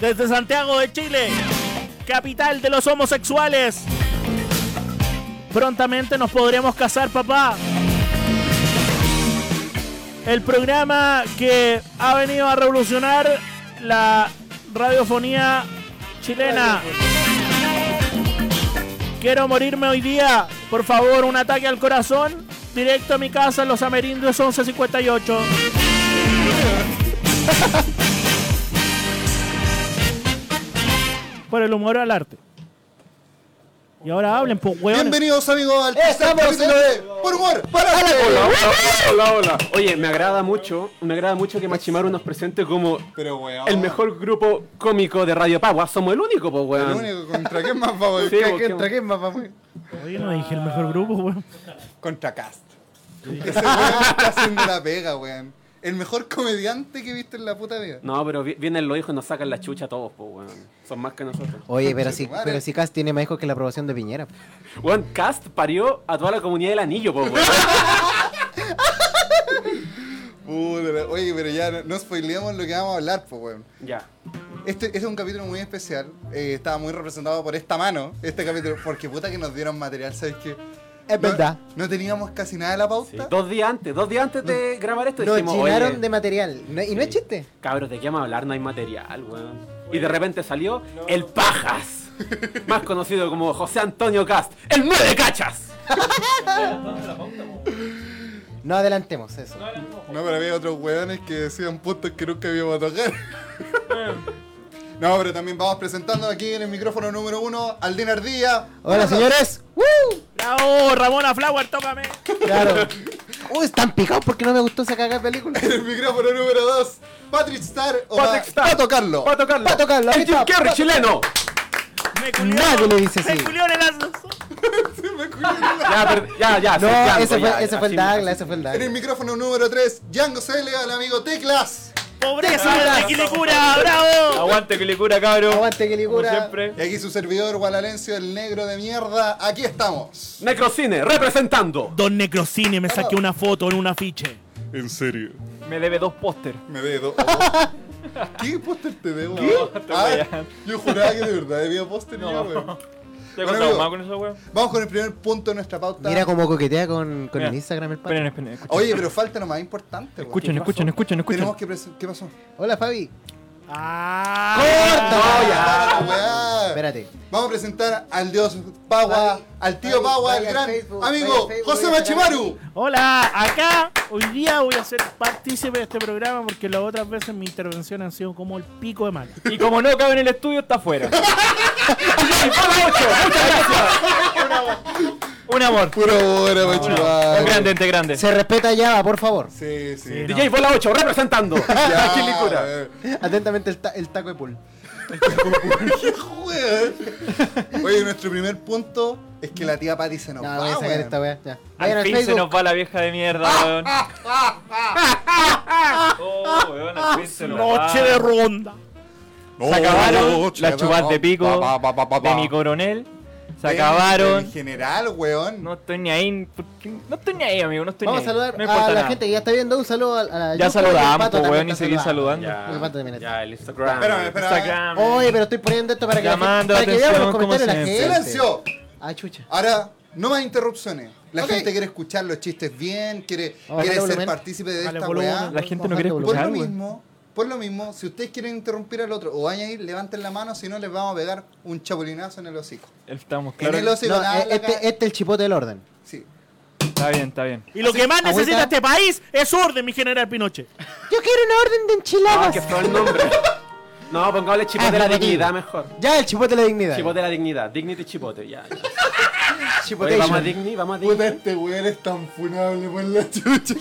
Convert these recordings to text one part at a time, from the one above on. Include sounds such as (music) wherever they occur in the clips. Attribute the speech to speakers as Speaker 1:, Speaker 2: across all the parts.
Speaker 1: desde Santiago de Chile, capital de los homosexuales. Prontamente nos podremos casar, papá. El programa que ha venido a revolucionar la radiofonía chilena. Quiero morirme hoy día. Por favor, un ataque al corazón. Directo a mi casa, en Los Amerindios 1158. Por el humor al arte. Y ahora hablen, pues, weón.
Speaker 2: Bienvenidos amigos al tercer
Speaker 3: Estamos
Speaker 2: capítulo de Por Humor para la
Speaker 3: Hola, hola, hola, hola. Oye, me agrada mucho, me agrada mucho que Machimaru nos presente como
Speaker 2: Pero weón.
Speaker 3: el mejor grupo cómico de Radio Pagua. Somos el único, po,
Speaker 2: El
Speaker 3: weón.
Speaker 2: único contra quién más vamos.
Speaker 3: Sí,
Speaker 2: ¿Qué-
Speaker 3: vos,
Speaker 2: qué-
Speaker 3: qué-
Speaker 2: ¿Contra quién más vamos?
Speaker 1: Oye, no dije el mejor grupo, weón.
Speaker 2: Contra Cast. Ese weón está haciendo la pega, weón. El mejor comediante que viste en la puta vida.
Speaker 3: No, pero vi- vienen los hijos y nos sacan la chucha a todos, po, weón. Son más que nosotros.
Speaker 4: Oye, pero si,
Speaker 2: Conchetumare.
Speaker 4: pero si Cass tiene más hijos que la aprobación de Piñera.
Speaker 3: Weón, Cast parió a toda la comunidad del anillo, po, weón.
Speaker 4: (laughs)
Speaker 2: Puta la- Oye, pero ya no, no spoileamos lo que vamos a hablar, pues, weón.
Speaker 3: Ya.
Speaker 2: Este, este es un capítulo muy especial. eh, estaba muy representado por esta mano, este capítulo. Porque puta que nos dieron material, ¿sabes qué?
Speaker 4: Es
Speaker 2: No-
Speaker 4: verdad.
Speaker 2: No teníamos casi nada de la
Speaker 3: Sí,
Speaker 2: pauta.
Speaker 3: Dos días antes, dos días antes de grabar esto
Speaker 4: Nos
Speaker 3: dijimos, oye,
Speaker 4: llenaron de material. No- y no es chiste.
Speaker 3: cabros, ¿de qué vamos a hablar? No hay material, weón. Y de repente salió el Pajas,
Speaker 4: (laughs)
Speaker 3: más conocido como José Antonio Cast, el nueve cachas.
Speaker 4: No adelantemos eso.
Speaker 2: No, pero había otros weones que decían puntos que nunca íbamos a
Speaker 5: (laughs)
Speaker 2: tocar. No, pero también vamos presentando aquí en el micrófono número uno al Dinar Díaz.
Speaker 4: Hola, señores. ¡Woo!
Speaker 1: Bravo, Ramona Flower, tócame.
Speaker 4: Claro. Uy, están picados porque no me gustó esa cagada
Speaker 3: (laughs)
Speaker 4: de película.
Speaker 2: (laughs) En el micrófono número dos, Patrick Star o
Speaker 3: Patrick Star.
Speaker 2: Pato Carlo.
Speaker 3: Pato Carlos,
Speaker 4: Pato Carlos,
Speaker 3: el
Speaker 4: ahí
Speaker 3: Jim
Speaker 4: está,
Speaker 3: Carrey
Speaker 4: Pato-
Speaker 3: chileno.
Speaker 1: Me culió.
Speaker 4: Nadie le dice
Speaker 1: Me
Speaker 4: así.
Speaker 1: culió en el ascensor.
Speaker 2: (laughs) Se me ocurrió una.
Speaker 4: (laughs)
Speaker 3: Ya, per- ya, ya.
Speaker 4: No,
Speaker 3: sí,
Speaker 4: ese
Speaker 3: Django, ya,
Speaker 4: fue, ese fue el
Speaker 3: así mismo.
Speaker 4: Dagla, ese fue el
Speaker 2: En el
Speaker 4: Dagla.
Speaker 2: micrófono número tres, Django Celia, el amigo Teclas.
Speaker 1: Pobreza de la quilicura, bravo.
Speaker 5: Aguante que le cura, cabrón.
Speaker 4: Aguante, que
Speaker 5: Como
Speaker 4: ligura.
Speaker 5: siempre.
Speaker 2: Y aquí su servidor, Gualalencio, el negro de mierda. Aquí estamos.
Speaker 3: Necrocine, representando.
Speaker 1: Don Necrocine, me saqué una foto en un afiche.
Speaker 2: En serio.
Speaker 5: Me debe dos póster. (laughs)
Speaker 2: Me debo. Oh. ¿Qué póster te debo?
Speaker 5: No, te
Speaker 2: Ah,
Speaker 5: voy a-
Speaker 2: yo juraba que de verdad debía póster.
Speaker 5: No.
Speaker 2: yo, weón.
Speaker 5: ¿Te he
Speaker 2: Bueno,
Speaker 5: contado
Speaker 2: amigo.
Speaker 5: más con eso, weón?
Speaker 2: Vamos con el primer punto de nuestra pauta.
Speaker 4: Mira cómo coquetea con, con
Speaker 5: Mira.
Speaker 4: el Instagram el pato.
Speaker 5: Esperen, esperen. escuchen.
Speaker 2: Oye, pero falta lo más importante. weón.
Speaker 5: Escuchen, escuchen, escuchen, escuchen.
Speaker 2: Tenemos que presen- ¿Qué pasó?
Speaker 4: Hola, Fabi.
Speaker 1: Ah.
Speaker 2: No, ya, weá.
Speaker 4: Espérate.
Speaker 2: Vamos a presentar al dios Pagua,
Speaker 4: Fabi,
Speaker 2: al tío
Speaker 4: Fabi,
Speaker 2: Pagua, el
Speaker 4: vaya al
Speaker 2: gran
Speaker 4: Facebook, vaya
Speaker 2: amigo
Speaker 4: al Facebook,
Speaker 2: José
Speaker 4: vaya al
Speaker 2: Machimaru.
Speaker 1: Hola, acá hoy día voy a ser partícipe de este programa porque las otras veces mi intervención han sido como el pico de mala.
Speaker 5: Y como no cabe en el estudio, está
Speaker 3: (laughs)
Speaker 5: afuera. Un amor.
Speaker 2: Puro hora, Machimaru.
Speaker 5: Un grande entre grandes.
Speaker 4: Se respeta ya, por favor.
Speaker 2: Sí, sí.
Speaker 1: Sí,
Speaker 3: DJ Bola 8, representando.
Speaker 2: (laughs) Ya,
Speaker 3: Aquí Licura.
Speaker 2: weón.
Speaker 4: Atentamente el, ta- el taco de pool.
Speaker 2: Weón. Oye, nuestro primer punto es que la tía Patty se nos
Speaker 4: No,
Speaker 2: va,
Speaker 4: voy a sacar
Speaker 2: weón.
Speaker 4: esta weá. Ya. Vayan
Speaker 5: Oh, Al
Speaker 4: al
Speaker 5: fin se
Speaker 4: Facebook.
Speaker 5: nos va la vieja de mierda,
Speaker 1: Ah,
Speaker 5: weón. Oh, weón, al fin se nos va.
Speaker 1: Noche de ronda.
Speaker 2: No,
Speaker 5: Se acabaron
Speaker 2: che,
Speaker 5: las chupas
Speaker 2: no.
Speaker 5: de pico
Speaker 2: oh, Pa, pa, pa, pa, pa.
Speaker 5: de mi coronel. Se
Speaker 2: De-
Speaker 5: acabaron.
Speaker 2: En general, weón.
Speaker 5: No estoy ni ahí. ¿por qué? No estoy ni ahí, amigo. No estoy
Speaker 4: Vamos a
Speaker 5: ni ahí.
Speaker 4: saludar
Speaker 5: No
Speaker 4: a
Speaker 5: importa
Speaker 4: la
Speaker 5: nada.
Speaker 4: gente que ya está viendo. Un saludo a, a
Speaker 5: Ya
Speaker 4: la Yuko y el
Speaker 1: pues,
Speaker 5: saludamos, po,
Speaker 4: Pato también
Speaker 5: weón, y
Speaker 4: está
Speaker 5: seguir saludando.
Speaker 4: El Pato también está.
Speaker 3: Ya, el Instagram.
Speaker 2: Espérame, espérame.
Speaker 5: Instagram.
Speaker 4: Oye, pero estoy poniendo esto para que, la gente-
Speaker 5: Llamando la
Speaker 4: para que vean los
Speaker 5: atención, como
Speaker 4: comentarios de la
Speaker 5: siempre.
Speaker 4: gente.
Speaker 2: ¡Silencio!
Speaker 4: Ah, chucha.
Speaker 2: Ahora, no más interrupciones. La
Speaker 4: Ok.
Speaker 2: gente quiere escuchar los chistes bien, quiere,
Speaker 4: Vamos a
Speaker 2: quiere
Speaker 4: bajarle
Speaker 2: ser
Speaker 4: volumen.
Speaker 2: partícipe de
Speaker 1: Dale
Speaker 2: esta
Speaker 1: volumen.
Speaker 2: weá.
Speaker 5: La gente no quiere
Speaker 4: Por
Speaker 2: Por
Speaker 5: escuchar,
Speaker 2: lo
Speaker 5: weón.
Speaker 2: mismo, por lo mismo, si ustedes quieren interrumpir al otro o añadir, levanten la mano, si no les vamos a pegar un chapulinazo en el hocico.
Speaker 5: Estamos
Speaker 2: En el
Speaker 5: claros.
Speaker 2: hocico,
Speaker 4: No,
Speaker 2: nada,
Speaker 4: eh,
Speaker 2: la
Speaker 4: este
Speaker 2: cara.
Speaker 4: este es el chipote del orden.
Speaker 2: Sí.
Speaker 5: Está bien, está bien.
Speaker 1: Y lo que más
Speaker 4: Agüita.
Speaker 1: necesita este país es orden, mi general Pinochet.
Speaker 4: Yo quiero una orden de
Speaker 3: No,
Speaker 4: enchiladas.
Speaker 3: Ah, que fue el
Speaker 4: (laughs)
Speaker 3: nombre. No, pongamos
Speaker 4: Ah,
Speaker 3: chipote de la dignidad mejor.
Speaker 4: Ya, el chipote de la dignidad.
Speaker 3: Chipote de la dignidad. Dignity chipote, ya. ya. Oye,
Speaker 4: Chipotation.
Speaker 3: vamos a Digni, vamos a
Speaker 2: Puta,
Speaker 3: Digni.
Speaker 2: este weón es tan funable por la chucha.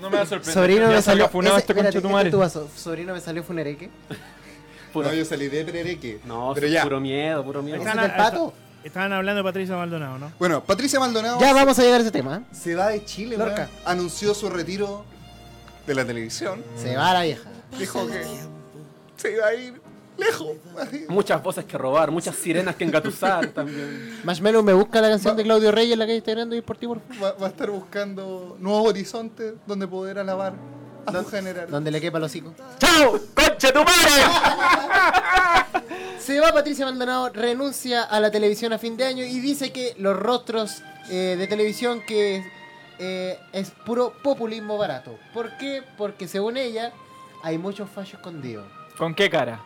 Speaker 5: No me va a sorprender.
Speaker 4: Sobrino
Speaker 5: Ya
Speaker 4: me
Speaker 5: salga
Speaker 4: salió.
Speaker 5: funado
Speaker 4: ese-
Speaker 5: este
Speaker 4: espérate,
Speaker 5: conchetumare.
Speaker 4: este es tu vaso. Sobrino me salió funereque.
Speaker 2: No, yo salí de perereque.
Speaker 3: No,
Speaker 2: pero ya.
Speaker 3: puro miedo, puro miedo.
Speaker 4: Están- del pato?
Speaker 1: estaban hablando de Patricia Maldonado, ¿no?
Speaker 2: Bueno, Patricia Maldonado
Speaker 4: Ya vamos a llegar a ese tema. ¿eh?
Speaker 2: se va de Chile,
Speaker 4: Lorca.
Speaker 2: weón. Anunció su retiro de la televisión.
Speaker 4: Se va la vieja.
Speaker 2: Dijo que se iba a ir lejos. así.
Speaker 3: Muchas voces que robar, muchas sirenas que engatusar
Speaker 2: (laughs)
Speaker 3: también.
Speaker 4: Marshmallow me busca la canción
Speaker 2: Va-
Speaker 4: de Claudio Reyes, la que está grabando y por ti, por favor.
Speaker 2: Va, va a estar buscando nuevos horizontes donde poder alabar a su general.
Speaker 4: Donde le quepa el hocico.
Speaker 3: ¡Chao!
Speaker 1: concha tu madre!
Speaker 4: Se va Patricia Maldonado, renuncia a la televisión a fin de año y dice que los rostros eh, de televisión que eh, es puro populismo barato. ¿Por qué? Porque según ella hay muchos fallos escondidos.
Speaker 1: ¿Con qué cara?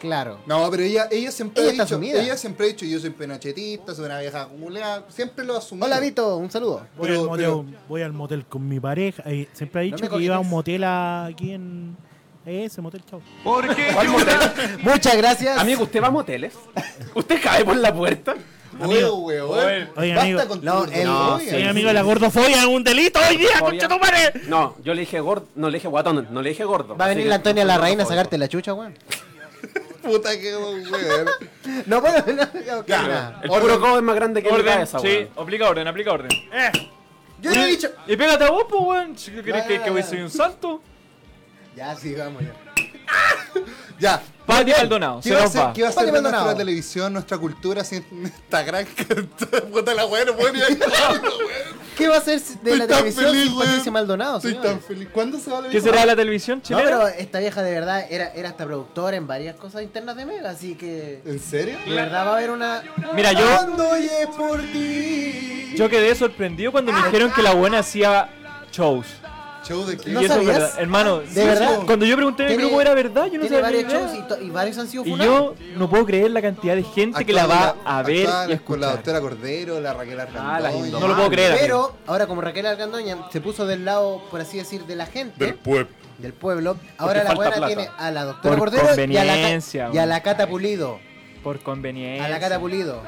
Speaker 4: Claro.
Speaker 2: No, pero ella, ella siempre
Speaker 4: Ella
Speaker 2: ha
Speaker 4: está
Speaker 2: dicho,
Speaker 4: asumida.
Speaker 2: ella siempre ha dicho, yo soy penachetista, soy una vieja culeada, siempre lo asumió.
Speaker 4: Hola Vito,
Speaker 2: (laughs)
Speaker 4: un saludo.
Speaker 6: Voy,
Speaker 2: Pero-
Speaker 6: al motel, voy al motel con mi pareja. Eh, siempre ha dicho
Speaker 4: me
Speaker 6: que iba a un
Speaker 4: coquetees.
Speaker 6: motel a- aquí en eh, ese motel, chao.
Speaker 4: Muchas gracias.
Speaker 3: Amigo, ¿usted va a moteles? ¿Usted cae por la puerta?
Speaker 2: Huevo, huevo,
Speaker 1: Oye,
Speaker 2: Basta
Speaker 6: amigo.
Speaker 2: con
Speaker 4: No,
Speaker 2: tu
Speaker 4: el-
Speaker 2: no,
Speaker 3: sí,
Speaker 6: Sí, amigo, la gordofobia es un delito hoy día,
Speaker 3: Gordofobia.
Speaker 6: concha tu madre.
Speaker 3: No, yo le dije gordo, no le dije guatón, no le dije gordo.
Speaker 4: Va a
Speaker 3: así
Speaker 4: venir
Speaker 3: que-
Speaker 4: la Antonia la reina a sacarte la
Speaker 2: (laughs)
Speaker 4: chucha, weón.
Speaker 2: (laughs) Puta que huevo.
Speaker 4: No puedo. No, ok,
Speaker 2: Ya.
Speaker 4: nada.
Speaker 3: El
Speaker 2: Orden.
Speaker 3: puro codo es más grande que mi
Speaker 1: Orden,
Speaker 3: cabeza,
Speaker 1: sí,
Speaker 3: weón.
Speaker 1: aplica orden, aplica orden.
Speaker 6: Eh.
Speaker 4: Yo no he dicho.
Speaker 1: Y pégate a vos, pues, weón. Si ¿Querés
Speaker 4: Ya,
Speaker 1: que,
Speaker 4: ya,
Speaker 1: que voy
Speaker 4: ya.
Speaker 1: soy un santo?
Speaker 4: Ya, sí, vamos ya.
Speaker 2: Ya.
Speaker 1: Pati Maldonado,
Speaker 2: ¿Qué
Speaker 1: se
Speaker 2: va a
Speaker 1: nos
Speaker 2: ser,
Speaker 1: va.
Speaker 2: qué va a ser
Speaker 4: Vale,
Speaker 2: de nuestra
Speaker 4: Maldonado.
Speaker 2: televisión, nuestra cultura sin esta gran (laughs) cantante? Puta la hueá, no puedo ni
Speaker 4: (laughs) ¿Qué va a hacer de la
Speaker 2: Estoy tan
Speaker 4: televisión
Speaker 2: feliz,
Speaker 4: sin
Speaker 2: weón.
Speaker 4: Patricia Maldonado?
Speaker 2: Estoy
Speaker 4: señores?
Speaker 2: tan feliz. ¿Cuándo se va la
Speaker 1: ¿Qué será la televisión
Speaker 4: No,
Speaker 1: chilena?
Speaker 4: pero esta vieja de verdad era, era hasta productora en varias cosas internas de Mega, así que
Speaker 2: ¿En serio?
Speaker 4: de verdad va a haber una...
Speaker 1: Mira, yo,
Speaker 2: Cuando y es por ti.
Speaker 1: yo quedé sorprendido cuando me dijeron que la buena hacía shows.
Speaker 2: Show de qué?
Speaker 4: No
Speaker 1: y eso es
Speaker 4: sabías?
Speaker 1: verdad, hermano.
Speaker 4: ¿De
Speaker 1: sí,
Speaker 4: verdad?
Speaker 1: sí. Cuando yo pregunté en el
Speaker 4: Tiene-
Speaker 1: grupo era verdad, yo no
Speaker 4: Tiene
Speaker 1: sabía. ni
Speaker 4: varios
Speaker 1: idea.
Speaker 4: shows y, to- y varios han sido
Speaker 1: Y
Speaker 4: funados.
Speaker 1: yo no puedo creer la cantidad de gente que la va a ver y
Speaker 2: actuar con la
Speaker 1: escuchar.
Speaker 2: doctora Cordero, la Raquel Argandoña.
Speaker 3: Ah, la Indomables.
Speaker 1: No lo puedo creer. amigo.
Speaker 4: Pero ahora como Raquel Argandoña se puso del lado, por así decir, de la gente, del,
Speaker 2: pueblo.
Speaker 4: pueblo, ahora la
Speaker 3: falta
Speaker 4: buena
Speaker 3: plata.
Speaker 4: tiene a la doctora
Speaker 1: Por
Speaker 4: Cordero y a la,
Speaker 1: conveniencia,
Speaker 4: ca- y a la Cata Pulido.
Speaker 1: Por conveniencia.
Speaker 4: A la Cata Pulido.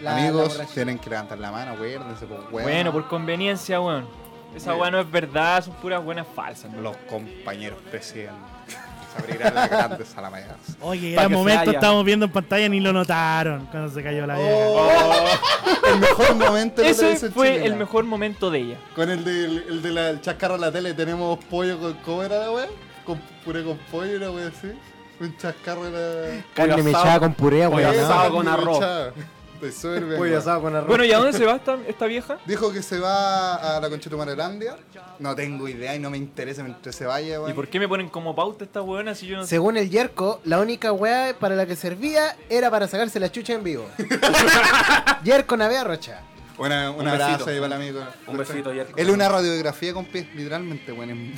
Speaker 4: La- la
Speaker 2: Amigos,
Speaker 4: borracha.
Speaker 2: tienen que levantar la mano, acuérdense, pues, weón.
Speaker 1: Bueno, por conveniencia, weón. Esa weón no es verdad, son puras buenas falsas. ¿no?
Speaker 2: Los compañeros presidentes. Se abrirán las grandes (laughs) alamedas.
Speaker 6: Oye,
Speaker 3: Pa'
Speaker 6: era
Speaker 3: que se
Speaker 6: momento,
Speaker 3: haya.
Speaker 6: estábamos viendo en pantalla, ni lo notaron cuando se cayó la
Speaker 2: Oh,
Speaker 6: vieja.
Speaker 2: El mejor momento de la
Speaker 1: Oh. Ese
Speaker 2: televisión
Speaker 1: fue
Speaker 2: chilena.
Speaker 1: el mejor momento de ella.
Speaker 2: Con el del el de la, el chascarro a la tele tenemos pollo con... ¿Cómo era la wea? Con puré con pollo, una wea así. Un chascarro a la...
Speaker 7: Carne
Speaker 3: Pollo
Speaker 7: mechada
Speaker 3: asado.
Speaker 7: con puré,
Speaker 3: Pollo
Speaker 7: weón.
Speaker 3: asado.
Speaker 7: ¿no?
Speaker 3: con
Speaker 2: Carne
Speaker 3: arroz.
Speaker 2: mechada. Estoy súper bien,
Speaker 4: Pollo
Speaker 2: weón.
Speaker 4: asado con arroz.
Speaker 1: Bueno, ¿y a dónde se va esta, esta
Speaker 2: (laughs)
Speaker 1: vieja?
Speaker 2: Dijo que se va a la Conchetumarelandia. No tengo idea y no me interesa mientras se vaya,
Speaker 1: ¿Y
Speaker 2: weón.
Speaker 1: por qué me ponen como pauta esta weona si yo no sé?
Speaker 4: Según el Yerko, la única weá para la que servía era para sacarse la chucha
Speaker 1: (laughs)
Speaker 4: en vivo. Yerko Navea Rocha.
Speaker 2: Una, un
Speaker 3: Un
Speaker 2: abrazo
Speaker 3: besito.
Speaker 2: ahí para el amigo.
Speaker 3: Un besito, Yerko.
Speaker 2: Él una radiografía con pies, literalmente, weón.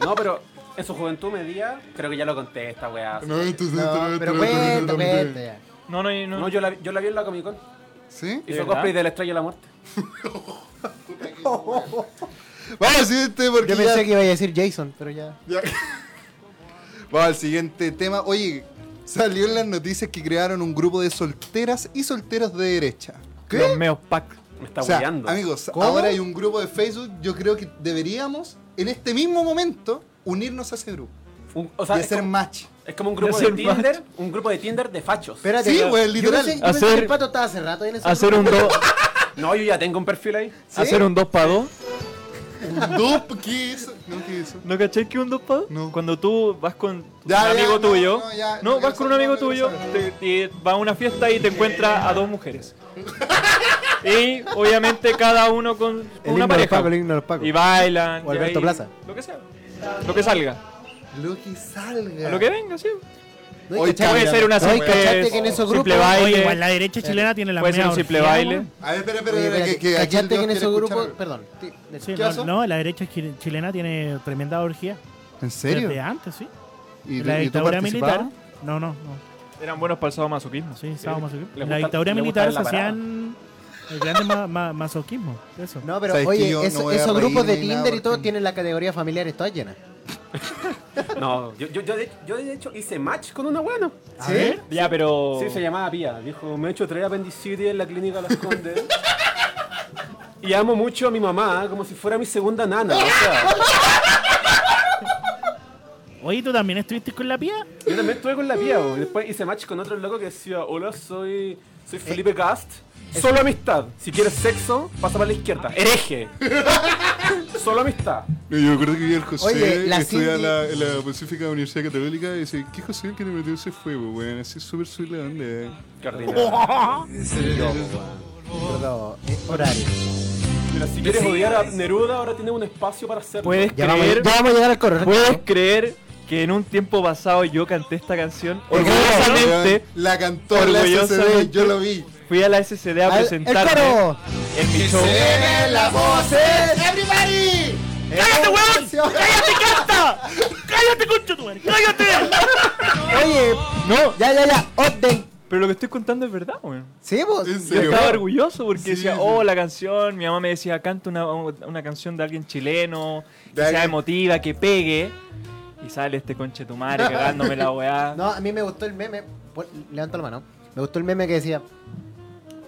Speaker 3: No, pero en su juventud medía, creo que ya lo conté esta weá.
Speaker 2: No, entonces,
Speaker 4: No, pero cuenta, cuenta ya.
Speaker 1: No, no, no.
Speaker 3: No, yo la, yo la vi en la Comic Con.
Speaker 2: ¿Sí?
Speaker 3: Hizo
Speaker 1: verdad?
Speaker 3: cosplay de la Estrella de la Muerte.
Speaker 2: Vamos al siguiente porque
Speaker 4: Yo
Speaker 2: ya-
Speaker 4: pensé que iba a decir Jason, pero ya.
Speaker 2: ya- Vamos al siguiente tema. Oye, salió en las noticias que crearon un grupo de solteras y solteros de derecha.
Speaker 1: Los meos pack.
Speaker 3: Me está
Speaker 2: o sea,
Speaker 3: hueando.
Speaker 2: amigos,
Speaker 4: ¿Cómo?
Speaker 2: ahora hay un grupo de Facebook. Yo creo que deberíamos, en este mismo momento, unirnos a ese grupo
Speaker 3: Un- o sea,
Speaker 2: y
Speaker 3: es
Speaker 2: hacer
Speaker 3: como,
Speaker 2: match.
Speaker 3: es como un grupo
Speaker 1: hacer
Speaker 3: de Tinder, un grupo de Tinder de fachos.
Speaker 4: Espérate,
Speaker 2: Sí,
Speaker 4: yo-
Speaker 2: güey, literal.
Speaker 4: Yo pensé, yo pensé
Speaker 1: Hacer-
Speaker 4: que el pato estaba hace rato ahí en ese
Speaker 1: Hacer un
Speaker 4: grupo.
Speaker 1: 2
Speaker 3: No, yo ya tengo un perfil ahí.
Speaker 1: hacer un 2 para 2.
Speaker 2: Dup, ¿qué es? No, ¿qué es eso?
Speaker 1: ¿No caché que un 2 para 2?
Speaker 2: No.
Speaker 1: Cuando tú vas con
Speaker 2: Ya,
Speaker 1: un
Speaker 2: ya,
Speaker 1: amigo
Speaker 2: no,
Speaker 1: tuyo. No,
Speaker 2: no, ya, no
Speaker 1: vas
Speaker 2: quiero
Speaker 1: con un
Speaker 2: saber,
Speaker 1: amigo
Speaker 2: no
Speaker 1: tuyo, te,
Speaker 2: quiero
Speaker 1: te- va a una fiesta y te encuentra a dos mujeres. Y obviamente cada uno con
Speaker 4: El
Speaker 1: una
Speaker 4: himno de los
Speaker 1: pareja.
Speaker 4: Paco, el himno de los Paco.
Speaker 1: Y bailan.
Speaker 4: O
Speaker 1: y
Speaker 4: Alberto
Speaker 1: ahí-
Speaker 4: Plaza.
Speaker 1: Lo que sea. Lo que salga.
Speaker 2: Lo que salga.
Speaker 1: A lo que venga, sí.
Speaker 4: No, y
Speaker 2: Hoy
Speaker 4: cachaste-
Speaker 1: Puede ser una
Speaker 4: no, y
Speaker 1: simple,
Speaker 4: cachaste que en esos
Speaker 1: simple
Speaker 4: grupos-
Speaker 1: baile.
Speaker 6: Oye, igual la derecha chilena tiene la
Speaker 1: puede ser
Speaker 6: mea
Speaker 1: un simple
Speaker 6: orgía,
Speaker 1: baile.
Speaker 6: weón.
Speaker 2: A ver, espera, espera, espera,
Speaker 4: Oye, espérate,
Speaker 2: que, que aquí el
Speaker 4: ¿Cachaste que en
Speaker 2: Dios
Speaker 4: esos
Speaker 2: quiere
Speaker 4: grupos.
Speaker 2: escuchar-
Speaker 4: Perdón. sí, de-
Speaker 6: Sí,
Speaker 2: ¿Qué
Speaker 6: no,
Speaker 2: pasó?
Speaker 6: no, la derecha chi- chilena tiene tremenda orgía.
Speaker 2: ¿En serio?
Speaker 6: Desde antes, sí.
Speaker 2: ¿Y,
Speaker 6: la
Speaker 2: y tú
Speaker 6: dictadura militar.
Speaker 2: participabas?
Speaker 6: No, no, no.
Speaker 1: Eran buenos para el sadomasoquismo.
Speaker 6: Sí, estábamos aquí.
Speaker 3: Le
Speaker 6: La
Speaker 3: gusta-
Speaker 6: dictadura
Speaker 3: le
Speaker 6: militar se
Speaker 3: gusta la parada.
Speaker 6: hacían el grande ma- ma- masoquismo. Eso.
Speaker 4: No, pero
Speaker 2: ¿Sabes que
Speaker 4: oye,
Speaker 2: yo
Speaker 4: eso-
Speaker 2: no voy a
Speaker 4: esos grupos de
Speaker 2: reír ni nada
Speaker 4: Tinder y todo
Speaker 2: porque-
Speaker 4: tienen la categoría familiares todas llenas.
Speaker 3: No, yo, yo, yo, de, yo de hecho hice match con una buena.
Speaker 4: ¿Sí?
Speaker 1: Ya, pero.
Speaker 2: Oh.
Speaker 3: Sí, se llamaba Pía. Dijo, me he hecho tres apendicitis en la clínica
Speaker 2: (laughs)
Speaker 3: Las Condes. y amo mucho a mi mamá como si fuera mi segunda nana. O sea,
Speaker 6: Oye, ¿tú también estuviste con la pía?
Speaker 3: yo también estuve con la Pía. bo. Y Después hice match con otro loco que decía, hola, soy, soy
Speaker 2: Eh,
Speaker 3: Felipe Cast. Solo amistad. Si quieres sexo, pasa para la izquierda. Hereje. (laughs) Solo amistad.
Speaker 2: Yo me acuerdo que vi al José
Speaker 4: Oye, la
Speaker 2: que estudia en
Speaker 4: Cindy-
Speaker 2: la, en la Pacífica Universidad Católica y dice, ¿qué José el que le metió ese fuego, weón? Así es súper suave la onda, eh.
Speaker 3: Qué ordinario.
Speaker 4: Perdón, eh, horario.
Speaker 3: Mira, si quieres odiar a Neruda, ahora tienes un espacio para hacerlo.
Speaker 1: ¿Puedes
Speaker 4: Ya vamos,
Speaker 1: creer,
Speaker 4: ya vamos a llegar al coro.
Speaker 1: ¿Puedes creer
Speaker 8: que en un tiempo pasado yo canté esta canción.
Speaker 2: Weón,
Speaker 8: Orgullosamente
Speaker 2: La cantó la SCD, yo lo vi.
Speaker 8: fui a la SCD a
Speaker 4: Al- ¡El
Speaker 8: presentarme
Speaker 4: coro!
Speaker 8: en mi show.
Speaker 2: ven las voces! ¡Everybody!
Speaker 6: ¡Cállate, weón! ¡Cállate, canta! ¡Cállate, concho tu madre! ¡Cállate!
Speaker 4: Oye,
Speaker 8: No,
Speaker 4: ya, ya, ya, orden.
Speaker 8: pero lo que estoy contando es verdad, weón.
Speaker 4: Sí, vos.
Speaker 2: ¿En
Speaker 8: Yo
Speaker 2: serio?
Speaker 8: estaba orgulloso porque
Speaker 2: Sí,
Speaker 8: decía,
Speaker 2: sí.
Speaker 8: oh, la canción. Mi mamá me decía, canta una, una canción de alguien chileno, que
Speaker 2: De
Speaker 8: sea
Speaker 2: alguien-
Speaker 8: emotiva, que pegue. Y sale este conche tu madre cagándome la weá.
Speaker 4: No, a mí me gustó el meme. Pon- Levanta la mano. Me gustó el meme que decía: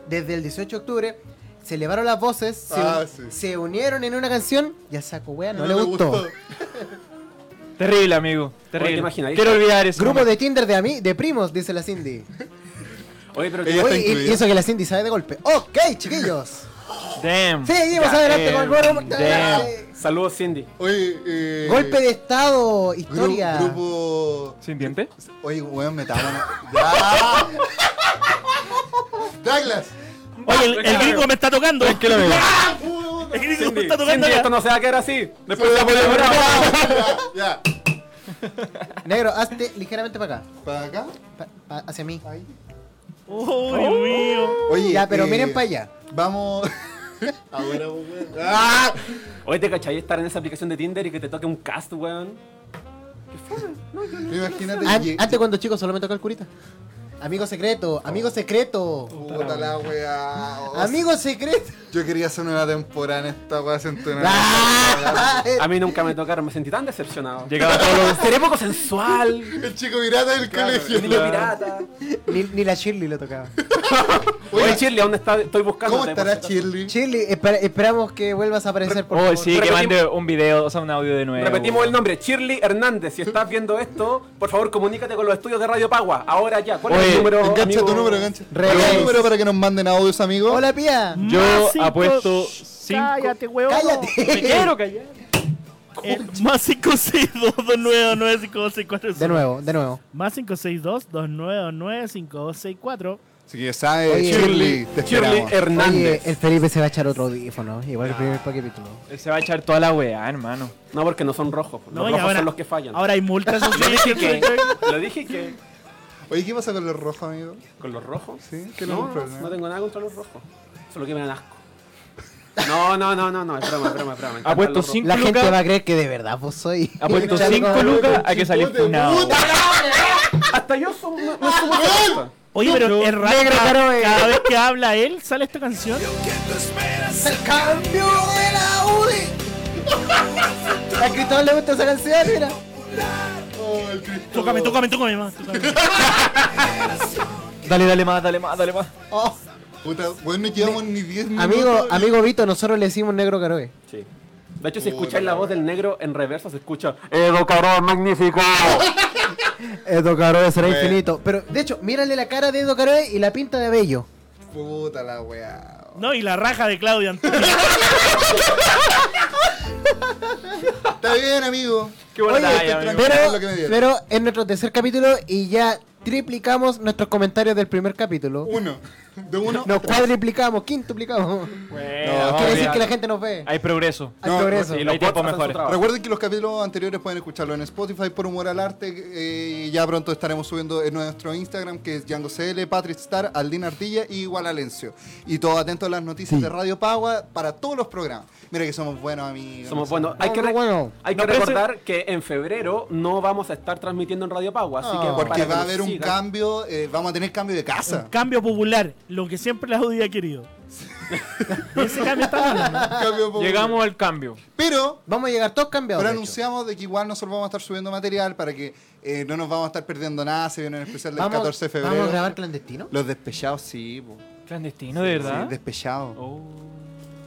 Speaker 4: Desde el 18 de octubre se elevaron las voces, se,
Speaker 2: Ah,
Speaker 4: un-
Speaker 2: sí.
Speaker 4: se unieron en una canción y a Saco Wea no, le gustó.
Speaker 8: Terrible, amigo. Terrible.
Speaker 3: ¿te imagináis?
Speaker 8: Quiero olvidar eso.
Speaker 4: Grupo de Tinder de, ami- de primos, dice
Speaker 2: (laughs)
Speaker 4: la Cindy.
Speaker 3: Oye, pero
Speaker 2: Ella
Speaker 3: que...
Speaker 2: está
Speaker 4: Oye, y- y,
Speaker 2: incluida.
Speaker 4: eso que la Cindy sabe de golpe. Ok,
Speaker 2: (laughs)
Speaker 4: chiquillos.
Speaker 8: Damn.
Speaker 4: Seguimos
Speaker 8: Ya,
Speaker 4: adelante con el
Speaker 8: damn,
Speaker 4: nuevo.
Speaker 8: damn.
Speaker 3: Saludos, Cindy.
Speaker 2: Oye, eh,
Speaker 4: Golpe de Estado,
Speaker 2: gru-
Speaker 4: historia.
Speaker 2: grupo...
Speaker 8: ¿Sin diente?
Speaker 2: Oye, weón,
Speaker 4: (laughs)
Speaker 2: metámonos. ¡Ya! ¡Douglas!
Speaker 6: Oye, el, el gringo me está tocando.
Speaker 8: (laughs) Tranquilo, amigo.
Speaker 2: ¡Ah, puta!
Speaker 6: El gringo me
Speaker 3: Cindy,
Speaker 6: está tocando
Speaker 3: Cindy,
Speaker 6: ya.
Speaker 3: esto no se va a quedar así. Después
Speaker 2: Soy
Speaker 3: la
Speaker 2: la
Speaker 3: ponemos
Speaker 2: primera.
Speaker 3: brava.
Speaker 2: Ya,
Speaker 4: Negro, hazte ligeramente para acá.
Speaker 2: ¿para acá?
Speaker 4: pa- pa- hacia mí.
Speaker 2: Ahí.
Speaker 6: ¡Oh, Dios mío!
Speaker 2: Oye,
Speaker 4: Ya, pero
Speaker 2: eh,
Speaker 4: miren para allá.
Speaker 3: (laughs)
Speaker 2: Vamos... Ahora, weón. ¡Ah!
Speaker 3: Oye, ¿te cachai estar en esa aplicación de Tinder y que te toque un cast, weón?
Speaker 2: Imagínate...
Speaker 4: An-
Speaker 2: lleg-
Speaker 4: antes cuando chico solo me tocaba el curita. Amigo secreto, amigo secreto.
Speaker 2: Puta la weá. oh,
Speaker 4: Amigo secreto.
Speaker 2: Yo quería hacer una temporada en esta weá, siento una...
Speaker 4: Ah.
Speaker 2: Eh.
Speaker 3: A mí nunca me tocaron, me sentí tan decepcionado.
Speaker 8: Llegaba todos los...
Speaker 3: (laughs) Seré poco sensual.
Speaker 2: El chico pirata del colegio.
Speaker 3: El niño pirata.
Speaker 4: (laughs) ni, ni la Shirley lo tocaba.
Speaker 3: Oye, Shirley, ¿a ¿dónde está? Estoy buscando.
Speaker 2: ¿Cómo estará Shirley?
Speaker 4: Shirley, espera- esperamos que vuelvas a aparecer por
Speaker 8: Oh,
Speaker 4: favor.
Speaker 8: sí, que
Speaker 3: Repetimos-
Speaker 8: mande un video, o sea, un audio de nuevo.
Speaker 3: Repetimos el nombre, Shirley Hernández. Si estás viendo esto, por favor comunícate con los estudios de Radio Pagua. Ahora ya. ¿Cuál es
Speaker 8: Oye,
Speaker 3: el número?
Speaker 2: Engancha
Speaker 3: amigo?
Speaker 2: tu número, engancha.
Speaker 4: Rey.
Speaker 2: ¿Cuál es el número para que nos manden audios, amigos?
Speaker 4: Hola, pía.
Speaker 8: Yo
Speaker 6: Más cinco-
Speaker 8: apuesto cinco-
Speaker 6: ¡Cállate, weón!
Speaker 4: Cállate.
Speaker 8: Me quiero callar.
Speaker 6: El Eh, más 562-299-5264.
Speaker 4: De nuevo, de nuevo.
Speaker 6: Más 562-299-5264.
Speaker 2: Si que sabes,
Speaker 4: Oye,
Speaker 2: Shirley, te
Speaker 3: Shirley
Speaker 2: esperamos.
Speaker 4: Oye,
Speaker 3: Hernández.
Speaker 4: el Felipe se va a echar otro audífono, igual que el primer capítulo.
Speaker 8: Él se va a echar toda la weá, hermano.
Speaker 3: No, porque no son rojos. Los
Speaker 6: No, y
Speaker 3: rojos
Speaker 6: ahora-
Speaker 3: son los que fallan.
Speaker 6: Ahora hay multas
Speaker 3: (laughs) Lo
Speaker 6: sociales.
Speaker 3: dije que. Lo dije que.
Speaker 2: Oye, ¿qué pasa con los rojos, amigo?
Speaker 3: ¿Con los rojos?
Speaker 2: Sí, que
Speaker 3: er- No,
Speaker 2: no,
Speaker 3: no, no tengo nada contra los rojos. Solo que me dan asco. No, no, no, no, no, es broma, es broma, es broma. me encantan
Speaker 8: Apuesto
Speaker 3: los rojos.
Speaker 8: cinco
Speaker 4: La gente
Speaker 8: lucas.
Speaker 4: va a creer que de verdad vos soy.
Speaker 1: Ah, pues
Speaker 8: Apuesto
Speaker 4: Chale,
Speaker 8: 5
Speaker 4: como-
Speaker 8: lucas a que salir
Speaker 2: Chicote,
Speaker 8: funado.
Speaker 2: puta.
Speaker 3: Hasta yo soy, no, no somos
Speaker 2: ¡Ah,
Speaker 3: rojos.
Speaker 6: (laughs) Oye, pero es raro.
Speaker 4: Negro,
Speaker 6: cada-
Speaker 4: pero, eh.
Speaker 6: Cada vez que habla él, sale esta canción.
Speaker 4: ¡El cambio de la UDI! (laughs) A Cristóbal le gusta esa canción, mira.
Speaker 2: Oh, el Cristo.
Speaker 6: Tócame, tócame, tócame más. tócame más.
Speaker 8: Dale, dale más, dale más, dale más.
Speaker 4: Oh.
Speaker 2: Puta, bueno, no llevamos ni 10 minutos.
Speaker 4: Amigo, amigo Vito, nosotros le decimos negro caroe.
Speaker 3: Sí. De hecho, si escucháis
Speaker 2: Puta,
Speaker 3: la
Speaker 2: la
Speaker 3: voz del negro en reversa, se escucha.
Speaker 8: Eh,
Speaker 1: Edo Carón, magnífico.
Speaker 4: Edo Caroe será
Speaker 2: Bueno.
Speaker 4: infinito. Pero, de hecho, mírale la cara de Edo Caroe y la pinta de Bello.
Speaker 2: Puta la weá.
Speaker 6: (laughs) No, y la raja de Claudia (laughs) Antonio.
Speaker 2: Está bien, amigo.
Speaker 8: Qué buena
Speaker 2: Oye,
Speaker 8: talla,
Speaker 2: estoy
Speaker 8: amigo.
Speaker 2: tranquilo
Speaker 4: Pero,
Speaker 2: con lo que me dieron.
Speaker 4: pero es nuestro tercer capítulo y ya triplicamos nuestros comentarios del primer capítulo.
Speaker 2: Uno. De uno.
Speaker 4: Nos cuadriplicamos, quintuplicamos.
Speaker 8: Bueno,
Speaker 2: No,
Speaker 8: vamos
Speaker 4: Quiere decir
Speaker 8: bien.
Speaker 4: que la gente nos ve.
Speaker 8: Hay progreso.
Speaker 4: Hay
Speaker 2: no,
Speaker 4: progreso.
Speaker 8: Y los
Speaker 3: Los
Speaker 8: tiempos
Speaker 3: bots hacen su
Speaker 8: mejores.
Speaker 3: trabajo.
Speaker 2: Recuerden que los capítulos anteriores pueden escucharlo en Spotify por Humor al Arte. eh, y ya pronto estaremos subiendo en nuestro Instagram, que es Django CL, Patrick Star, Aldin Artilla y Gualalencio. Y todo atento a las noticias de Radio Pagua para todos los programas. Mira que somos buenos amigos.
Speaker 3: Somos buenos. Hay que,
Speaker 4: Somos
Speaker 3: re-
Speaker 4: buenos.
Speaker 3: hay que
Speaker 8: No, pero eso-
Speaker 3: recordar que en febrero no vamos a estar transmitiendo en Radio Pagua. Así que
Speaker 4: Ah.
Speaker 3: para
Speaker 2: Porque
Speaker 3: que
Speaker 2: va a
Speaker 3: nos
Speaker 2: haber un
Speaker 3: sigan-
Speaker 2: cambio, eh, vamos a tener cambio de
Speaker 6: (laughs)
Speaker 2: casa.
Speaker 6: Cambio popular, lo que siempre la judía ha querido. Ese cambio está hablando.
Speaker 2: Cambio por-
Speaker 8: Llegamos al cambio.
Speaker 2: Pero
Speaker 4: Vamos a llegar todos cambiados.
Speaker 2: Pero
Speaker 4: de hecho.
Speaker 2: anunciamos de que igual nosotros vamos a estar subiendo material para que eh, no nos vamos a estar perdiendo nada. Se viene un especial del
Speaker 4: Vamos-
Speaker 2: 14 de febrero.
Speaker 4: ¿Vamos a grabar clandestino?
Speaker 2: Los despechados, sí, po.
Speaker 8: Clandestino, de
Speaker 2: Sí,
Speaker 6: ¿Ah?
Speaker 8: verdad.
Speaker 2: despechados.
Speaker 8: Oh.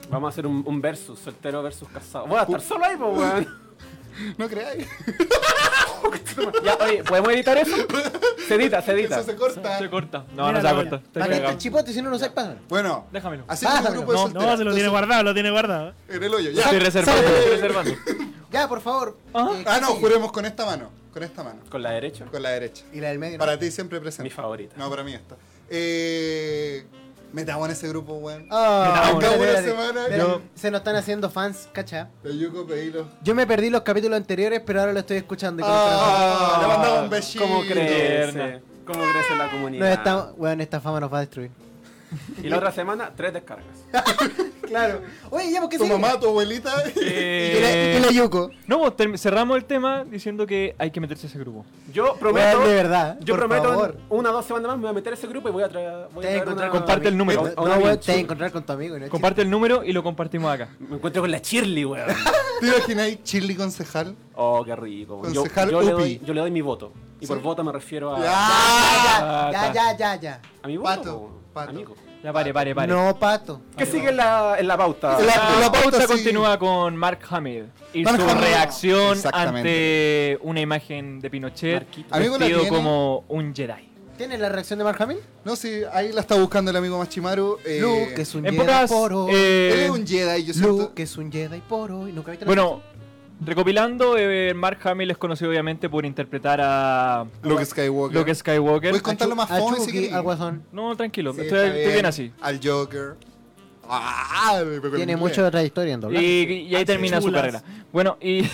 Speaker 3: Vamos a hacer un, un versus, soltero versus casado. Voy a estar solo ahí, pues, weón. (laughs)
Speaker 2: No
Speaker 6: (laughs)
Speaker 2: creáis.
Speaker 3: Ya, oye, ¿podemos
Speaker 2: (laughs)
Speaker 3: editar eso? Se edita, se edita.
Speaker 2: Eso se corta.
Speaker 8: Se corta. No, no
Speaker 6: Mira
Speaker 8: se va a
Speaker 6: la
Speaker 8: cortar. Está
Speaker 4: Para que
Speaker 8: cagado.
Speaker 4: este chipote, si no nos pasan.
Speaker 2: Bueno,
Speaker 8: Déjamelo.
Speaker 2: así como un grupo de
Speaker 6: No,
Speaker 2: solteros.
Speaker 6: no, se lo tiene
Speaker 2: Entonces,
Speaker 6: guardado, lo tiene
Speaker 3: (laughs)
Speaker 6: guardado.
Speaker 2: En el hoyo,
Speaker 8: Estoy
Speaker 2: (laughs) ya.
Speaker 8: reservando, estoy reservando.
Speaker 4: Ya, por favor. Eh,
Speaker 2: Ah, no,
Speaker 4: sigue?
Speaker 2: juremos con esta mano. Con esta mano.
Speaker 3: Con la derecha.
Speaker 2: Con la derecha.
Speaker 4: Y la del medio. ¿no?
Speaker 2: Para ti siempre presente.
Speaker 3: Mi favorita.
Speaker 2: No, para mí esta. Eh, Metamos en ese grupo, weón.
Speaker 4: Ah,
Speaker 1: Metamos,
Speaker 4: espérate,
Speaker 2: una
Speaker 4: espérate.
Speaker 2: semana.
Speaker 4: Espérate,
Speaker 2: Yo-
Speaker 4: Se nos están haciendo fans, cacha.
Speaker 2: El Yuko Peilo.
Speaker 4: Yo me perdí los capítulos anteriores, pero ahora lo estoy escuchando. y con otra-
Speaker 2: Ah, le mandamos un besito.
Speaker 3: ¿Cómo crece?
Speaker 1: Tierna.
Speaker 3: ¿Cómo crece la
Speaker 4: Nos
Speaker 3: comunidad?
Speaker 4: está- weón, esta fama nos va a destruir.
Speaker 3: Y la otra semana, tres descargas.
Speaker 4: Claro. (laughs) Oye, ya, porque
Speaker 2: Tu mamá, eh, tu abuelita.
Speaker 1: (laughs)
Speaker 4: Y la, y la Yuko.
Speaker 1: Eh, No, pues, term- cerramos el tema diciendo que hay que meterse a ese grupo.
Speaker 3: Yo prometo.
Speaker 4: Weón, de verdad,
Speaker 3: Yo
Speaker 4: por
Speaker 3: prometo en
Speaker 4: favor.
Speaker 3: una o dos semanas más me voy a meter a ese grupo y voy a traer. Voy a
Speaker 4: Te vas a
Speaker 3: traer
Speaker 4: encontrar
Speaker 3: una-
Speaker 4: con tu
Speaker 1: Comparte el
Speaker 4: amigo.
Speaker 1: número.
Speaker 4: No,
Speaker 1: Una bien
Speaker 4: weón, te vas a
Speaker 1: chula.
Speaker 4: encontrar con tu amigo. ¿no?
Speaker 1: Comparte el número y lo compartimos acá.
Speaker 3: Me encuentro con la
Speaker 2: (laughs)
Speaker 3: Shirley, weón.
Speaker 2: ¿Te imaginas Chili concejal?
Speaker 3: Oh, qué rico. weón. Yo,
Speaker 2: Concejal
Speaker 3: yo le doy,
Speaker 2: Upi.
Speaker 3: yo le doy mi voto. Y por
Speaker 2: Sí.
Speaker 3: voto me refiero a.
Speaker 2: ¡Ah!
Speaker 4: Ya, ya, ya, ya.
Speaker 3: A mi voto.
Speaker 2: Pato,
Speaker 3: weón.
Speaker 2: pato.
Speaker 3: Amigo.
Speaker 1: Ya, pare, pare, pare.
Speaker 4: No, pato.
Speaker 3: ¿Qué sigue en la, en la pauta?
Speaker 2: La-
Speaker 1: La,
Speaker 2: la pauta
Speaker 1: pauta
Speaker 2: sigue.
Speaker 1: continúa con Mark Hamill y
Speaker 2: Mark
Speaker 1: su
Speaker 2: Hamill.
Speaker 1: reacción
Speaker 2: Exactamente.
Speaker 1: ante una imagen de Pinochet
Speaker 3: Marquito.
Speaker 2: Amigo, la
Speaker 1: vestido
Speaker 2: tiene.
Speaker 1: como un Jedi.
Speaker 4: ¿Tienes la reacción de Mark Hamill?
Speaker 2: No, sí, ahí la está buscando el amigo Machimaru. Eh,
Speaker 4: Luke es un
Speaker 1: En
Speaker 4: Jedi
Speaker 1: pocas,
Speaker 4: por hoy.
Speaker 1: eh,
Speaker 2: Él es un Jedi, yo siento.
Speaker 4: Luke es un Jedi por hoy. ¿Nunca viste la
Speaker 1: bueno, recopilando, eh, Mark Hamill es conocido obviamente por interpretar a
Speaker 2: Luke Skywalker.
Speaker 1: Luke Skywalker.
Speaker 2: Voy con-
Speaker 4: reacción?
Speaker 2: contarlo más
Speaker 4: A Chu-
Speaker 2: fome,
Speaker 4: a
Speaker 2: si
Speaker 4: Chucky,
Speaker 2: queréis.
Speaker 4: al guasón.
Speaker 1: No, tranquilo,
Speaker 2: Sí,
Speaker 1: estoy,
Speaker 2: está
Speaker 1: estoy bien así.
Speaker 2: Al Joker. Ah, me pegó el
Speaker 4: Tiene
Speaker 2: inglés.
Speaker 4: mucha trayectoria en doblaje.
Speaker 1: Y, y ahí termina su
Speaker 6: chulas.
Speaker 1: carrera. Bueno, y...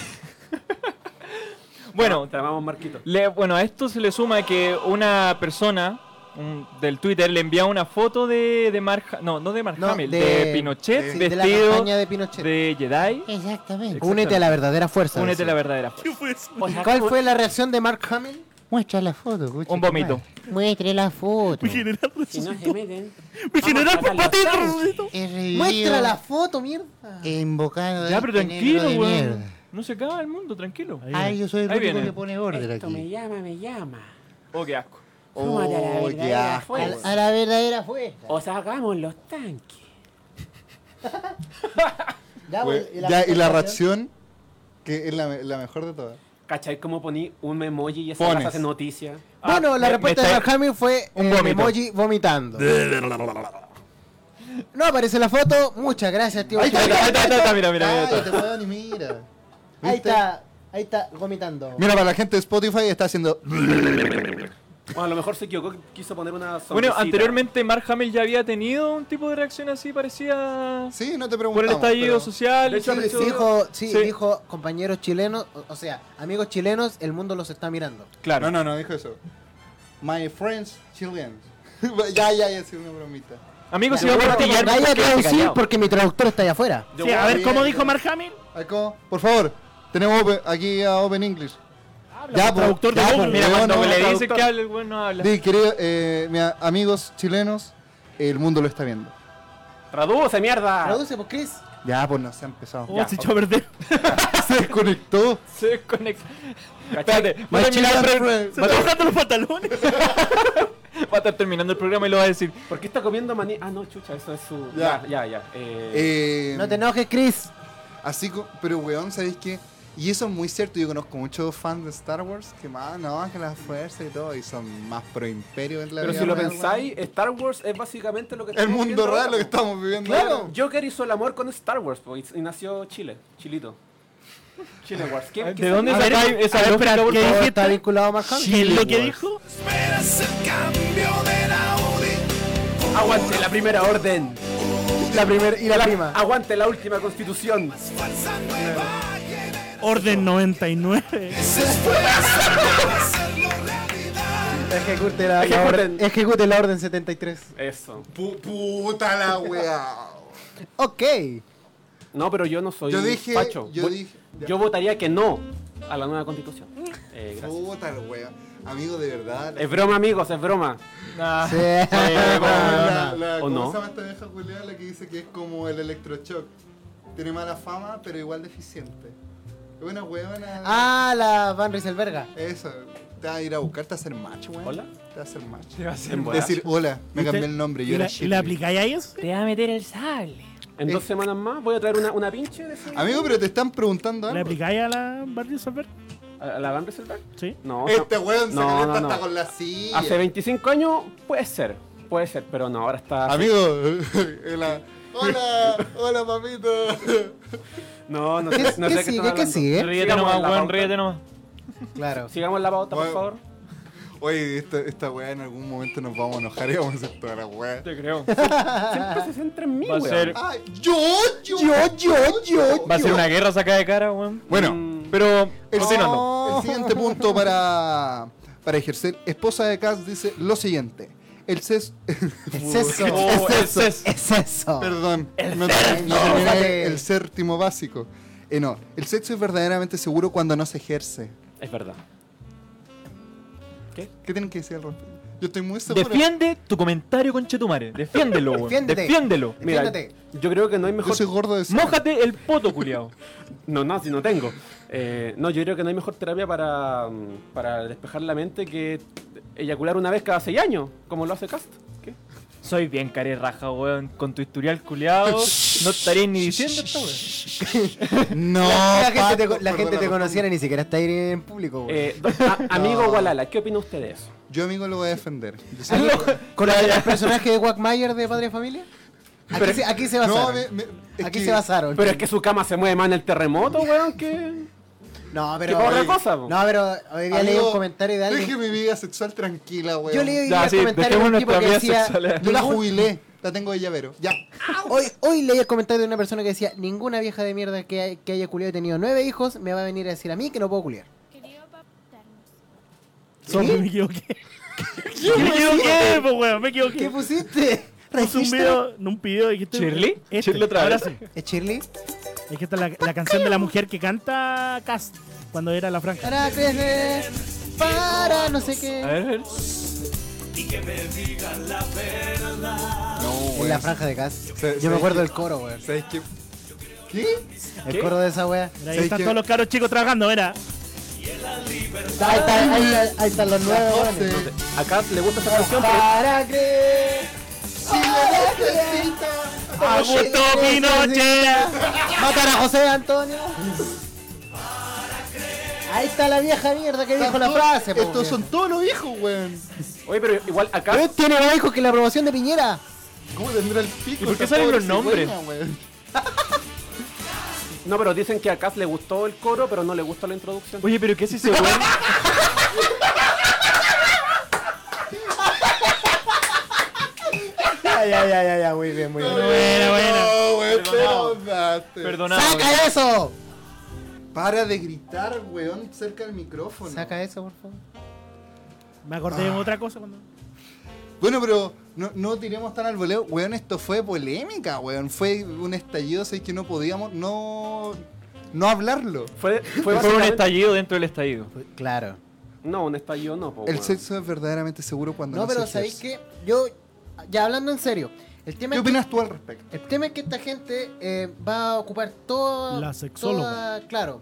Speaker 1: bueno,
Speaker 3: Te amamos, Marquito.
Speaker 1: Le- bueno, a esto se le suma que una persona un- del Twitter le envía una foto de, de Mark, Ha- no, no de Mark
Speaker 4: No,
Speaker 1: Hamill,
Speaker 4: de-
Speaker 1: de, Pinochet
Speaker 4: Sí, de la
Speaker 1: vestido
Speaker 4: campaña
Speaker 1: de,
Speaker 4: de Pinochet.
Speaker 1: Jedi.
Speaker 9: Exactamente.
Speaker 4: Únete a la verdadera fuerza.
Speaker 1: Únete a la
Speaker 4: dice.
Speaker 1: verdadera. fuerza.
Speaker 6: ¿Qué fue eso?
Speaker 4: ¿Y ¿Cuál fue la reacción de Mark Hamill?
Speaker 9: Muestra la foto. muestra
Speaker 1: Un vómito.
Speaker 9: la- Muestre la foto.
Speaker 6: Mi general resucitó.
Speaker 3: meten.
Speaker 6: Mi general
Speaker 3: Vamos a
Speaker 6: por
Speaker 3: matarlos.
Speaker 6: patito resucitó.
Speaker 9: Es revivido,
Speaker 4: Muestra la foto, mierda.
Speaker 9: Invocando. a
Speaker 1: Ya, pero
Speaker 9: este negro
Speaker 1: tranquilo,
Speaker 9: de
Speaker 1: weón.
Speaker 9: mierda.
Speaker 1: No se acaba el mundo, tranquilo.
Speaker 9: Ay, yo soy el
Speaker 1: Ahí
Speaker 9: único
Speaker 1: viene.
Speaker 9: que pone orden aquí.
Speaker 3: llama, me llama.
Speaker 1: Oh, qué asco.
Speaker 3: Súmate a la
Speaker 2: Oh,
Speaker 3: verdadera
Speaker 2: qué asco.
Speaker 3: fuerza.
Speaker 9: A la verdadera fuerza.
Speaker 3: O sacamos los tanques.
Speaker 4: Ya,
Speaker 2: Güey,
Speaker 4: pues,
Speaker 2: Ya, y la reacción, que es la, me- la mejor de todas.
Speaker 3: ¿Cachai cómo poní un emoji y esa
Speaker 2: Pones.
Speaker 3: cosa hace noticia?
Speaker 4: Bueno,
Speaker 1: Ah,
Speaker 4: la
Speaker 1: me-
Speaker 4: respuesta
Speaker 1: me
Speaker 4: de
Speaker 1: está-
Speaker 4: Mark Hamill fue
Speaker 1: Un
Speaker 4: un
Speaker 1: vómito.
Speaker 4: emoji
Speaker 2: (laughs)
Speaker 4: vomitando. No aparece la foto. Muchas gracias, tío.
Speaker 1: Ahí está, ahí está, ahí está, ahí está, mira, mira, mira. ahí
Speaker 2: Ay,
Speaker 1: está.
Speaker 2: te weón, y mira.
Speaker 4: Ahí
Speaker 2: ¿Viste?
Speaker 4: está, ahí está, vomitando.
Speaker 2: Mira, para la gente de Spotify está haciendo.
Speaker 3: Bueno, a lo mejor se equivocó, quiso poner una sonrisita.
Speaker 1: Bueno, anteriormente Mark Hamill ya había tenido un tipo de reacción así parecía
Speaker 2: Sí, no te
Speaker 1: por el
Speaker 2: preguntamos.
Speaker 1: estallido
Speaker 2: pero-
Speaker 1: social.
Speaker 3: De hecho,
Speaker 1: etcétera, etcétera.
Speaker 4: Dijo, sí,
Speaker 1: Sí.
Speaker 4: dijo compañeros chilenos, o, o sea, amigos chilenos, el mundo los está mirando.
Speaker 1: claro.
Speaker 2: No, no, no, dijo eso. My friends, Chileans. (laughs) ya, ya, ya, sí, una bromita.
Speaker 1: Amigos, si
Speaker 4: Ya,
Speaker 1: vamos a
Speaker 4: pero
Speaker 1: martillar,
Speaker 4: vaya a
Speaker 1: quédate
Speaker 4: traducir
Speaker 1: callado.
Speaker 4: porque mi traductor está allá afuera.
Speaker 3: Yo
Speaker 6: Sí, a
Speaker 3: voy
Speaker 6: ver, ¿cómo
Speaker 2: bien,
Speaker 6: dijo
Speaker 2: ya.
Speaker 6: Mark Hamill?
Speaker 2: Acá, por favor, tenemos open- aquí a Open English. ya, pues,
Speaker 6: traductor de
Speaker 2: ya,
Speaker 6: Google.
Speaker 2: pues,
Speaker 1: Mira,
Speaker 2: weón,
Speaker 1: cuando
Speaker 2: no,
Speaker 1: le
Speaker 2: traductor.
Speaker 1: dicen que hable, el weón no habla.
Speaker 2: Di, querido, eh, mira, amigos chilenos, el mundo lo está viendo.
Speaker 3: ¡Traduce, mierda!
Speaker 4: Traduce, pues Chris.
Speaker 2: Ya, pues no se ha empezado.
Speaker 6: Oh, se echó a perder.
Speaker 2: (laughs) se desconectó.
Speaker 1: Se desconecta. Espérate, va a,
Speaker 2: My
Speaker 1: terminar, el pro-
Speaker 2: children,
Speaker 6: Se está bajando los pantalones.
Speaker 1: va a estar terminando el programa y lo va a decir.
Speaker 3: ¿Por qué está comiendo maní? Ah, no, chucha, eso es su...
Speaker 2: Ya.
Speaker 3: Ya, ya, ya. Eh,
Speaker 2: Eh,
Speaker 4: No te enojes, Chris.
Speaker 2: Así co- pero weón, ¿sabéis qué? Y eso es muy cierto, yo conozco muchos fans de Star Wars que más, no, que la fuerza y todo, y son más pro imperio en la
Speaker 3: Pero
Speaker 2: vida
Speaker 3: si lo
Speaker 2: real,
Speaker 3: pensáis, Star Wars es básicamente lo que...
Speaker 2: weón. El
Speaker 3: estamos
Speaker 2: mundo
Speaker 3: viendo
Speaker 2: real
Speaker 3: ahora,
Speaker 2: lo que
Speaker 3: po.
Speaker 2: estamos viviendo.
Speaker 3: Claro,
Speaker 2: ahora.
Speaker 3: Joker hizo el amor con Star Wars, po, y, y nació Chile, Chilito. Chile Wars. ¿Qué- qué
Speaker 1: ¿De dónde
Speaker 3: se-
Speaker 6: ver,
Speaker 1: sacáis
Speaker 3: Pues,
Speaker 6: a
Speaker 1: esa
Speaker 6: ver,
Speaker 1: lógica,
Speaker 6: espera,
Speaker 1: por
Speaker 6: ¿qué
Speaker 1: favor?
Speaker 6: dijiste?
Speaker 4: Está vinculado a Mark Hamill.
Speaker 6: ¿Qué es lo que dijo?
Speaker 3: Aguante la primera orden.
Speaker 4: La primera y la prima.
Speaker 3: Aguante la última constitución.
Speaker 6: Orden 99.
Speaker 4: Ejecute la, la
Speaker 3: Ejecuten.
Speaker 4: orden, ejecute la orden 73.
Speaker 3: Eso.
Speaker 2: Pu- puta la weá.
Speaker 4: Ok.
Speaker 3: No, pero yo no soy
Speaker 2: Yo dije,
Speaker 3: facho.
Speaker 2: yo
Speaker 3: Vo-
Speaker 2: dije-
Speaker 3: yo votaría que no a la nueva constitución. Eh, gracias. Eh,
Speaker 2: Puta la weá. Amigo, de verdad. la-
Speaker 3: Es broma, amigos, es broma.
Speaker 1: Nah.
Speaker 4: Sí.
Speaker 2: la- la-
Speaker 3: ¿o
Speaker 2: ¿Cómo
Speaker 3: no?
Speaker 2: se llama esta vieja culiada la que dice que es como el electrochoc? Tiene mala fama, pero igual deficiente. Es una weona.
Speaker 4: Ah, la Van Rieselberga.
Speaker 2: Eso. Te va a ir a buscar, te va a hacer match, weón.
Speaker 3: Hola.
Speaker 2: Te va a hacer match.
Speaker 1: Te va a hacer
Speaker 3: En bola.
Speaker 2: Decir, hola, me cambié el nombre, yo
Speaker 6: ¿Y
Speaker 2: era
Speaker 6: la- y
Speaker 2: Shirley.
Speaker 6: ¿Le aplicáis a eso?
Speaker 1: Te va a meter el sable.
Speaker 3: En dos semanas más voy a traer una, una pinche de ese-
Speaker 2: Eh. Amigo, pero te están preguntando
Speaker 6: ¿Le
Speaker 2: algo.
Speaker 6: aplicáis a la Barrio Sofer?
Speaker 3: ¿A a la van a resolver?
Speaker 6: Sí.
Speaker 3: No.
Speaker 2: Este
Speaker 3: no.
Speaker 2: weón se
Speaker 3: No,
Speaker 2: calienta
Speaker 3: no, no.
Speaker 2: hasta con la silla.
Speaker 3: Hace 25 años puede ser, puede ser, pero no, ahora está...
Speaker 2: Amigo, (laughs)
Speaker 3: (laughs)
Speaker 2: la- hola, hola papito.
Speaker 3: No, no
Speaker 4: ¿Qué-
Speaker 3: sé, no
Speaker 4: qué
Speaker 3: sé qué
Speaker 4: sigue?
Speaker 3: están
Speaker 4: ¿Qué
Speaker 3: hablando.
Speaker 4: sigue?
Speaker 1: Ríete
Speaker 3: Sigamos
Speaker 1: nomás,
Speaker 3: en la
Speaker 1: weón,
Speaker 3: pauta.
Speaker 1: ríete nomás.
Speaker 4: Claro.
Speaker 3: Sigamos en la pauta, por
Speaker 2: Bueno.
Speaker 3: favor.
Speaker 2: Oye, esta, esta weá en algún momento nos vamos a enojar y vamos a hacer toda la weá.
Speaker 8: Te creo.
Speaker 3: Siempre se centra en mí,
Speaker 8: Va a
Speaker 3: weón.
Speaker 8: ser,
Speaker 2: Ay, Ah, yo, yo, yo, yo, yo.
Speaker 8: va a ser una guerra sacada de cara, weón.
Speaker 3: Mm,
Speaker 2: Bueno,
Speaker 8: Pero,
Speaker 2: el,
Speaker 8: continuando.
Speaker 2: el siguiente punto para, para ejercer. Esposa de Cass dice lo siguiente. El ses...
Speaker 4: Es eso.
Speaker 8: Oh,
Speaker 4: es,
Speaker 8: ese es-
Speaker 4: es eso.
Speaker 2: (laughs) Perdón, no, no terminé el séptimo básico. Eh, no, el sexo es verdaderamente seguro cuando no se ejerce.
Speaker 3: Es verdad.
Speaker 2: ¿Qué tienen que decir al respecto? Yo estoy muy seguro.
Speaker 8: Defiende tu comentario, conchetumare. Defiéndelo, weón.
Speaker 4: Defiéndete.
Speaker 8: Defiéndelo.
Speaker 3: Mira,
Speaker 4: Defiéndete.
Speaker 3: yo creo que no hay
Speaker 2: Yo
Speaker 3: mejor
Speaker 2: soy gordo de sangre.
Speaker 8: Mójate el poto, culiao.
Speaker 3: No, no, si no tengo. Eh, no, yo creo que no hay mejor terapia para, mm, para despejar la mente que eyacular una vez cada seis años, como lo hace Cast. ¿Qué?
Speaker 8: Soy bien carerraja, weón. Con tu historial culiao, no estarías ni diciendo esta weón.
Speaker 2: No,
Speaker 4: la gente te,
Speaker 2: Pato,
Speaker 4: la gente te
Speaker 2: perdóname.
Speaker 4: conociera ni siquiera está ahí en público, güey.
Speaker 3: Eh, do- a-
Speaker 2: (laughs)
Speaker 3: amigo Walala, ¿qué opina usted de eso?
Speaker 2: Yo, amigo, lo voy a defender. Yo soy-
Speaker 4: ¿Con la- el personaje de Wackmayer de Padre de Familia? Aquí, se, aquí se
Speaker 2: (laughs)
Speaker 4: basaron.
Speaker 2: No, me- me- es
Speaker 4: aquí
Speaker 2: que-
Speaker 4: se basaron.
Speaker 3: Pero es que su cama se mueve más en el terremoto, weón, que...
Speaker 4: no,
Speaker 3: que
Speaker 4: pero.
Speaker 3: por otra cosa, po.
Speaker 4: No, pero hoy día leí
Speaker 2: Amigo,
Speaker 4: un comentario de alguien.
Speaker 2: Deje mi vida sexual tranquila, weón.
Speaker 4: Yo leí hoy día
Speaker 8: Ya,
Speaker 4: el
Speaker 8: sí,
Speaker 4: comentario de
Speaker 8: dejemos
Speaker 4: un tipo
Speaker 8: nuestra
Speaker 4: que
Speaker 8: vida
Speaker 4: decía.
Speaker 8: sexual.
Speaker 2: Yo la
Speaker 4: ningún-
Speaker 2: jubilé, la tengo de llavero. Ya.
Speaker 4: Hoy, hoy leí el comentario de una persona que decía: Ninguna vieja de mierda que, hay- que haya culiado y tenido nueve hijos me va a venir a decir a mí que no puedo culiar.
Speaker 10: Querido Paptarnos,
Speaker 6: Solo me equivoqué. (laughs) me equivoqué, pues, weón, me equivoqué.
Speaker 4: ¿Qué pusiste?
Speaker 6: Puse un video, no un video. de que estoy-
Speaker 8: ¿Shirley?
Speaker 6: Este,
Speaker 8: ¿Shirley otra
Speaker 6: ahora
Speaker 8: vez?
Speaker 6: sí.
Speaker 4: ¿Es Shirley?
Speaker 6: Es que esta es la, la canción de la mujer que canta Cast cuando era la franja.
Speaker 4: Para crecer, para no sé qué.
Speaker 8: A ver, a ver.
Speaker 2: No,
Speaker 4: En la franja de gas. Yo me acuerdo del coro, weón.
Speaker 2: ¿Sabes qué? ¿Qué?
Speaker 4: El coro de esa wea.
Speaker 6: Mira, ahí
Speaker 2: Sí,
Speaker 6: están
Speaker 2: que-
Speaker 6: todos los caros chicos trabajando, mira.
Speaker 4: Ahí está- ahí está- ahí están los nueve,
Speaker 2: Entonces,
Speaker 4: weón.
Speaker 3: A Cast le gusta esa canción, pero...
Speaker 4: Para creer. Si
Speaker 2: (laughs)
Speaker 6: Augusto Pinochet.
Speaker 4: Matan a José Antonio. Ahí está la vieja mierda que dijo la
Speaker 2: tanto-
Speaker 4: frase, po,
Speaker 2: Estos son
Speaker 4: weón.
Speaker 2: todos los hijos, weón.
Speaker 3: Oye, pero igual a
Speaker 4: Pero
Speaker 3: Cast...
Speaker 4: Tiene más hijos que la promoción de Piñera.
Speaker 2: ¿Cómo tendrá el pico?
Speaker 8: ¿Y por qué
Speaker 2: esta
Speaker 8: salen
Speaker 2: pobre
Speaker 8: los nombres?
Speaker 2: cigüeña, weón?
Speaker 3: No, pero dicen que a Cast le gustó el coro, pero no le gustó la introducción.
Speaker 8: Oye, pero ¿qué es ese weón?
Speaker 4: Ya, ya, ya, ya, ya, muy bien, muy bien.
Speaker 6: Buena, buena.
Speaker 2: No, weón, te
Speaker 8: Perdonado.
Speaker 2: mandaste.
Speaker 8: Perdonado. weón.
Speaker 4: ¡Saca eso!
Speaker 2: Para de gritar, weón, cerca del micrófono.
Speaker 4: Saca eso, por favor.
Speaker 6: Me acordé de
Speaker 2: Ah.
Speaker 6: otra cosa cuando.
Speaker 2: Bueno, pero no, no tiremos tan al voleo. Weón, esto fue polémica, weón. Fue un estallido, sé que no podíamos no, no hablarlo. (laughs)
Speaker 3: Fue, fue,
Speaker 8: Fue un
Speaker 3: básicamente-
Speaker 8: estallido dentro del estallido.
Speaker 4: Claro.
Speaker 3: No, un estallido no, po,
Speaker 2: El
Speaker 3: weón.
Speaker 2: sexo es verdaderamente seguro cuando no,
Speaker 4: No, pero
Speaker 2: se
Speaker 4: ¿sabéis
Speaker 2: ejerce.
Speaker 4: qué? Yo, ya hablando en serio, el tema
Speaker 2: ¿Qué
Speaker 4: es que-
Speaker 2: opinas tú al respecto?
Speaker 4: El tema es que esta gente eh, va a ocupar toda,
Speaker 6: La sexóloga.
Speaker 4: toda- claro,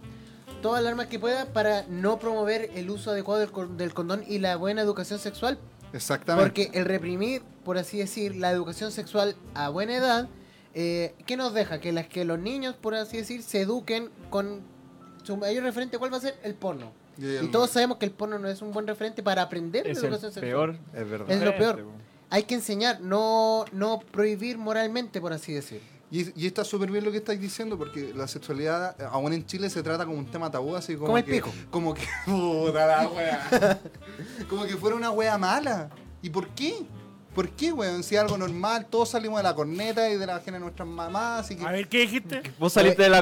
Speaker 4: todas las armas que pueda para no promover el uso adecuado del, con- del condón y la buena educación sexual,
Speaker 2: Exactamente.
Speaker 4: porque el reprimir, por así decir, la educación sexual a buena edad, eh, ¿qué nos deja? Que las que los niños, por así decir, se eduquen con su mayor referente, ¿cuál va a ser? El porno.
Speaker 2: Y el-
Speaker 4: Y todos sabemos que el porno no es un buen referente para aprender de
Speaker 8: Es
Speaker 4: educación
Speaker 8: el
Speaker 4: sexual.
Speaker 8: peor.
Speaker 2: Es verdad.
Speaker 4: Es lo peor.
Speaker 8: Gente, weón.
Speaker 4: Hay que enseñar, no, no prohibir moralmente, por así decir.
Speaker 2: Y, y está súper bien lo que estáis diciendo, porque la sexualidad, eh, aún en Chile, se trata como un tema tabú, así como.
Speaker 4: Como el
Speaker 2: que,
Speaker 4: pico.
Speaker 2: Como que. (laughs) Puta la wea. como que fuera una wea mala. ¿Y por qué? ¿Por qué, weón? Si es algo normal, todos salimos de la corneta y de la vagina de nuestras mamás, así que.
Speaker 6: A ver, ¿qué dijiste?
Speaker 8: Vos saliste de la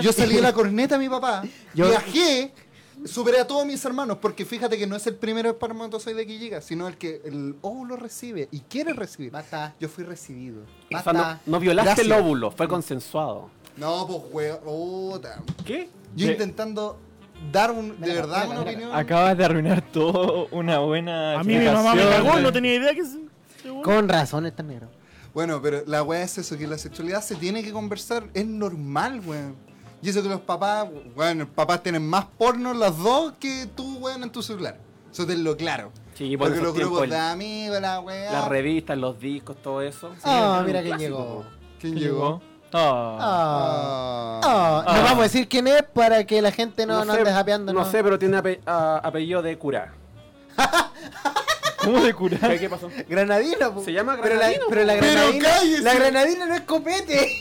Speaker 4: (laughs)
Speaker 2: Yo salí de la corneta, mi papá.
Speaker 4: Yo-
Speaker 2: Viajé, superé a todos mis hermanos, porque fíjate que no es el primero espermatozoide que llega, sino el que el óvulo recibe y quiere recibir.
Speaker 4: Basta.
Speaker 2: Yo fui recibido.
Speaker 3: O sea, no,
Speaker 4: Basta.
Speaker 3: no violaste
Speaker 2: Gracias.
Speaker 3: el óvulo, fue consensuado.
Speaker 2: No, pues, weón. puta.
Speaker 3: ¿Qué?
Speaker 2: Yo
Speaker 8: Sí.
Speaker 2: intentando dar un, de
Speaker 4: Mira,
Speaker 2: verdad
Speaker 4: mira,
Speaker 2: una
Speaker 4: mira.
Speaker 2: opinión.
Speaker 8: Acabas de arruinar todo una buena.
Speaker 6: A mí mi mamá me
Speaker 8: explicación,
Speaker 6: cagó,
Speaker 8: weón.
Speaker 6: no tenía idea que. se- este weón.
Speaker 4: Con razón está negro.
Speaker 2: Bueno, pero la weá es eso, que la sexualidad se tiene que conversar, es normal, weón. Y eso que los papás, bueno, los papás tienen más porno las dos que tú, weón, en tu celular. Eso te lo claro.
Speaker 3: Sí, por
Speaker 2: Porque
Speaker 3: esos
Speaker 2: los
Speaker 3: tiempos,
Speaker 2: grupos
Speaker 3: el-
Speaker 2: de amigos, la weá.
Speaker 3: Las revistas, los discos, todo eso.
Speaker 4: Ah,
Speaker 3: era un
Speaker 4: mira quién
Speaker 3: clásico,
Speaker 4: llegó.
Speaker 3: po.
Speaker 2: ¿Quién
Speaker 8: Llegó.
Speaker 2: llegó?
Speaker 8: Ah.
Speaker 4: Ah.
Speaker 2: Ah.
Speaker 4: Ah, No
Speaker 8: Ah.
Speaker 4: vamos a decir quién es para que la gente no, no
Speaker 3: sé,
Speaker 4: ande japeando.
Speaker 3: no sé, pero tiene ape- a- apellido de cura.
Speaker 8: (laughs) ¿Cómo de curar?
Speaker 3: ¿Qué, qué pasó?
Speaker 4: Granadino, po.
Speaker 3: Se llama
Speaker 4: Pero la-
Speaker 3: granadino,
Speaker 4: Pero la,
Speaker 2: po. Pero
Speaker 4: granadina.
Speaker 2: cállese.
Speaker 4: la granadina no es copete.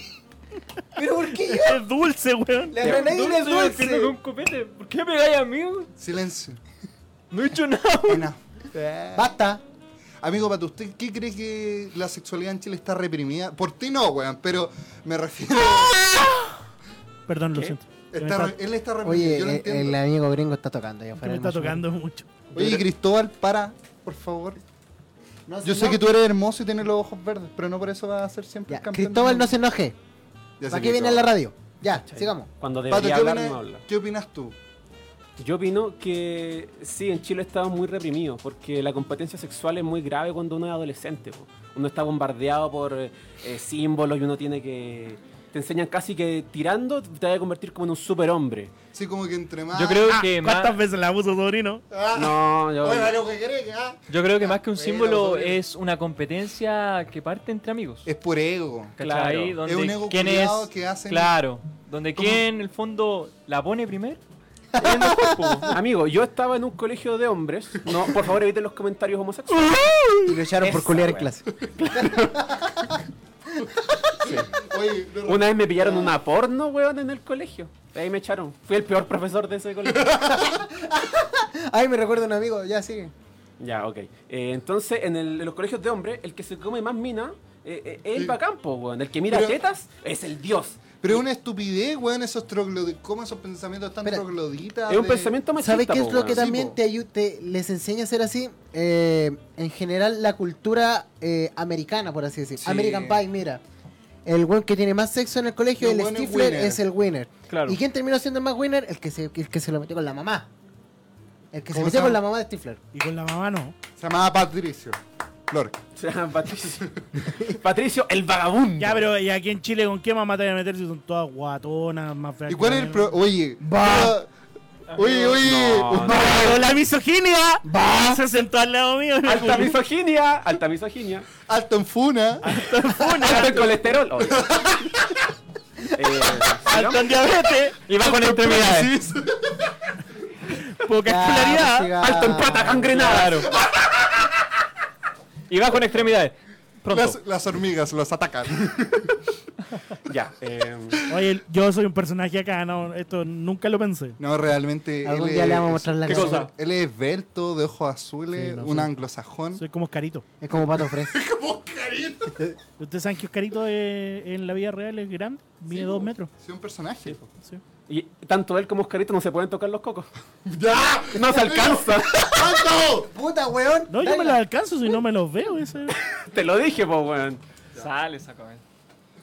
Speaker 4: pero ¿por qué yo?
Speaker 6: Es dulce, weón.
Speaker 4: La granadina es
Speaker 8: Dulce, yo
Speaker 4: dulce. (laughs)
Speaker 8: entiendo que un copete. ¿Por qué me pegáis a mí? weón?
Speaker 2: Silencio.
Speaker 8: No he hecho nada. weón.
Speaker 2: Enough.
Speaker 4: Basta.
Speaker 2: Amigo Pato, ¿usted qué cree que la sexualidad en Chile está reprimida? Por ti no, weón, pero me
Speaker 4: (laughs)
Speaker 2: refiero.
Speaker 6: Perdón, lo siento. Se me
Speaker 2: está
Speaker 6: está-
Speaker 2: re- él está reprimido,
Speaker 4: Oye,
Speaker 2: yo lo
Speaker 4: eh, el,
Speaker 2: entiendo.
Speaker 4: amigo gringo está tocando. allá
Speaker 6: que
Speaker 4: afuera
Speaker 6: me
Speaker 4: del
Speaker 6: está
Speaker 4: museo.
Speaker 6: tocando mucho.
Speaker 2: Oye, Cristóbal, para, por favor.
Speaker 4: No se
Speaker 2: Yo sé
Speaker 4: enoje.
Speaker 2: que tú eres hermoso y tienes los ojos verdes, pero no por eso vas a ser siempre
Speaker 4: Ya,
Speaker 2: el campeón.
Speaker 4: Cristóbal,
Speaker 2: del
Speaker 4: no
Speaker 2: mundo.
Speaker 4: se enoje.
Speaker 2: Ya sé
Speaker 4: ¿Para
Speaker 2: que
Speaker 4: qué viene a la radio? Ya, sigamos.
Speaker 3: Cuando
Speaker 2: Pato, ¿qué,
Speaker 3: debería hablar,
Speaker 2: opinas-
Speaker 3: no habla.
Speaker 2: qué opinas tú?
Speaker 3: Yo opino que sí, en Chile estaba muy reprimido, porque la competencia sexual es muy grave cuando uno es adolescente. po. Uno está bombardeado por eh, eh, símbolos y uno tiene que... Te enseñan casi que tirando te vas a convertir como en un superhombre.
Speaker 2: Sí, como que entre más.
Speaker 8: Yo creo
Speaker 6: Ah,
Speaker 8: que más.
Speaker 6: ¿Cuántas veces la puso sobrino?
Speaker 2: Ah,
Speaker 3: No, yo...
Speaker 2: Bueno, lo que crees, ah.
Speaker 8: Yo creo que más que un
Speaker 2: Bueno,
Speaker 8: símbolo
Speaker 2: sobre-
Speaker 8: es una competencia que parte entre amigos.
Speaker 2: Es por ego.
Speaker 8: ¿Cachai?
Speaker 3: Claro.
Speaker 8: Donde
Speaker 2: Es un ego
Speaker 8: quién
Speaker 2: culiao
Speaker 8: es-
Speaker 2: que hacen-
Speaker 8: Claro. Donde
Speaker 2: ¿Cómo?
Speaker 8: quién en el fondo la pone primero. es el mejor, po.
Speaker 3: Amigo, yo estaba en un colegio de hombres. No, por favor, eviten los comentarios homosexuales.
Speaker 4: Y lo echaron por
Speaker 3: Esa,
Speaker 4: culiar en
Speaker 3: weón.
Speaker 4: clase.
Speaker 2: Oye, no-
Speaker 3: Una vez me pillaron una porno, weón, en el colegio. De ahí me echaron. Fui el peor profesor de ese colegio.
Speaker 4: Ay, me recuerda un amigo. Ya, sigue.
Speaker 3: ya, ok. Eh, entonces, en, el- en los colegios de hombres, el que se come más mina eh, eh, es
Speaker 2: Sí.
Speaker 3: el bacampo, weón. El que mira
Speaker 2: Pero-
Speaker 3: tetas es el dios.
Speaker 2: Pero es una estupidez, weón, esos trogloditas. ¿Cómo esos pensamientos tan
Speaker 4: Espera.
Speaker 2: trogloditas?
Speaker 3: Es un
Speaker 2: de-
Speaker 3: pensamiento machista,
Speaker 4: ¿Sabes qué
Speaker 3: po,
Speaker 4: es lo que
Speaker 3: weón.
Speaker 4: también
Speaker 2: po.
Speaker 4: te, ayu- te- les enseña a ser así? Eh, en general, la cultura eh, americana, por así decir.
Speaker 2: Sí.
Speaker 4: American Pie, mira. El weón que tiene más sexo en el colegio,
Speaker 2: El
Speaker 4: el,
Speaker 2: weón es
Speaker 4: Stifler,
Speaker 2: winner.
Speaker 4: es el winner.
Speaker 8: Claro.
Speaker 4: ¿Y quién terminó siendo el más winner? El que se, el que se lo metió con la mamá. El que se
Speaker 2: ¿Cómo
Speaker 4: metió
Speaker 2: se
Speaker 4: con la
Speaker 2: llama?
Speaker 4: mamá de Stifler.
Speaker 6: Y con la mamá no.
Speaker 2: Se llamaba Patricio. Lorca.
Speaker 3: (laughs) O sea, Patricio. Patricio, el vagabundo.
Speaker 6: Ya, pero ¿y aquí en Chile con qué mamá te voy a meter si son todas guatonas, más feas?
Speaker 2: ¿Y
Speaker 6: que
Speaker 2: cuál
Speaker 6: la
Speaker 2: es el
Speaker 6: mierda?
Speaker 2: pro... Oye. Va. Oye, oye.
Speaker 3: No,
Speaker 6: ¡Pero la misoginia! ¡Va!
Speaker 2: Ah.
Speaker 6: Se sentó al lado mío. y me
Speaker 3: Alta
Speaker 6: puso-
Speaker 3: misoginia. Alta misoginia.
Speaker 2: Alto en funa.
Speaker 3: Alto en colesterol.
Speaker 6: (laughs)
Speaker 3: obvio. Eh,
Speaker 6: Alto en diabetes.
Speaker 8: Y va con extremidades.
Speaker 2: (laughs) Sí, sí.
Speaker 6: Poca
Speaker 4: Ya, pues
Speaker 6: escolaridad.
Speaker 4: siga.
Speaker 2: pues,
Speaker 3: Alto en pata gangrenada.
Speaker 8: Claro. Y va con extremidades. Pronto.
Speaker 2: Las, las hormigas los atacan.
Speaker 3: Ya. eh,
Speaker 6: Oye, yo soy un personaje acá, no, esto nunca lo pensé.
Speaker 2: No, realmente.
Speaker 4: Algún
Speaker 2: él
Speaker 4: día
Speaker 2: es-
Speaker 4: le vamos a mostrar la
Speaker 8: ¿Qué
Speaker 4: cara.
Speaker 8: cosa?
Speaker 2: Él es esbelto, de ojos azules,
Speaker 4: Sí, no,
Speaker 2: un
Speaker 4: sí.
Speaker 2: anglosajón.
Speaker 6: Soy como Oscarito.
Speaker 4: Es como pato
Speaker 2: (laughs)
Speaker 4: fresco.
Speaker 6: Ustedes saben que Oscarito eh, en la vida real es grande, mide dos metros.
Speaker 2: Sí, un personaje. po.
Speaker 6: sí.
Speaker 3: Y tanto él como Oscarito no se pueden tocar los cocos.
Speaker 2: ¡Ya!
Speaker 3: No se alcanza. (laughs)
Speaker 2: ¡Alto!
Speaker 4: Puta, weón.
Speaker 6: No, yo me los alcanzo si no me los veo. Ese.
Speaker 3: Te lo dije, po, weón.
Speaker 8: Sale esa comida.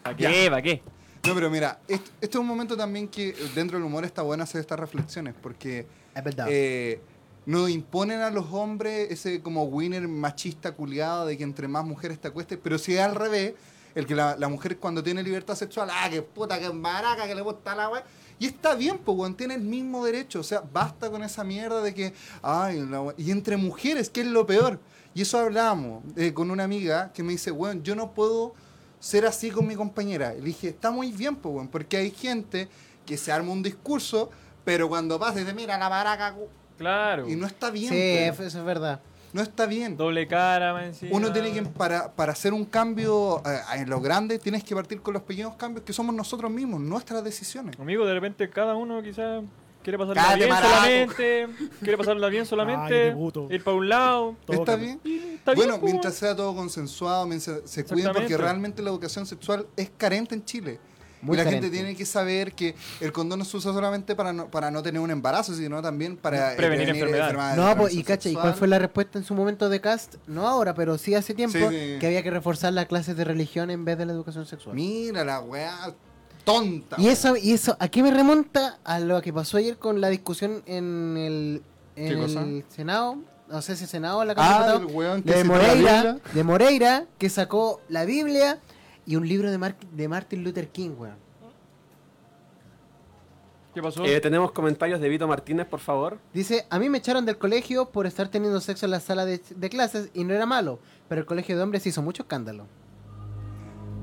Speaker 8: ¿Para qué? ¿Para qué?
Speaker 2: No, pero mira, esto, esto es un momento también que dentro del humor está bueno hacer estas reflexiones, porque
Speaker 4: Es verdad.
Speaker 2: eh, nos imponen a los hombres ese como winner machista culiado de que entre más mujeres te acuestes, pero si es al revés, el que la, la mujer cuando tiene libertad sexual, ah, que puta, que maraca, que le gusta la wea. Y está bien, pues, weón, tiene el mismo derecho. O sea, basta con esa mierda de que, ay, la wea- Y entre mujeres, que es lo peor. Y eso hablábamos eh, con una amiga que me dice, weón, yo no puedo ser así con mi compañera. Le dije, está muy bien, pues, weón, porque hay gente que se arma un discurso, pero cuando pasa dice, mira, la maraca, cu-
Speaker 8: Claro.
Speaker 2: y no está bien.
Speaker 4: Sí,
Speaker 2: po.
Speaker 4: eso es verdad.
Speaker 2: No está bien.
Speaker 8: Doble cara, man, encima.
Speaker 2: Uno tiene que, em- para, para hacer un cambio eh, en lo grande, tienes que partir con los pequeños cambios que somos nosotros mismos, nuestras decisiones.
Speaker 8: Amigo, de repente cada uno quizás quiere pasarla
Speaker 2: Cállate,
Speaker 8: bien
Speaker 2: maraco.
Speaker 8: solamente. Quiere pasarla bien
Speaker 6: Ay, qué
Speaker 8: solamente.
Speaker 6: puto.
Speaker 8: ir para un lado.
Speaker 6: Todo
Speaker 2: ¿Está
Speaker 6: cambia.
Speaker 2: bien?
Speaker 8: Y está
Speaker 2: bueno,
Speaker 8: bien, po,
Speaker 2: mientras sea todo consensuado, mientras se cuiden, porque
Speaker 8: Exactamente.
Speaker 2: realmente la educación sexual es carente en Chile.
Speaker 4: Muy
Speaker 2: y la gente
Speaker 4: carente.
Speaker 2: tiene que saber que el condón no se usa solamente para no, para no tener un embarazo, sino también para eh,
Speaker 8: Prevenir enfermedades.
Speaker 4: No,
Speaker 2: de
Speaker 4: pues,
Speaker 2: transmisión
Speaker 4: y cacha, ¿y cuál
Speaker 2: sexual.
Speaker 4: fue la respuesta en su momento de Cast? No ahora, pero sí hace tiempo
Speaker 2: Sí, sí.
Speaker 4: que había que reforzar las clases de religión en vez de la educación sexual.
Speaker 2: Mira la weá tonta.
Speaker 4: Y eso, y eso, ¿a qué me remonta? A lo que pasó ayer con la discusión en el, en
Speaker 2: ¿Qué cosa?
Speaker 4: el Senado, no sé si Senado o la Cámara de
Speaker 2: Ah, el
Speaker 4: Diputados,
Speaker 2: weón que
Speaker 4: de
Speaker 2: se tira la
Speaker 4: Moreira,
Speaker 2: Biblia.
Speaker 4: de Moreira, que sacó la Biblia y un libro de, Mar- de Martin Luther King, weón.
Speaker 8: ¿Qué pasó?
Speaker 3: Eh, tenemos comentarios de Vito Martínez, por favor.
Speaker 4: Dice, a mí me echaron del colegio por estar teniendo sexo en la sala de, de clases y no era malo, pero el colegio de hombres hizo mucho escándalo.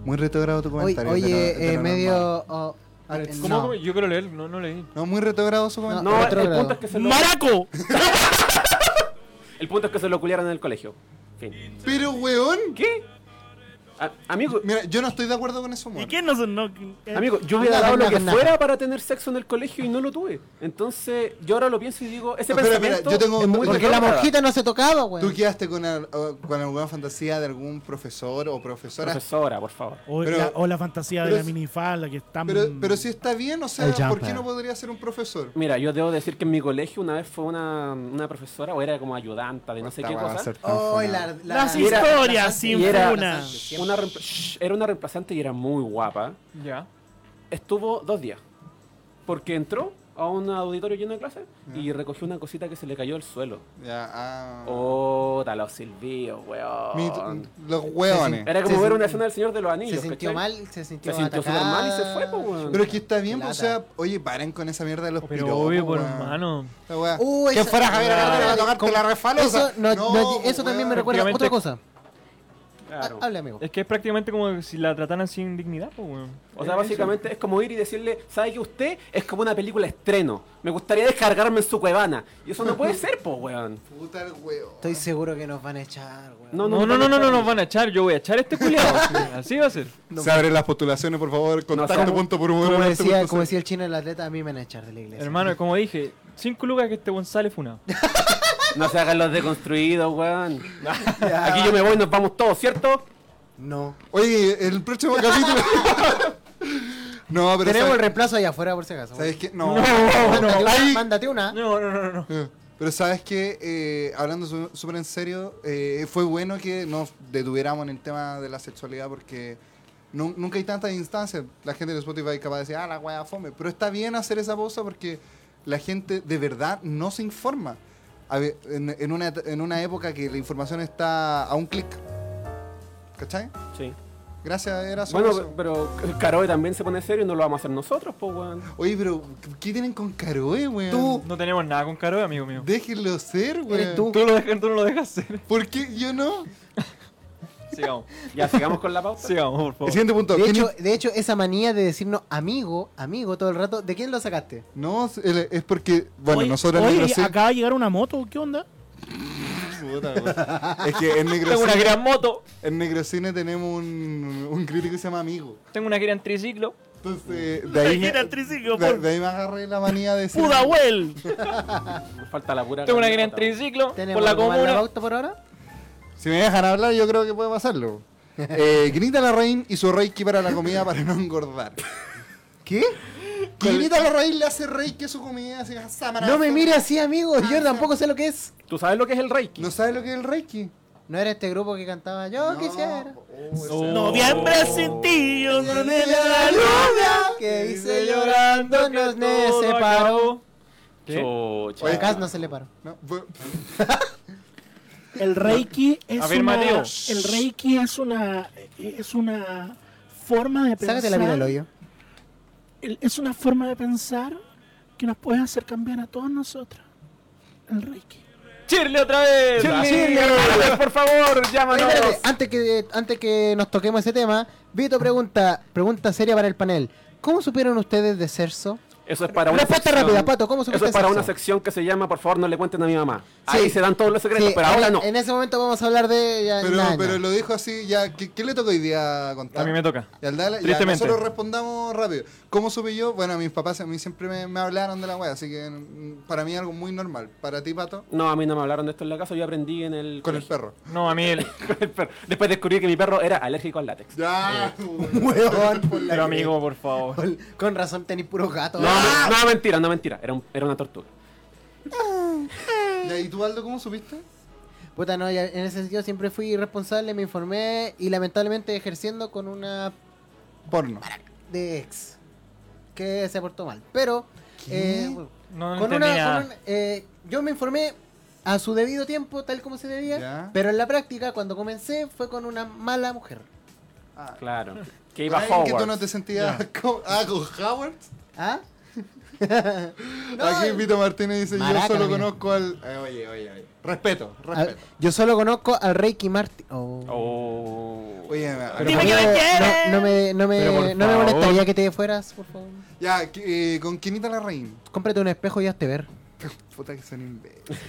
Speaker 2: Muy retrogrado tu
Speaker 4: Oye,
Speaker 2: comentario. de
Speaker 4: oye,
Speaker 2: lo- de lo
Speaker 4: eh,
Speaker 2: normal.
Speaker 4: medio... oh, ah, eh,
Speaker 8: ¿Cómo,
Speaker 4: no.
Speaker 8: cómo? Yo quiero leer, no, no leí.
Speaker 2: No, muy retrogrado su comentario.
Speaker 3: No, el
Speaker 4: Retrógrado.
Speaker 3: punto, es que se lo,
Speaker 6: ¡Maraco!
Speaker 8: (laughs)
Speaker 3: el punto es que se lo culiaron en el colegio. Fin.
Speaker 2: Pero, weón,
Speaker 3: ¿Qué? A- amigo,
Speaker 2: Mira, yo no estoy de acuerdo con eso,
Speaker 6: ¿Y
Speaker 2: Moana.
Speaker 6: quién no son? No, eh,
Speaker 3: amigo, yo hubiera
Speaker 4: Nada,
Speaker 3: dado lo
Speaker 4: nada,
Speaker 3: que
Speaker 4: nada.
Speaker 3: fuera para tener sexo en el colegio y no lo tuve. Entonces, yo ahora lo pienso y digo, ese
Speaker 2: Espera, espera,
Speaker 3: pensamiento
Speaker 2: yo tengo-
Speaker 3: es muy
Speaker 2: porque
Speaker 1: Porque la
Speaker 3: retrógrada.
Speaker 1: monjita no se tocaba, güey.
Speaker 2: ¿Tú quedaste con, al- o- con alguna fantasía de algún profesor o profesora?
Speaker 3: Profesora, por favor.
Speaker 6: O,
Speaker 2: Pero-
Speaker 6: la, o la fantasía de
Speaker 2: pero
Speaker 6: la
Speaker 2: es-
Speaker 6: minifalda que están.
Speaker 2: Pero, pero si está bien, o sea,
Speaker 1: El
Speaker 2: ¿por qué
Speaker 1: jumper.
Speaker 2: no podría ser un profesor?
Speaker 3: Mira, yo debo decir que en mi colegio una vez fue una, una profesora, o era como ayudanta de no sé qué
Speaker 2: Esta va a
Speaker 3: cosa.
Speaker 2: ser tan
Speaker 4: Oh,
Speaker 2: funada.
Speaker 4: la, la-
Speaker 6: Las
Speaker 4: la-
Speaker 6: historias
Speaker 4: la-
Speaker 6: sin
Speaker 3: Y era,
Speaker 6: funa.
Speaker 3: una reempla- shh, era una reemplazante y era muy guapa.
Speaker 8: Ya.
Speaker 3: Estuvo dos días. Porque entró a un auditorio lleno de clases y recogió una cosita que se le cayó al suelo.
Speaker 2: Ya, ah.
Speaker 3: Oh, los silbios,
Speaker 4: Oh.
Speaker 3: weón.
Speaker 2: Mi- los hueones.
Speaker 3: Era como
Speaker 4: Se
Speaker 3: ver una
Speaker 4: sintió-
Speaker 3: escena del Señor de los Anillos.
Speaker 4: Se sintió
Speaker 3: ¿cachai?
Speaker 4: mal, se sintió
Speaker 3: Se sintió súper
Speaker 4: atacada.
Speaker 3: mal y se fue, po, weón.
Speaker 2: Pero es que está bien, pues, o
Speaker 4: Lata.
Speaker 2: sea, oye, paren con esa mierda de los
Speaker 8: Pero
Speaker 2: piropos,
Speaker 8: obvio, por
Speaker 2: weón.
Speaker 8: hermano.
Speaker 2: Esta weá.
Speaker 4: Uh,
Speaker 2: que
Speaker 4: esa-
Speaker 2: fuera Javier Aguirre a tocarte
Speaker 4: ¿Cómo?
Speaker 2: la refalosa.
Speaker 4: Eso, no- no-
Speaker 2: No,
Speaker 4: eso también me
Speaker 2: weón.
Speaker 4: recuerda a
Speaker 8: Prácticamente-
Speaker 4: otra cosa.
Speaker 3: Claro.
Speaker 4: Ha- Hable, amigo.
Speaker 8: Es que es prácticamente como si la trataran sin dignidad, pues, weón.
Speaker 3: O sea, básicamente es como ir y decirle, ¿sabe que usted es como una película estreno? Me gustaría descargarme en su cuevana. Y eso no puede ser, po, weón.
Speaker 2: Puta el hueón.
Speaker 4: Estoy seguro que nos van a echar, weón.
Speaker 3: No,
Speaker 8: No, no, no,
Speaker 3: van
Speaker 8: no,
Speaker 3: a
Speaker 8: no,
Speaker 3: estar-
Speaker 8: nos van a echar. Yo voy a echar a
Speaker 2: (laughs)
Speaker 8: este culiado. Así va a ser.
Speaker 2: Se abren las postulaciones, por favor. Contacto
Speaker 3: somos-
Speaker 2: punto por este
Speaker 4: Como
Speaker 2: humor,
Speaker 4: decía,
Speaker 2: punto
Speaker 4: como
Speaker 2: C.
Speaker 4: decía el chino el atleta, a mí me van a echar de la iglesia.
Speaker 8: Hermano, como dije, cinco lucas que este González funado.
Speaker 3: No se hagan los deconstruidos,
Speaker 2: (laughs)
Speaker 3: weón. Aquí yo me voy y nos vamos todos, ¿cierto?
Speaker 4: No.
Speaker 2: Oye, el
Speaker 4: (laughs)
Speaker 2: próximo capítulo. (laughs) no, pero.
Speaker 4: Tenemos el
Speaker 2: ¿sabes,
Speaker 4: reemplazo allá afuera por si acaso.
Speaker 2: ¿sabes
Speaker 4: weón.
Speaker 2: qué? No.
Speaker 4: Mándate una,
Speaker 2: Ahí-
Speaker 4: mándate una.
Speaker 8: (laughs) No, no, no, no.
Speaker 2: Eh, Pero sabes que, eh, hablando su- súper en serio, eh, fue bueno que nos detuviéramos en el tema de la sexualidad porque nu- nunca hay tantas instancias. La gente de Spotify es capaz de decir, ah, la wea fome. Pero está bien hacer esa pausa porque la gente de verdad no se informa. A ver, en, en una, et- en una época que la información está a un clic. ¿Cachai?
Speaker 3: Sí.
Speaker 2: Gracias, era solo
Speaker 3: Bueno,
Speaker 2: eso.
Speaker 3: pero Caroe también se pone serio y no lo vamos a hacer nosotros, po, weón.
Speaker 2: Oye, pero ¿qué tienen con Caroe, weón?
Speaker 4: Tú.
Speaker 8: No tenemos nada con Caro, amigo mío.
Speaker 2: Déjenlo ser, weón.
Speaker 4: Eres tú.
Speaker 8: Tú, lo dejas, tú no lo dejas (laughs) ser.
Speaker 2: ¿Por qué yo no?
Speaker 8: Sigamos.
Speaker 3: Ya, sigamos con la pauta.
Speaker 8: Sigamos, por favor.
Speaker 2: El siguiente punto.
Speaker 4: De
Speaker 2: ¿quién-
Speaker 4: hecho, de hecho, esa manía de decirnos amigo, amigo todo el rato, ¿de quién lo sacaste?
Speaker 2: No, es- el- es porque, bueno,
Speaker 6: Oye,
Speaker 2: nosotros en
Speaker 6: oye,
Speaker 2: Negrosel...
Speaker 6: acaba de llegar una moto, ¿qué onda?
Speaker 2: (laughs) Es
Speaker 6: (laughs)
Speaker 2: que en
Speaker 8: Tengo una
Speaker 2: Negrocine,
Speaker 8: gran moto.
Speaker 2: en Negrocine tenemos un, un crítico que se llama Amigo.
Speaker 8: Tengo una gran triciclo.
Speaker 2: Entonces, de ahí, me,
Speaker 6: Imagina el triciclo,
Speaker 2: de,
Speaker 6: por-
Speaker 2: de ahí me agarré la manía de decir...
Speaker 6: Pudahuel.
Speaker 3: Nos falta la pura.
Speaker 8: Tengo una gran
Speaker 3: garganta, weón.
Speaker 8: triciclo
Speaker 4: ¿Tenemos
Speaker 8: por la
Speaker 4: algo más en la
Speaker 8: comuna.
Speaker 4: pauta por ahora?
Speaker 2: Si me dejan hablar, yo creo que puede pasarlo. Eh, Grita la Reina y su reiki para la comida para no engordar.
Speaker 4: ¿Qué?
Speaker 2: Grita la Reina le hace reiki a su comida, así, "Samara".
Speaker 4: No me mire así, amigo, yo tampoco sé lo que es.
Speaker 3: ¿Tú sabes lo que es el Reiki?
Speaker 2: ¿No sabe lo que es el reiki?
Speaker 4: ¿No era este grupo que cantaba yo
Speaker 2: No.
Speaker 4: quisiera?
Speaker 2: Oh, ese-
Speaker 6: Noviembre sin ti, yo no te la
Speaker 4: lluvia que hice llorando nos ne separó.
Speaker 8: ¿Qué?
Speaker 3: Chucha.
Speaker 2: Oye,
Speaker 4: Acá no se le paró.
Speaker 2: No, fue-
Speaker 6: El reiki es
Speaker 8: A ver,
Speaker 6: una,
Speaker 8: Mateo.
Speaker 6: el reiki es una es una forma de pensar.
Speaker 4: Sácate la vida del hoyo.
Speaker 6: el- es una forma de pensar que nos puede hacer cambiar a todos nosotros. El reiki.
Speaker 8: ¡Chirle otra vez!
Speaker 4: Shirley.
Speaker 8: Así, Hernández, por favor,
Speaker 4: Oye,
Speaker 8: llámanos.
Speaker 4: espérate, antes que, antes que nos toquemos ese tema, Vito pregunta, pregunta seria para el panel. ¿Cómo supieron ustedes de Cerso?
Speaker 3: Eso es para una
Speaker 4: Respuesta
Speaker 3: sección-
Speaker 4: rápida, Pato, ¿cómo
Speaker 3: Eso
Speaker 4: supiste
Speaker 3: es para
Speaker 4: Cerso?
Speaker 3: una sección que se llama Por favor, no le cuenten a mi mamá.
Speaker 4: Sí.
Speaker 3: Ahí se dan todos los secretos,
Speaker 4: Sí,
Speaker 3: pero ahora
Speaker 4: en-
Speaker 3: no.
Speaker 4: En ese momento vamos a hablar de... ya,
Speaker 2: Pero,
Speaker 4: nada,
Speaker 2: pero
Speaker 4: nada.
Speaker 2: lo dijo así, ya, ¿qué, qué le tocó hoy día contar?
Speaker 8: A mí me toca.
Speaker 2: Y al darle- ya,
Speaker 8: Tristemente.
Speaker 2: nosotros respondamos rápido. ¿Cómo supe yo? Bueno, mis papás a mí siempre me, me hablaron de la wea, así que mm, para mí es algo muy normal. Para ti, Pato,
Speaker 3: No, a mí no me hablaron de esto en la casa, yo aprendí en el...
Speaker 2: con el perro.
Speaker 8: No, a mí el...
Speaker 3: (laughs) con el perro. Después descubrí que mi perro era alérgico al látex.
Speaker 2: Ya,
Speaker 4: Huevón, por la-
Speaker 8: Pero
Speaker 4: (laughs)
Speaker 8: amigo, por favor.
Speaker 4: Con, con razón tenéis puro gato. ¿eh?
Speaker 3: No, me- no, mentira, no, mentira. Era, un- era una tortuga.
Speaker 2: (laughs) Ya, ¿Y tú, Aldo, cómo supiste?
Speaker 4: Puta, no, ya, en ese sentido siempre fui irresponsable, me informé y lamentablemente ejerciendo con una
Speaker 2: Porno.
Speaker 4: de ex que se portó mal. Pero eh, bueno,
Speaker 8: No, no
Speaker 4: con
Speaker 8: entendí
Speaker 4: una,
Speaker 8: nada.
Speaker 4: con un- eh, yo me informé a su debido tiempo, tal como se debía,
Speaker 2: Ya.
Speaker 4: pero en la práctica cuando comencé fue con una mala mujer.
Speaker 2: Ah.
Speaker 3: Claro. Que
Speaker 2: ¿Con
Speaker 3: iba
Speaker 2: alguien que tú no
Speaker 3: Howard.
Speaker 2: te sentías (laughs) co- ah, con Howard?
Speaker 4: ¿Ah?
Speaker 2: Aquí Vito Martínez dice,
Speaker 4: Maraca,
Speaker 2: yo solo
Speaker 4: mira.
Speaker 2: conozco al... Eh, oye, oye, oye. Respeto,
Speaker 4: A-
Speaker 2: respeto.
Speaker 4: yo solo conozco al Reiki Martin. Oh.
Speaker 3: Oh.
Speaker 2: Oye, a-
Speaker 3: Pero
Speaker 4: Por
Speaker 6: Dime que me
Speaker 4: favor,
Speaker 6: quieres.
Speaker 4: no, no me, no me,
Speaker 3: Pero por
Speaker 4: no me
Speaker 3: favor.
Speaker 4: molestaría que te fueras, por favor.
Speaker 2: ya, que, eh, con Quinita la Reina.
Speaker 4: Cómprate un espejo y hazte ver.
Speaker 2: Puta que son imbéciles.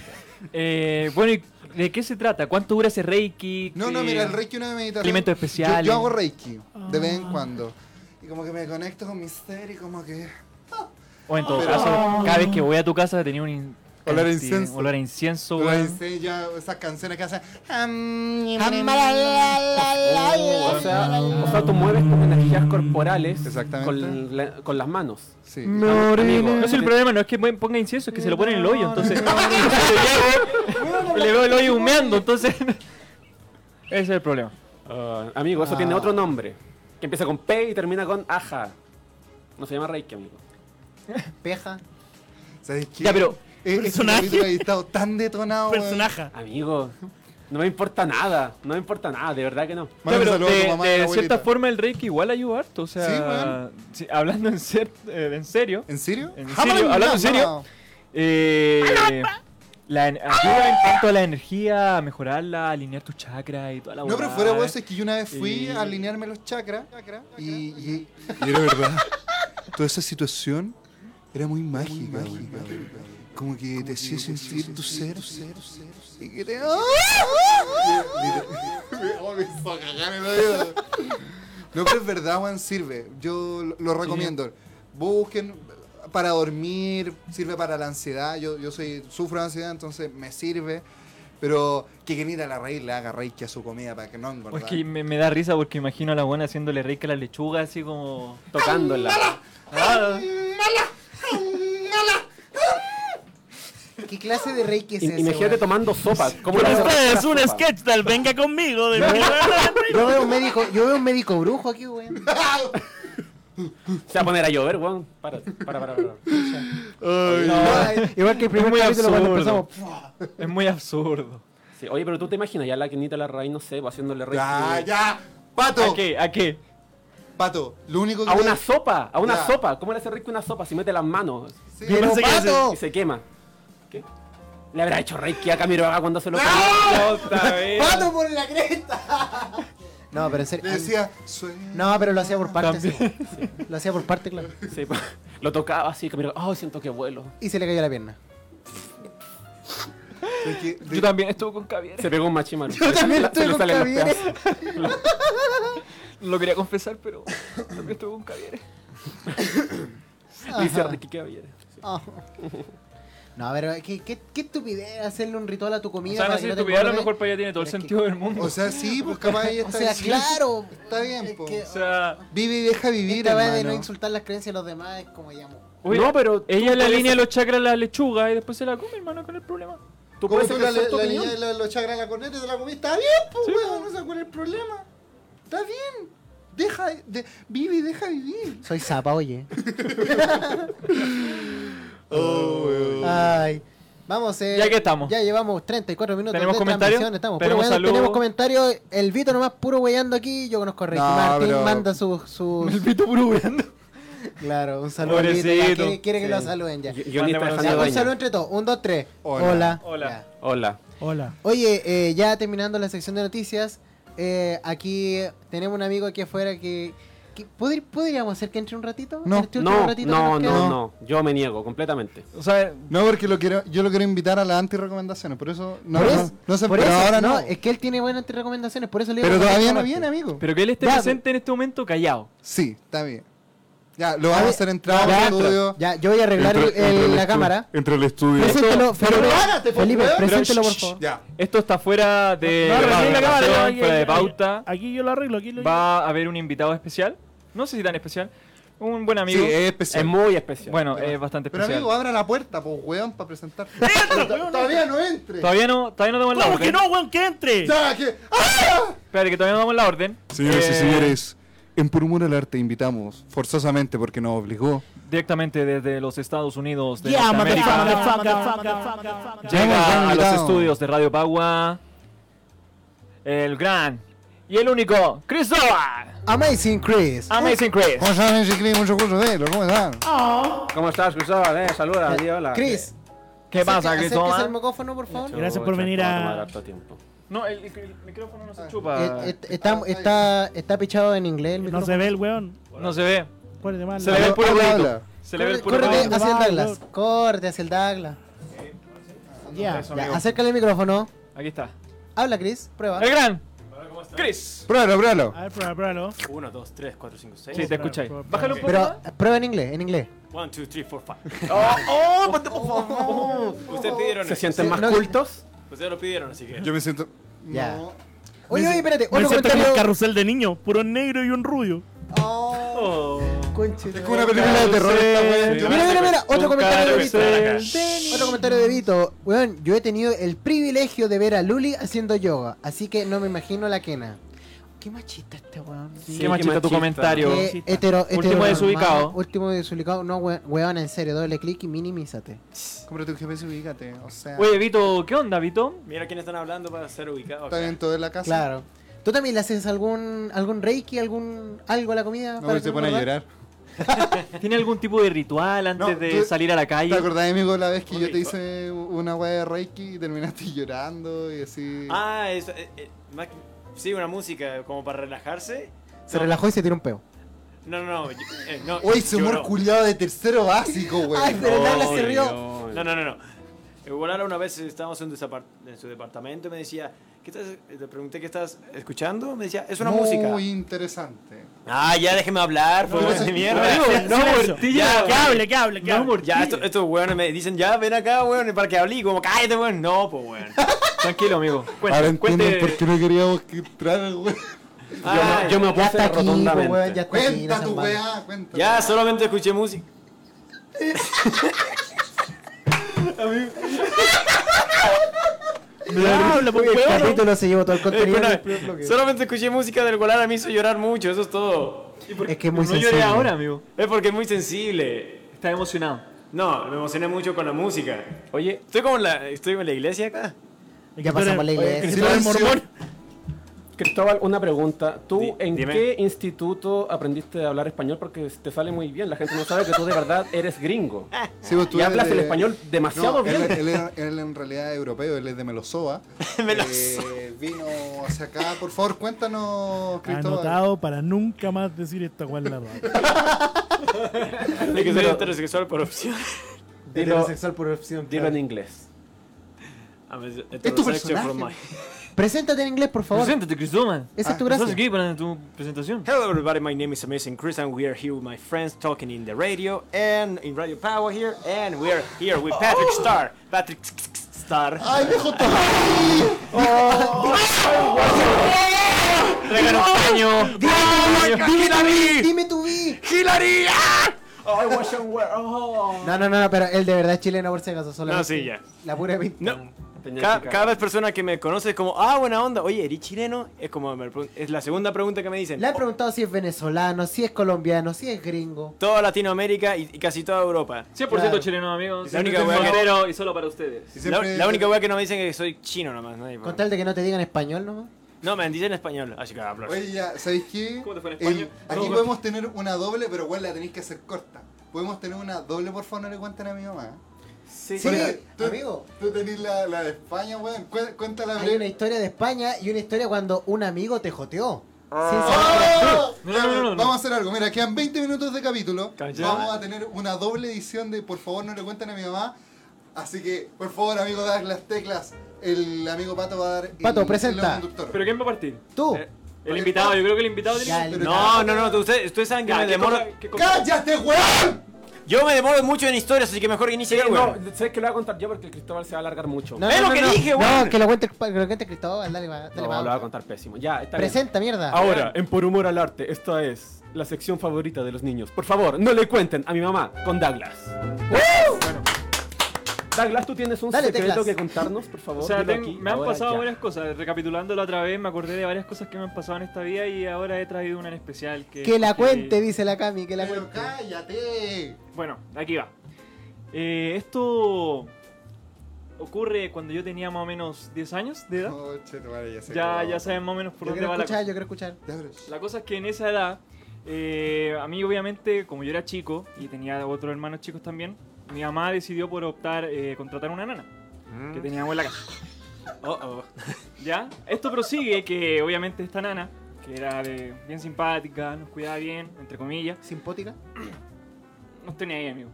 Speaker 8: Eh, bueno, y ¿De qué se trata? ¿Cuánto dura ese reiki?
Speaker 2: No, no,
Speaker 8: ¿Qué-
Speaker 2: mira, el Reiki una vez me meditación.
Speaker 8: Alimentos
Speaker 2: Yo,
Speaker 8: especiales.
Speaker 2: yo hago Reiki, de vez en
Speaker 6: Ah.
Speaker 2: cuando. Y como que me conecto con mi ser y como que.
Speaker 8: O en todo
Speaker 2: Pero-
Speaker 8: caso, cada vez que voy a tu casa tenía un in-
Speaker 2: Olor a
Speaker 8: cantidad-
Speaker 2: incienso.
Speaker 8: Olor a incienso,
Speaker 2: Lo
Speaker 8: weón.
Speaker 2: hice ya, esas canciones que hacen.
Speaker 3: O sea, o sea, tú mueves tus energías corporales
Speaker 2: Exactamente.
Speaker 3: con, la- con las manos.
Speaker 2: Sí.
Speaker 8: Mm. Amigo, no es el problema, no es que me ponga incienso, es que se lo pone en el hoyo, entonces. Yo llego, (laughs) le veo el hoyo humeando, entonces. Ese es el problema.
Speaker 3: Ah, amigo, eso tiene otro nombre. Que empieza con P y termina con aja. No se llama Reiki, amigo.
Speaker 4: Peja.
Speaker 2: ¿Sabes qué?
Speaker 8: Ya, pero-
Speaker 2: Eh, este
Speaker 6: Personaje.
Speaker 2: capítulo ha estado tan detonado. weón.
Speaker 6: Personaja.
Speaker 3: Amigo, no me importa nada. No me importa nada, de verdad que no.
Speaker 2: Mándale un
Speaker 8: Ya,
Speaker 2: saludo
Speaker 8: pero
Speaker 2: a tu
Speaker 8: de,
Speaker 2: mamá y
Speaker 8: de
Speaker 2: a tu abuelita.
Speaker 8: cierta forma el Reiki igual ayuda harto, o sea,
Speaker 2: Sí, weón.
Speaker 8: sí, hablando en, ser- eh, en serio,
Speaker 2: ¿En serio?
Speaker 8: En serio, hablando en serio. eh, la en- ayuda en cuanto a la energía, a mejorarla, a alinear tu chakra y toda
Speaker 1: Ah,
Speaker 8: la
Speaker 2: No, pero
Speaker 8: huevada,
Speaker 2: fuera
Speaker 8: ¿eh?
Speaker 2: vos, es que yo una vez fui
Speaker 8: Y-
Speaker 2: a alinearme los chakras y, y, y era verdad. (laughs) Toda esa situación era muy mágica, güey. Como que te hacía sentir tu ser. Y que te... ¡Ah! Oh, me hizo cagar el oído. No, pero es verdad, Juan, sirve. Yo lo- lo recomiendo. Busquen para dormir, sirve para la ansiedad. Yo, yo soy, sufro de ansiedad, entonces me sirve. Pero que quien ir a la raíz le haga reiki a su comida para que no engordar.
Speaker 8: Es
Speaker 2: (laughs)
Speaker 8: que me, me da risa porque imagino a la buena haciéndole Reiki a la lechuga así como...
Speaker 3: Tocándola.
Speaker 8: Ah,
Speaker 4: ¿Qué clase de reiki es
Speaker 3: I-
Speaker 4: ese?
Speaker 3: Imagínate
Speaker 4: weón?
Speaker 3: tomando sopa. ¿Cómo
Speaker 6: Con
Speaker 3: le vas a hacer
Speaker 6: ustedes
Speaker 3: la
Speaker 6: un
Speaker 3: sopa?
Speaker 6: sketch tal, venga conmigo. De
Speaker 4: Yo veo un médico, yo veo un médico brujo aquí, weón.
Speaker 2: ¡Ah!
Speaker 3: Se va a poner a llover, weón. Para, para, para. para.
Speaker 8: (laughs)
Speaker 1: No, igual que el primer
Speaker 8: muy
Speaker 1: capítulo cuando
Speaker 8: absurdo.
Speaker 1: empezamos.
Speaker 8: es muy absurdo.
Speaker 3: Sí, oye, pero tú te imaginas ya la Kenita la raíz, no sé, va haciéndole eh, Reiki.
Speaker 2: Ya, ya. Pato,
Speaker 8: ¿A qué? ¿A qué?
Speaker 2: pato, lo único que.
Speaker 3: A una sopa, a una
Speaker 2: Ya.
Speaker 3: sopa. ¿Cómo le hace Reiki a una sopa? Si mete las manos
Speaker 2: Sí,
Speaker 6: Yo pensé que iba a ser-
Speaker 2: pato.
Speaker 3: y se quema. ¿Qué? Le habrá hecho Reiki a Camiroaga cuando se lo
Speaker 2: ¡No!
Speaker 3: Otra
Speaker 8: Eh.
Speaker 3: vez.
Speaker 4: ¡Pato por la cresta! (laughs) No, pero en
Speaker 2: Le
Speaker 4: serio.
Speaker 2: decía, sueña.
Speaker 4: No, pero lo hacía por parte. sí. Lo hacía por parte, claro.
Speaker 3: (laughs) Sí, pa- lo tocaba así, Camiroaga. Oh, siento que vuelo.
Speaker 4: Y se le cayó la pierna.
Speaker 2: De que- de-
Speaker 8: Yo también estuve con Javier.
Speaker 3: Se pegó un machimaru.
Speaker 4: Yo
Speaker 3: Se
Speaker 4: también
Speaker 3: le
Speaker 4: estuve con
Speaker 3: salen los
Speaker 4: Javier.
Speaker 3: pedazos.
Speaker 8: Lo quería confesar, pero también estuve con Javier.
Speaker 3: Le Dice
Speaker 4: (laughs)
Speaker 3: Reiki Javier.
Speaker 4: Oh. No, pero ¿qué, qué, qué estupidez hacerle un ritual a tu
Speaker 8: O
Speaker 4: comida.
Speaker 8: sea, no
Speaker 4: para
Speaker 8: sé
Speaker 4: que
Speaker 8: si
Speaker 4: no te
Speaker 8: estuviera, a lo
Speaker 4: engorde?
Speaker 8: mejor para ella tiene todo el
Speaker 4: Pero es que-
Speaker 8: sentido del mundo.
Speaker 2: O sea, sí, pues capaz ella
Speaker 4: (laughs) O
Speaker 2: está
Speaker 4: sea,
Speaker 2: sí,
Speaker 4: claro.
Speaker 2: Está bien,
Speaker 4: es
Speaker 2: po.
Speaker 4: que-
Speaker 8: O sea,
Speaker 2: Vive y deja vivir,
Speaker 4: Esta vez de no
Speaker 2: hermano.
Speaker 4: insultar las creencias de los demás es como llamo.
Speaker 8: oye,
Speaker 3: No, pero
Speaker 8: ella
Speaker 3: tú
Speaker 8: le
Speaker 3: puedes-
Speaker 8: alinea los chakras a la lechuga y después se la come, hermano, con el problema.
Speaker 3: Tú
Speaker 2: Como
Speaker 3: puedes
Speaker 2: tú la,
Speaker 3: expresar
Speaker 2: la,
Speaker 3: tu
Speaker 2: la
Speaker 3: opinión.
Speaker 2: niña de los chakras de la corneta y de la comida. Está bien, pues, weón. No sé cuál es el problema. Está bien. Deja, de, vive y deja vivir.
Speaker 4: Soy zapa, oye.
Speaker 2: (laughs) Oh, weón.
Speaker 4: Ay. Vamos, eh,
Speaker 8: Ya que estamos.
Speaker 4: Ya llevamos 34 minutos
Speaker 8: ¿Tenemos
Speaker 4: de
Speaker 8: comentarios?
Speaker 4: transmisión, Estamos
Speaker 8: ¿Tenemos
Speaker 4: puro weyando,
Speaker 8: saludos?
Speaker 4: tenemos comentarios. El Vito nomás puro weyando aquí. Yo conozco a Ricky
Speaker 2: No,
Speaker 4: Martin.
Speaker 2: pero-
Speaker 4: Manda
Speaker 2: (laughs)
Speaker 4: sus. sus-
Speaker 8: pito puro weando.
Speaker 4: (laughs) Claro, un saludo. al Vito, ya
Speaker 8: Pobrecito.
Speaker 4: quiere quiere que
Speaker 3: Sí.
Speaker 4: lo saluden ya.
Speaker 3: Gu-
Speaker 4: Ya,
Speaker 3: guionista
Speaker 8: Mándame
Speaker 3: Alejandro
Speaker 8: saludos.
Speaker 4: un
Speaker 3: Dueñas.
Speaker 4: saludo entre todos. Un, dos, tres.
Speaker 2: Hola.
Speaker 4: Hola.
Speaker 8: Hola.
Speaker 4: Ya.
Speaker 3: Hola.
Speaker 6: Hola.
Speaker 4: Oye, eh, ya terminando la sección de noticias, eh, aquí eh, tenemos un amigo aquí afuera que... que- ¿podri- ¿Podríamos hacer que entre un ratito?
Speaker 2: No,
Speaker 4: Este último
Speaker 3: No,
Speaker 4: ratito que
Speaker 3: no,
Speaker 4: nos queda.
Speaker 3: no, no. Yo me niego completamente.
Speaker 8: O sea,
Speaker 2: No, porque lo quiero, yo lo quiero invitar a las antirecomendaciones, por eso no,
Speaker 4: Por
Speaker 2: no,
Speaker 4: eso-
Speaker 2: no se
Speaker 4: por
Speaker 2: pero
Speaker 4: eso,
Speaker 2: ahora
Speaker 4: no,
Speaker 2: no.
Speaker 4: Es que él tiene buenas recomendaciones, por eso le digo...
Speaker 2: Pero
Speaker 4: que
Speaker 2: todavía
Speaker 4: parte.
Speaker 2: no viene, amigo.
Speaker 8: pero que él esté
Speaker 4: Ya,
Speaker 8: presente en este momento callado.
Speaker 2: Sí, está bien. Ya, lo vamos a hacer entrar
Speaker 4: Ya,
Speaker 2: al estudio.
Speaker 4: Ya, yo voy a arreglar el- el- la cámara.
Speaker 2: Entre el estudio.
Speaker 4: Preséntelo, Felipe,
Speaker 2: párate, por
Speaker 4: Felipe,
Speaker 2: favor.
Speaker 4: preséntelo, por
Speaker 8: Pero,
Speaker 4: favor.
Speaker 2: Ya.
Speaker 8: Esto está fuera de
Speaker 6: No,
Speaker 8: de
Speaker 6: recién
Speaker 8: programación,
Speaker 6: la cámara, no, aquí-
Speaker 8: fuera de
Speaker 6: aquí-
Speaker 8: pauta.
Speaker 6: Aquí yo lo arreglo, aquí lo
Speaker 8: Va a haber un invitado especial. No sé si tan especial. Un buen
Speaker 2: Sí,
Speaker 8: amigo.
Speaker 2: es especial.
Speaker 3: Es muy especial.
Speaker 8: bueno, es bastante
Speaker 2: Pero
Speaker 8: especial.
Speaker 2: amigo, abra la puerta, pues, weón, para presentarte. todavía no entre.
Speaker 8: Todavía no, todavía no damos la
Speaker 6: ¿Cómo
Speaker 8: orden.
Speaker 6: que no, weón? Que entre.
Speaker 2: Ya, que- ¡Ah!
Speaker 8: Espérate, que todavía no damos la orden.
Speaker 2: Señoras
Speaker 8: Eh,
Speaker 2: y señores, en Por Humor al Arte invitamos, forzosamente porque nos obligó,
Speaker 8: Directamente desde los Estados Unidos de
Speaker 6: Yeah,
Speaker 8: Norteamérica,
Speaker 6: motherfucker, motherfucker.
Speaker 8: llega
Speaker 2: Venga,
Speaker 8: a los
Speaker 2: invitado.
Speaker 8: estudios de Radio Pagua el gran y el único Chris Doa.
Speaker 4: Amazing Chris.
Speaker 8: Amazing Chris.
Speaker 2: ¿Cómo saben, Chiclín? Mucho gusto de él, ¿cómo están?
Speaker 3: ¿Cómo estás, Cristóbal? Eh, saluda, di hola.
Speaker 4: Chris,
Speaker 8: ¿Qué pasa,
Speaker 4: acérquese
Speaker 8: Chris
Speaker 4: acérquese
Speaker 8: Doa?
Speaker 4: al micrófono, por favor.
Speaker 6: Gracias por venir a-
Speaker 3: Tomar harto tiempo.
Speaker 8: No, el, el micrófono no se
Speaker 4: Eh,
Speaker 8: chupa.
Speaker 4: eh, está, está, está pichado en inglés el
Speaker 6: No
Speaker 4: micrófono.
Speaker 6: se ve el weón.
Speaker 8: No se ve.
Speaker 6: Ponete mal.
Speaker 8: Se le ve el puro
Speaker 2: Habla,
Speaker 8: dedito.
Speaker 2: habla.
Speaker 8: Se le ve el puro
Speaker 4: Corre-
Speaker 6: Córrete,
Speaker 8: dedito.
Speaker 4: Córrete
Speaker 6: lado.
Speaker 4: hacia el
Speaker 6: Va,
Speaker 4: Douglas. Córrete hacia el Douglas.
Speaker 6: Ya.
Speaker 4: Ya, acércale el micrófono.
Speaker 8: Aquí Aquí está.
Speaker 4: Habla, Chris, prueba.
Speaker 8: El gran. Chris.
Speaker 2: Pruébalo, pruébalo.
Speaker 6: A ver, prueba, pruébalo.
Speaker 10: 1, 2, 3, 4, 5, 6.
Speaker 8: Sí, te escucháis.
Speaker 6: Pro- pro-
Speaker 8: Bájalo un poco.
Speaker 4: Pero eh, prueba en inglés, en inglés.
Speaker 10: 1, 2, 3, 4,
Speaker 3: (laughs)
Speaker 10: 5.
Speaker 4: Oh.
Speaker 10: Ustedes pidieron
Speaker 3: oh, ¿Se
Speaker 10: eso.
Speaker 3: sienten más
Speaker 4: no-
Speaker 3: cultos?
Speaker 10: Ustedes lo pidieron, así que.
Speaker 2: Yo me siento.
Speaker 4: Ya.
Speaker 2: No.
Speaker 4: Oye, oye, espérate,
Speaker 6: Me
Speaker 4: otro
Speaker 6: siento como un
Speaker 4: comentario.
Speaker 6: carrusel de niño, puro negro y un rubio.
Speaker 4: Oh, conche
Speaker 2: Es
Speaker 4: tu
Speaker 2: como una
Speaker 4: madre.
Speaker 2: película de terror esta weá. Yo me-
Speaker 4: Mira, mira, mira, otro
Speaker 8: Un
Speaker 4: comentario de Vito.
Speaker 8: carrusel.
Speaker 4: Otro comentario de Vito. Weón, yo he tenido el privilegio de ver a Luli haciendo yoga, así que no me imagino la quena. Qué machista este weón.
Speaker 3: Sí,
Speaker 8: Qué machista tu
Speaker 3: machista.
Speaker 8: comentario.
Speaker 4: Qué hetero,
Speaker 8: Último
Speaker 4: heteronormal,
Speaker 8: desubicado.
Speaker 4: Último desubicado. No, we- weón, en serio, doble clic y minimízate.
Speaker 2: Cómprate un GPS y ubícate. O sea,
Speaker 8: Oye, Vito, ¿qué onda, Vito?
Speaker 10: Mira quién están hablando para ser ubicados.
Speaker 2: está bien todo en la casa.
Speaker 4: Claro. ¿Tú también le haces algún algún reiki, algún algo a la comida?
Speaker 2: No,
Speaker 4: para
Speaker 2: se pone a
Speaker 4: engordar?
Speaker 2: llorar.
Speaker 8: ¿Tiene algún tipo de ritual antes
Speaker 2: No,
Speaker 8: de
Speaker 2: tú-
Speaker 8: salir a la
Speaker 2: ¿Te
Speaker 8: calle?
Speaker 2: acordás de mí la vez que
Speaker 10: Un
Speaker 2: yo te
Speaker 10: rico.
Speaker 2: hice una weá de Reiki y terminaste llorando y así?
Speaker 10: Ah, eso. eh, eh, más que- sí, una música como para relajarse.
Speaker 4: Se relajó y se tiró un peo.
Speaker 10: No, no, no. yo- eh, no
Speaker 2: Oye, ese humor
Speaker 10: lloró.
Speaker 2: culiado de tercero básico,
Speaker 4: Ay,
Speaker 2: weón.
Speaker 4: pero el Dala
Speaker 10: Oh,
Speaker 4: se rió.
Speaker 10: No, no, no, no. Eh, Guadalajara una vez estábamos en, desapar- en su departamento y me decía, ¿qué estás? eh, Le pregunté qué estás escuchando. Me decía, es una música.
Speaker 2: Muy interesante.
Speaker 10: Ah, ya déjeme hablar, fue
Speaker 2: No,
Speaker 10: de
Speaker 2: no,
Speaker 10: mierda.
Speaker 8: no, Mortilla.
Speaker 6: Que hable, que hable, que
Speaker 8: No,
Speaker 6: hable.
Speaker 8: Mortilla.
Speaker 10: Ya, esto- estos weones me dicen, ya, ven acá, weón, y para que hable, y como, cállate, weón. No, pues,
Speaker 3: (laughs)
Speaker 10: weón.
Speaker 8: Tranquilo, amigo. Cuente,
Speaker 2: Ahora entiendo
Speaker 8: cuente.
Speaker 2: por qué no queríamos que entrara, weón.
Speaker 10: Ah,
Speaker 3: Yo me
Speaker 4: Ya
Speaker 3: opuse
Speaker 4: está aquí, po,
Speaker 3: rotundamente.
Speaker 4: weón, ya está aquí, no
Speaker 2: Cuenta
Speaker 4: sean
Speaker 2: tu
Speaker 4: malos.
Speaker 2: weá, cuenta.
Speaker 10: ya, solamente escuché música.
Speaker 6: Ya habla, pues,
Speaker 4: El
Speaker 6: weón.
Speaker 4: capítulo se llevó todo el
Speaker 10: Eh,
Speaker 4: contenido.
Speaker 10: bueno,
Speaker 4: del primer bloque.
Speaker 10: (laughs) solamente escuché música del Guadalajara, me hizo llorar mucho, eso es todo.
Speaker 4: es que es muy
Speaker 8: No lloré
Speaker 4: sencillo.
Speaker 8: ahora, amigo.
Speaker 10: Es porque es muy sensible.
Speaker 8: Estás emocionado.
Speaker 10: No, me emocioné mucho con la música.
Speaker 8: Oye,
Speaker 10: Estoy como en la, estoy en la iglesia acá.
Speaker 4: Ya pasamos la
Speaker 6: Oye,
Speaker 4: iglesia.
Speaker 6: Cristóbal
Speaker 2: Silencio.
Speaker 6: Mormón.
Speaker 3: Cristóbal, una pregunta. ¿Tú
Speaker 10: Di-
Speaker 3: en
Speaker 10: dime.
Speaker 3: qué instituto aprendiste a hablar español? Porque te sale muy bien. La gente no sabe que tú de verdad eres gringo.
Speaker 10: Ah.
Speaker 2: Sí, vos, tú
Speaker 3: Y
Speaker 2: eres
Speaker 3: hablas el
Speaker 2: de-
Speaker 3: español demasiado
Speaker 2: No, él-
Speaker 3: bien.
Speaker 2: Él, era- él en realidad es europeo, él es de Melosoa. Eh, vino hacia acá. Por favor, cuéntanos, Cristóbal.
Speaker 6: Anotado para nunca más decir esta guay en la radio.
Speaker 10: De que soy heterosexual por opción.
Speaker 3: Dilo,
Speaker 4: por opción.
Speaker 3: dilo en inglés.
Speaker 10: I'm
Speaker 2: ¿Es tu
Speaker 10: Ah, heterosexual
Speaker 2: personaje?
Speaker 10: from my...
Speaker 4: Preséntate en inglés, por favor.
Speaker 8: preséntate, Cristóbal.
Speaker 4: Esa es tu
Speaker 8: ¿Estás
Speaker 4: gracia.
Speaker 8: aquí para tu presentación?
Speaker 10: Hello everybody, my name is Amazing Chris and we are here with my friends talking in the radio and in Radio Power here and we are here with Patrick Star. Patrick Star.
Speaker 2: ¡Ay, dejo todo! ahí!
Speaker 8: ¡Regalo un paño!
Speaker 4: Dime tu vi.
Speaker 10: Oh, I was somewhere. Oh.
Speaker 4: No, no, no, no, pero él de verdad es chileno por si acaso. Solo
Speaker 10: No, sí, ya.
Speaker 4: La pura pinta.
Speaker 10: No.
Speaker 3: Tenía
Speaker 10: Ca-
Speaker 3: que
Speaker 10: cada vez persona que me conoce es como, ah, buena onda. Oye, ¿eres chileno? Es como, me pregun- es la segunda pregunta que me dicen.
Speaker 4: Le han preguntado si es venezolano, si es colombiano, si es gringo.
Speaker 10: Toda Latinoamérica y, y casi toda Europa.
Speaker 8: 100%
Speaker 4: Claro.
Speaker 8: chileno, amigo.
Speaker 10: Oh. La única wea que-
Speaker 8: Soltero y solo para ustedes.
Speaker 2: Y
Speaker 10: La,
Speaker 2: siempre-
Speaker 10: la única wea que no me dicen es que soy chino nomás. nadie más.
Speaker 4: Con tal de que no te digan español nomás.
Speaker 10: No, me dicen español, así que hablo.
Speaker 2: Oye, ya, ¿sabéis qué?
Speaker 8: ¿Cómo te fue en
Speaker 2: El-
Speaker 8: España?
Speaker 2: aquí
Speaker 8: No,
Speaker 2: podemos tener una doble, pero bueno, la tenéis que hacer corta. Podemos tener una doble, por favor, no le cuenten a mi mamá.
Speaker 4: Sí,
Speaker 2: Porque tú-
Speaker 4: amigo.
Speaker 2: Tú tenés la, la de España, weón. Cué- Cuéntala,
Speaker 4: Hay una
Speaker 2: breve.
Speaker 4: historia de España y una historia cuando un amigo te joteó. Sin saber que eras
Speaker 2: ¡Ah!
Speaker 4: tú.
Speaker 8: No, no, no, no, no.
Speaker 2: Vamos a hacer algo. Mira, quedan 20 minutos de capítulo.
Speaker 10: Calla.
Speaker 2: Vamos a tener una doble edición de Por favor, no le cuenten a mi mamá. Así que, por favor, amigo, das las teclas. El amigo Pato va a dar. el-
Speaker 4: Pato,
Speaker 2: el
Speaker 4: presenta.
Speaker 2: conductor.
Speaker 8: ¿Pero quién va a partir?
Speaker 4: Tú.
Speaker 8: Eh, El invitado, yo creo que el invitado
Speaker 4: Ya,
Speaker 8: tiene
Speaker 4: el-
Speaker 10: No, no, no, ustedes, ustedes saben que
Speaker 8: Ya,
Speaker 10: me
Speaker 8: ¿qué
Speaker 10: demoro.
Speaker 8: cosa- qué cosa-
Speaker 2: ¡Cállate, weón!
Speaker 10: Yo me demoro mucho en historias, así que mejor que inicie
Speaker 3: Sí,
Speaker 10: el
Speaker 3: no,
Speaker 10: weón.
Speaker 3: sabes que lo voy a contar yo porque el Cristóbal se va a alargar mucho.
Speaker 10: ¡Es lo que dije,
Speaker 4: No,
Speaker 10: weón!
Speaker 4: que lo cuente, que lo cuente Cristóbal, dale, va, dale,
Speaker 3: No,
Speaker 4: va.
Speaker 3: lo va a contar Ah, pésimo. Ya, está bien.
Speaker 4: Presenta, mierda.
Speaker 3: Ahora, en Por Humor al Arte, esta es la sección favorita de los niños. Por favor, no le cuenten a mi mamá con Douglas. Bueno. Douglas, tú tienes un
Speaker 4: Dale,
Speaker 3: secreto
Speaker 4: Douglas.
Speaker 3: que contarnos, por favor.
Speaker 8: O sea,
Speaker 3: Dilo
Speaker 8: ten-
Speaker 3: aquí,
Speaker 8: me han
Speaker 3: ahora,
Speaker 8: pasado
Speaker 3: ya.
Speaker 8: varias cosas. Recapitulando la otra vez, me acordé de varias cosas que me han pasado en esta vida y ahora he traído una en especial. Que,
Speaker 4: Que la cuente, dice la Cami, que la
Speaker 2: Pero
Speaker 4: cuente.
Speaker 2: cállate.
Speaker 8: Bueno, aquí va. Eh, esto ocurre cuando yo tenía más o menos 10 años de edad.
Speaker 2: Oh, che, tu madre, ya sé
Speaker 8: Ya,
Speaker 2: cómo.
Speaker 8: ya saben más o menos por
Speaker 4: Yo
Speaker 8: dónde
Speaker 4: quiero
Speaker 8: va la cosa.
Speaker 4: escuchar, yo quiero escuchar.
Speaker 2: Ya, pero-
Speaker 8: La cosa es que en esa edad, eh, a mí obviamente, como yo era chico y tenía otros hermanos chicos también, mi mamá decidió por optar eh, contratar una nana que teníamos en la casa.
Speaker 10: Mm. (laughs) Oh, oh.
Speaker 8: (laughs) ¿Ya? Esto prosigue que obviamente esta nana, que era de- bien simpática, nos cuidaba bien, entre comillas,
Speaker 4: ¿Simpótica?
Speaker 8: nos tenía ahí,
Speaker 10: (laughs)
Speaker 8: amigo.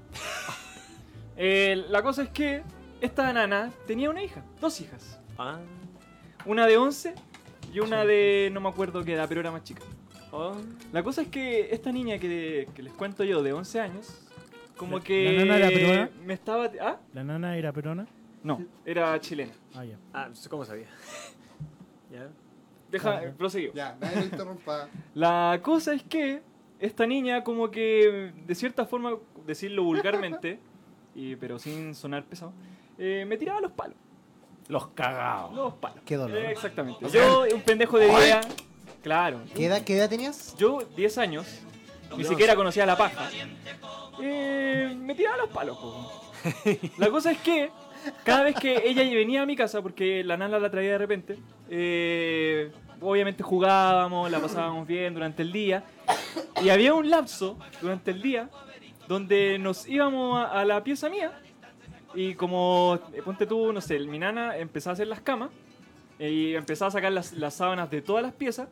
Speaker 8: Eh, la cosa es que esta nana tenía una hija, dos hijas.
Speaker 10: Ah.
Speaker 8: Una de 11 y una de no me acuerdo qué edad, pero era más chica. oh. La cosa es que esta niña que, que les cuento yo, de 11 años, como
Speaker 6: ¿La-
Speaker 8: que
Speaker 6: la nana era peruana?
Speaker 8: me estaba... ¿Ah?
Speaker 6: ¿La nana era perona?
Speaker 8: No, era chilena.
Speaker 6: Ah, ya.
Speaker 10: Ah, ¿cómo
Speaker 8: (laughs)
Speaker 10: sabía? ¿Ya?
Speaker 8: Deja,
Speaker 6: Ajá.
Speaker 8: proseguí.
Speaker 2: Ya, nadie me interrumpa.
Speaker 8: La cosa es que esta niña como que, de cierta forma, decirlo vulgarmente, y, pero sin sonar pesado, eh, me tiraba los palos.
Speaker 10: Los cagados.
Speaker 8: Los palos.
Speaker 4: Qué dolor.
Speaker 8: Eh, exactamente. Yo, un pendejo de día, claro.
Speaker 4: ¿Qué edad, qué edad tenías?
Speaker 8: Yo, 10 años, ni siquiera conocía la paja. eh, me tiraba los palos, po. La cosa es que cada vez que ella venía a mi casa, porque la nana la traía de repente, eh, obviamente jugábamos, la pasábamos bien durante el día. Y había un lapso durante el día donde nos íbamos a, a la pieza mía. Y como, eh, ponte tú, no sé, mi nana empezaba a hacer las camas y empezaba a sacar las, las sábanas de todas las piezas.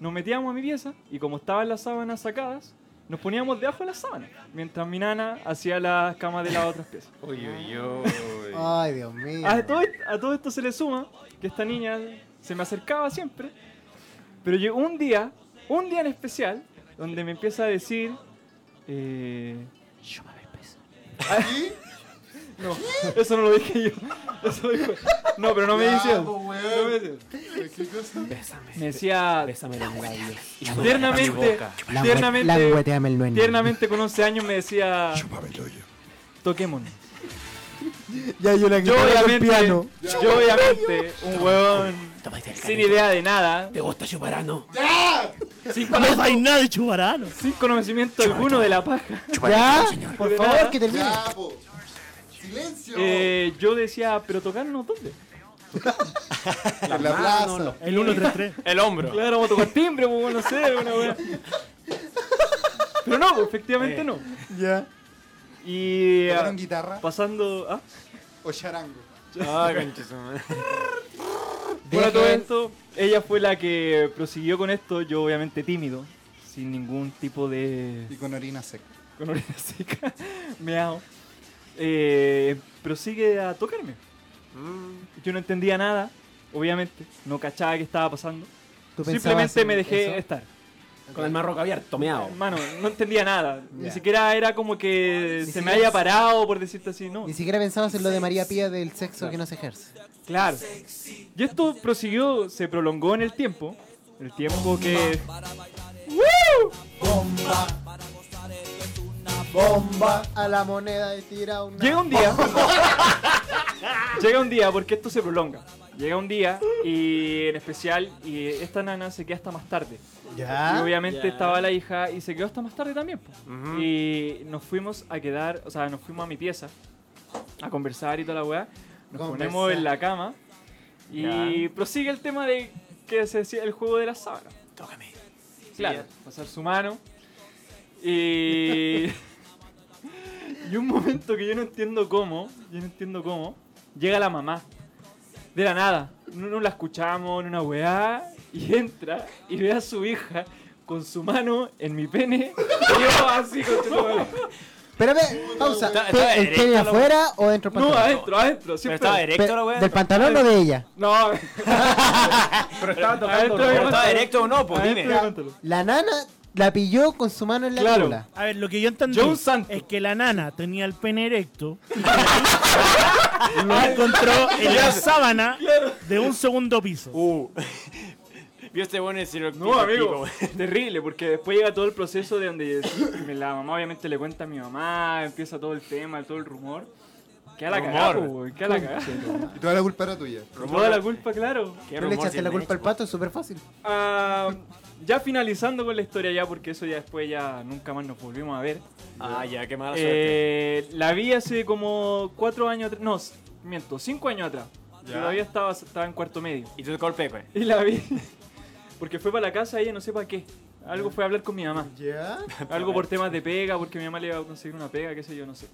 Speaker 8: Nos metíamos a mi pieza y como estaban las sábanas sacadas, nos poníamos debajo de las sábanas mientras mi nana hacía las camas de las otras piezas.
Speaker 10: Uy, uy, uy.
Speaker 4: Ay, Dios mío.
Speaker 8: A todo, est- a todo Ah, esto se le suma que esta niña se me acercaba siempre, pero llegó un día, un día en especial, donde me empieza a decir, eh, yo me voy presa. (laughs) No, eso no lo dije yo. Eso lo dijo. No, pero no me dice.
Speaker 2: Ya,
Speaker 8: eso.
Speaker 2: po, weón.
Speaker 8: No me dice.
Speaker 2: ¿Qué cosa?
Speaker 8: Me decía
Speaker 3: Bésame los labios. y muérdame mi
Speaker 8: tiernamente,
Speaker 3: boca.
Speaker 8: tiernamente,
Speaker 4: Langueteame el nuevo.
Speaker 8: Tiernamente con 11 años me decía... Toquémonos.
Speaker 4: Ya hay una
Speaker 8: Yo
Speaker 4: guitarra con
Speaker 8: obviamente,
Speaker 4: piano.
Speaker 8: yo obviamente, un huevón
Speaker 3: Tómate el
Speaker 8: sin
Speaker 3: cariño.
Speaker 8: idea de nada,
Speaker 3: ¿Te gusta chuparano?
Speaker 8: sin,
Speaker 6: No
Speaker 8: cono-
Speaker 6: hay nada de chubarano.
Speaker 8: sin conocimiento alguno de la paja.
Speaker 4: ¿Ya?
Speaker 8: De
Speaker 4: Por
Speaker 8: nada.
Speaker 4: favor, que termine.
Speaker 2: Ya, po. Silencio.
Speaker 8: Eh, yo decía, pero tocarnos dónde?
Speaker 2: en la plaza.
Speaker 6: El 133.
Speaker 10: El hombro.
Speaker 8: Claro, vamos a tocar timbre, pues, no sé, una wea. Pero no, pues, efectivamente no.
Speaker 4: Ya.
Speaker 8: Y ah,
Speaker 2: ¿Tocaron guitarra
Speaker 8: pasando. Ah,
Speaker 2: o charango?
Speaker 3: Ah,
Speaker 10: Ay, conchísima.
Speaker 8: bueno, todo esto, ella fue la que prosiguió con esto, yo obviamente tímido, sin ningún tipo de.
Speaker 2: Y con orina seca.
Speaker 8: con orina (laughs) seca, meao, eh, prosigue a tocarme. Yo no entendía nada, obviamente, no cachaba qué estaba pasando.
Speaker 4: ¿Tú pensabas
Speaker 8: Simplemente me
Speaker 4: en
Speaker 8: dejé
Speaker 10: este
Speaker 4: eso?
Speaker 8: estar.
Speaker 3: Con el marroco abierto, meado.
Speaker 8: Hermano, no entendía nada. Ni
Speaker 4: Ya.
Speaker 8: siquiera era como que se
Speaker 4: siquiera-
Speaker 8: me haya parado, por decirte así, no.
Speaker 4: Ni siquiera pensabas en lo de María Pía del sexo que no se ejerce.
Speaker 8: Claro. Y esto prosiguió, se prolongó en el tiempo. El tiempo que.
Speaker 4: Bomba a la moneda y tira una.
Speaker 8: Llega un día. (laughs) llega un día, porque esto se prolonga. Llega un día y en especial, y esta nana se queda hasta más tarde. Y
Speaker 4: Ya.
Speaker 8: obviamente estaba la hija y se quedó hasta más tarde también. po. Y nos fuimos a quedar, o sea, nos fuimos a mi pieza a conversar y toda la weá. Nos
Speaker 4: Conversar.
Speaker 8: ponemos en la cama y prosigue el tema de que se decía el juego de la sábana.
Speaker 10: Tócame.
Speaker 8: Claro, pasar su mano. Y. (laughs) y un momento que yo no entiendo cómo, yo no entiendo cómo, llega la mamá. De la nada. No, no la escuchamos, en una weá. Y entra y ve a su hija con su mano en mi pene. Y yo así con su mano.
Speaker 4: Espérame, pausa.
Speaker 10: Está-
Speaker 4: ¿Pe-
Speaker 10: está
Speaker 4: ¿El
Speaker 10: erecta
Speaker 4: pene
Speaker 10: la
Speaker 4: afuera o dentro del
Speaker 8: No,
Speaker 4: pantalón?
Speaker 8: adentro, adentro.
Speaker 10: Pero
Speaker 8: Siempre.
Speaker 10: estaba
Speaker 8: adentro.
Speaker 10: directo la weá.
Speaker 4: ¿Del pantalón o de ella?
Speaker 8: (laughs) No,
Speaker 3: Pero estaba
Speaker 8: adentro
Speaker 3: tocando.
Speaker 8: de mi
Speaker 10: Pero estaba
Speaker 8: pantalón.
Speaker 10: directo o no, pues
Speaker 8: Adentro de mi
Speaker 10: dime.
Speaker 8: pantalón.
Speaker 4: La nana la pilló con su mano en la
Speaker 8: Claro.
Speaker 4: cola.
Speaker 6: A ver, lo que yo entendí
Speaker 8: Yo un santo.
Speaker 6: es que la nana tenía el pene erecto y lo encontró en la sábana de un segundo piso.
Speaker 10: Uh. (laughs) Vio este bueno decir
Speaker 8: No, amigo, (laughs) terrible, porque después llega todo el proceso de donde me- la mamá obviamente le cuenta a mi mamá, empieza todo el tema, todo el rumor. Queda la cagada,
Speaker 10: Rumor.
Speaker 8: po, weón, queda la cagada.
Speaker 2: Y toda la culpa era tuya.
Speaker 8: Toda la culpa, claro.
Speaker 4: No le echaste la culpa al pato, es súper fácil.
Speaker 8: Ah, ya finalizando con la historia ya, porque eso ya después ya nunca más nos volvimos a ver.
Speaker 10: Ah, ya, qué mala suerte.
Speaker 8: Eh, la vi hace como cuatro años atrás, no, s- miento, cinco años atrás.
Speaker 10: Ya.
Speaker 8: Todavía estaba, estaba en cuarto medio.
Speaker 10: Y tú te golpeé, güey.
Speaker 8: (laughs) Y la vi, porque fue para la casa ella no sé para qué. Algo fue a hablar con mi mamá.
Speaker 4: Ya.
Speaker 8: Algo por temas de pega, porque mi mamá le iba a conseguir una pega, qué sé yo, no sé.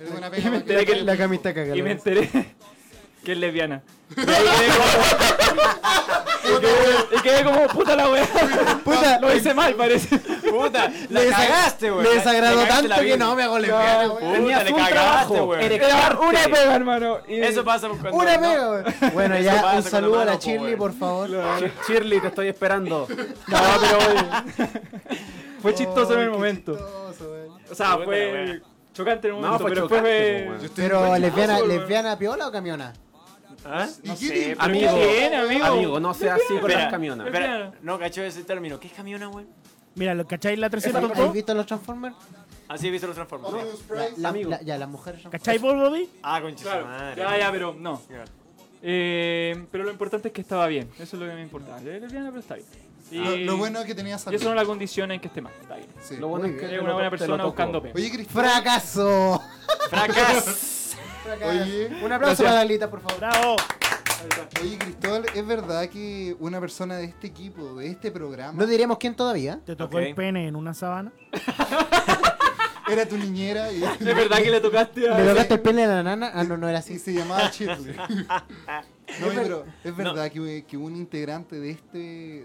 Speaker 2: Es una
Speaker 4: Y
Speaker 2: pega.
Speaker 4: me
Speaker 8: enteré
Speaker 4: enteré
Speaker 8: que-
Speaker 4: que la camita cagada.
Speaker 8: Y me enteré (laughs) que
Speaker 3: (laughs)
Speaker 8: es lesbiana. Y quedé como, y quedé como, puta la wea.
Speaker 4: Puta,
Speaker 8: Lo hice mal, parece.
Speaker 10: Puta, la cagaste, güey.
Speaker 4: Me desagradó
Speaker 10: Le cagaste la
Speaker 4: tanto que
Speaker 10: vida.
Speaker 4: no me hago lesbiana,
Speaker 10: Puta,
Speaker 4: weón.
Speaker 10: le cagaste, güey.
Speaker 8: Era una pega, hermano. Y-
Speaker 10: Eso pasa por cuando.
Speaker 4: Una
Speaker 10: no-
Speaker 4: pega,
Speaker 10: (laughs)
Speaker 4: weón. Bueno,
Speaker 10: Eso
Speaker 4: ya
Speaker 10: pasa pues,
Speaker 4: un
Speaker 10: con
Speaker 4: saludo a
Speaker 10: hermano,
Speaker 4: la
Speaker 10: po,
Speaker 4: Shirley,
Speaker 10: weón.
Speaker 4: por favor.
Speaker 3: Shir- Shirley, te estoy
Speaker 10: (laughs)
Speaker 3: esperando.
Speaker 8: No, pero oye. Fue chistoso en el
Speaker 4: Ay, qué
Speaker 8: momento.
Speaker 4: chistoso, weón.
Speaker 8: O sea,
Speaker 10: Puta,
Speaker 8: fue
Speaker 10: weón.
Speaker 8: chocante en el
Speaker 3: No,
Speaker 8: momento,
Speaker 3: fue
Speaker 8: pero después
Speaker 3: chocante,
Speaker 8: fue.
Speaker 3: po, weón.
Speaker 4: Pero lesbiana,
Speaker 8: weón.
Speaker 4: lesbiana piola o camiona?
Speaker 10: ¿Ah?
Speaker 2: ¿Y
Speaker 10: No
Speaker 2: qué
Speaker 10: sé,
Speaker 2: tiene-
Speaker 10: pero-
Speaker 3: Amigo,
Speaker 8: bien, amigo.
Speaker 3: amigo, no seas así con las
Speaker 10: Espera,
Speaker 3: camionas.
Speaker 10: espera, no cacho ese término. ¿Qué es camiona, güey?
Speaker 6: Mira, ¿lo cacháis la
Speaker 4: ¿Has
Speaker 6: 302?
Speaker 4: visto los Transformers?
Speaker 10: Así he visto los Transformers.
Speaker 2: Optimus Prime.
Speaker 4: La-
Speaker 3: Amigo.
Speaker 4: la- ya, las mujeres son-
Speaker 6: ¿Cacháis vos, Bobby?
Speaker 10: Ah, concha su
Speaker 8: Claro.
Speaker 10: madre.
Speaker 8: Ya, ya, pero no.
Speaker 10: Ya.
Speaker 8: Eh, pero lo importante es que estaba bien. Eso es lo que me importaba. Era lesbiana, pero está bien. Y,
Speaker 2: Lo, Ah, lo bueno es que tenía
Speaker 8: y
Speaker 2: salud.
Speaker 8: eso no la condiciona en que esté mal. Está bien.
Speaker 2: Sí.
Speaker 3: Lo bueno
Speaker 4: Muy
Speaker 3: es que
Speaker 8: Es
Speaker 3: te
Speaker 8: una
Speaker 3: lo-
Speaker 8: buena
Speaker 3: te lo
Speaker 8: persona
Speaker 3: toco.
Speaker 8: buscando pe.
Speaker 2: Oye, Cristóbal.
Speaker 4: ¡Fracaso!
Speaker 10: Fracas.
Speaker 2: Oye.
Speaker 4: Un aplauso para Dalita, por favor.
Speaker 6: ¡Bravo!
Speaker 2: Oye, Cristóbal, ¿es verdad que una persona de este equipo, de este programa,
Speaker 4: No diremos quién todavía.
Speaker 6: ¿Te tocó
Speaker 10: Ok.
Speaker 6: el pene en una sabana?
Speaker 2: era tu niñera
Speaker 10: (laughs)
Speaker 2: y, (laughs)
Speaker 8: Es verdad que le tocaste a.
Speaker 4: ¿Le tocaste el pene de la nana? Ah, no, no era
Speaker 2: y
Speaker 4: así.
Speaker 2: se llamaba
Speaker 10: (laughs)
Speaker 2: Chipley? No, pero ¿es verdad que, que un integrante de este,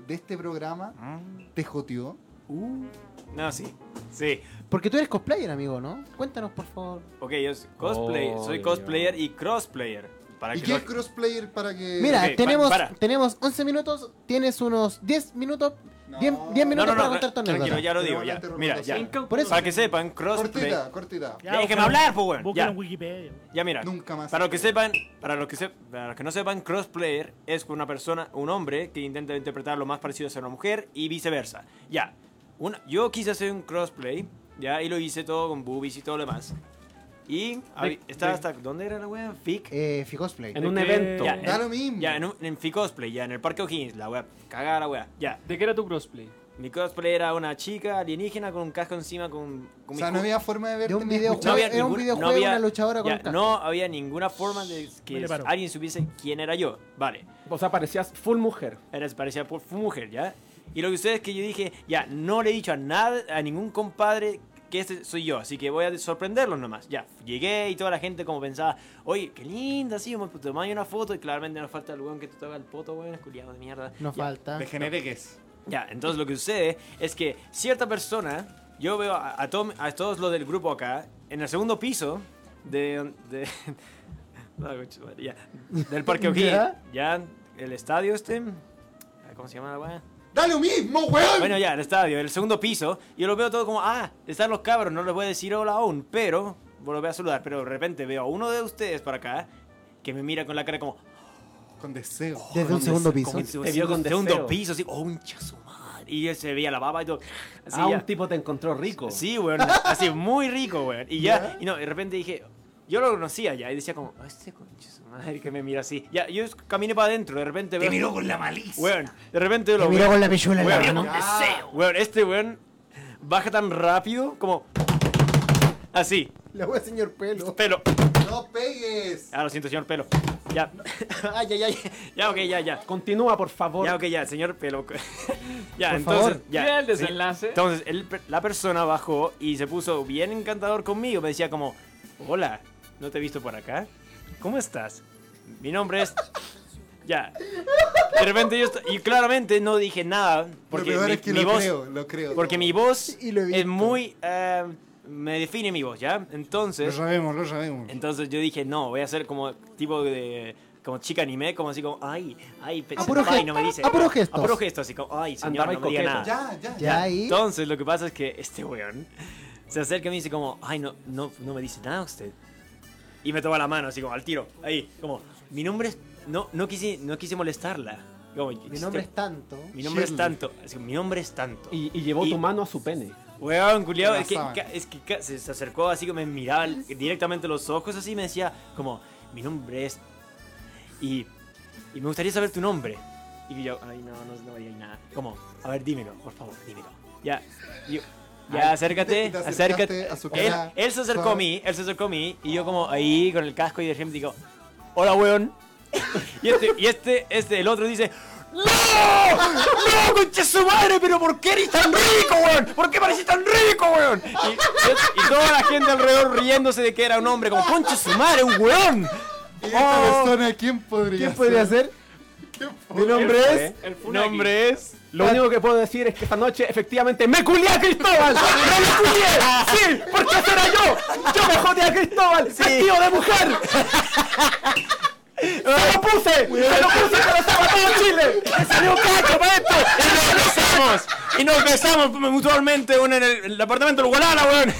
Speaker 2: de este programa
Speaker 10: Mm.
Speaker 2: te joteó?
Speaker 10: No, sí. Sí.
Speaker 4: Porque tú eres cosplayer, amigo, ¿no? Cuéntanos, por favor.
Speaker 10: Ok, yo soy cosplay.
Speaker 3: Oh,
Speaker 10: soy
Speaker 3: Dios.
Speaker 10: cosplayer y crossplayer. Para
Speaker 2: ¿Y
Speaker 10: que
Speaker 2: qué
Speaker 10: lo-
Speaker 2: es crossplayer para que...?
Speaker 4: Mira,
Speaker 10: ok, pa-
Speaker 4: tenemos,
Speaker 10: para.
Speaker 4: tenemos 11 minutos, tienes unos 10 minutos, 10,
Speaker 2: No.
Speaker 4: 10
Speaker 10: No,
Speaker 4: minutos
Speaker 10: no,
Speaker 4: para
Speaker 10: no.
Speaker 4: contar tu
Speaker 10: Tranquilo,
Speaker 4: anécdota.
Speaker 10: ya lo digo.
Speaker 2: Pero
Speaker 10: Ya.
Speaker 2: adelante,
Speaker 10: Mira,
Speaker 2: Roberto,
Speaker 10: ya.
Speaker 2: sí.
Speaker 4: Por eso,
Speaker 10: Para que sepan, crossplay.
Speaker 2: Cortita, cortita.
Speaker 6: Ya,
Speaker 10: Déjeme
Speaker 6: búscalo-
Speaker 10: hablar, pues, weón.
Speaker 6: Búscalo
Speaker 10: Ya.
Speaker 6: en Wikipedia.
Speaker 10: Ya mira,
Speaker 2: Nunca más.
Speaker 10: para los que sepan, para los que se- para los que no sepan, crossplayer es una persona, un hombre que intenta interpretar lo más parecido a ser una mujer y viceversa. Ya, una, yo quise hacer un crossplay, ya y lo hice todo con boobies y todo lo demás. Y habí- estaba hasta dónde era la wea, Fic.
Speaker 4: Eh, Ficosplay.
Speaker 3: En un
Speaker 8: ¿De qué?
Speaker 3: evento.
Speaker 8: Ya,
Speaker 2: Da lo mismo.
Speaker 10: Ya en, un- en Fic cosplay, ya en el parque O'Higgins, la wea, cagada la wea. Ya,
Speaker 8: ¿De qué era tu crossplay?
Speaker 10: mi cosplay era una chica alienígena con un casco encima con, con
Speaker 2: O
Speaker 10: mi
Speaker 2: sea, no
Speaker 10: cu-
Speaker 2: había forma de verte.
Speaker 4: De un
Speaker 2: ni
Speaker 4: videojuego.
Speaker 2: escuchar.
Speaker 4: había- era un videojuego, una luchadora con
Speaker 10: ya,
Speaker 4: casco.
Speaker 10: No había ninguna forma de
Speaker 6: Me
Speaker 10: que
Speaker 6: le paro.
Speaker 10: alguien supiese quién era yo. Vale.
Speaker 3: O sea, parecías full mujer.
Speaker 10: Era, parecía por fue mujer, ¿ya? Y lo que sucede es que yo dije, ya, no le he dicho a nada, a ningún compadre que este soy yo, así que voy a sorprenderlos nomás. Ya, llegué y toda la gente como pensaba, oye, qué linda, sí, vamos a tomar una foto, y claramente nos falta el weón que te toca el poto, weón, es culiado de mierda.
Speaker 4: Nos
Speaker 10: Ya,
Speaker 4: falta.
Speaker 10: ya, entonces lo que sucede es que cierta persona, yo veo a, a tom- a todos los del grupo acá, en el segundo piso de... de- (laughs) No, concha madre, ya, del
Speaker 3: (laughs)
Speaker 10: Parque O'Higgins,
Speaker 4: ¿Ya?
Speaker 10: ya, el estadio este, ¿cómo se llama la weá?
Speaker 2: ¡Da lo mismo, weón!
Speaker 10: Bueno, ya, el estadio, el segundo piso, yo lo veo todo como, ah, están los cabros, no les voy a decir hola aún, pero, bueno, los voy a saludar, pero de repente veo a uno de ustedes para acá, que me mira con la cara como,
Speaker 2: Con deseo.
Speaker 4: Desde un segundo piso.
Speaker 10: como si-
Speaker 3: Te vio con
Speaker 10: segundo
Speaker 3: deseo.
Speaker 10: piso, así, oh, un chazo madre", y él se veía la baba y todo, así
Speaker 3: ah,
Speaker 10: ya.
Speaker 3: un tipo te encontró rico.
Speaker 10: Sí, weón, así, muy rico, weón, y ya, y no, de repente dije... Yo lo conocía ya y decía como, "Ah, este concha su madre que me mira así. Ya, yo caminé para adentro, de repente veo... Te miró con la malicia. Weón, de repente lo
Speaker 4: Me miró
Speaker 10: veo-
Speaker 4: con la pichula en la
Speaker 10: Weón,
Speaker 4: mano.
Speaker 10: weón, este weón baja tan rápido como. Así.
Speaker 4: La wea, señor pelo.
Speaker 10: Pelo.
Speaker 2: ¡No pegues!
Speaker 10: Ah, lo siento, señor pelo. Ya. ay, ay, ay. Ya, ok, ya, ya.
Speaker 3: Continúa, por favor.
Speaker 10: Ya, ok, ya, señor pelo. (laughs) ya,
Speaker 4: Por
Speaker 10: entonces.
Speaker 4: favor.
Speaker 10: Ya.
Speaker 8: Mira el
Speaker 10: Sí.
Speaker 8: desenlace.
Speaker 10: Entonces, el per- la persona bajó y se puso bien encantador conmigo. Me decía como, hola, ¿no te he visto por acá? ¿Cómo estás? Mi nombre es... ya. De repente yo... est- Y claramente no dije nada. Porque
Speaker 2: lo peor
Speaker 10: mi,
Speaker 2: es que
Speaker 10: mi
Speaker 2: lo
Speaker 10: voz...
Speaker 2: creo, lo creo.
Speaker 10: Porque mi voz
Speaker 4: (laughs) Y lo he
Speaker 10: es
Speaker 4: visto.
Speaker 10: muy... eh, me define mi voz, ¿ya?
Speaker 2: Lo
Speaker 10: Entonces...
Speaker 2: sabemos, lo sabemos.
Speaker 10: Entonces yo dije, no, voy a hacer como tipo de... Como chica anime, como así como, ay, ay, pe-
Speaker 4: A puro
Speaker 10: ay,
Speaker 4: gesto,
Speaker 10: no me dice.
Speaker 4: a puro gesto.
Speaker 10: A puro gesto, así como, ay, señor,
Speaker 3: Andaba
Speaker 10: no me diga
Speaker 3: coqueto.
Speaker 10: nada.
Speaker 2: Ya, ya, ya.
Speaker 4: Ya ahí.
Speaker 10: Entonces lo que pasa es que este weón se acerca y me dice como, ay, no, no, no me dice nada usted. Y me toma la mano, así como, al tiro, ahí, como, mi nombre es... No, no, quise, no quise molestarla. Como,
Speaker 4: Mi nombre es tanto.
Speaker 10: mi nombre es
Speaker 2: Shirley.
Speaker 10: tanto. así como, mi nombre es tanto.
Speaker 3: Y, y llevó
Speaker 10: Y-
Speaker 3: tu mano a su pene.
Speaker 10: Weón, culiao,
Speaker 2: La
Speaker 10: es que,
Speaker 2: sábana.
Speaker 10: ca- es que ca- se, se acercó así que me miraba al- directamente a los ojos así y me decía como, mi nombre es... Y, y me gustaría saber tu nombre. Y yo, ay no, no, no me digas nada. Como, a ver, dímelo, por favor, dímelo. Ya, y yo, ya, acércate,
Speaker 2: te- te acercaste
Speaker 10: acércate.
Speaker 2: a su
Speaker 10: Él,
Speaker 2: cara,
Speaker 10: él se acercó
Speaker 2: suave.
Speaker 10: a mí, él se acercó a mí y yo como ahí con el casco y de repente digo, hola weón. (laughs) Y este, y este, este, el otro dice, ¡No! ¡No, concha su madre! ¿Pero por qué eres tan rico, weón? ¿Por qué pareces tan rico, weón? Y, y- y toda la gente alrededor riéndose de que era un hombre, como, concha su madre, un weón.
Speaker 2: ¿Y esta
Speaker 10: Oh,
Speaker 2: persona quién podría
Speaker 4: ¿Quién podría ser? Mi nombre es. Ah.
Speaker 8: El Funaki.
Speaker 10: Nombre es.
Speaker 3: Lo único que puedo decir es que esta noche efectivamente me culié a
Speaker 4: (laughs)
Speaker 3: Cristóbal. ¡Me lo culié! ¡Sí! ¡Porque eso era yo! ¡Yo me jodé a Cristóbal! ¡Vestido de
Speaker 4: (laughs)
Speaker 3: mujer! ¡Se lo puse! ¡Se lo puse cuando estaba todo Chile!
Speaker 10: ¡Me salió un cacho para esto! ¡Y nos besamos! ¡Y nos besamos mutuamente! Uno en el, el apartamento de Guadalajara, weón.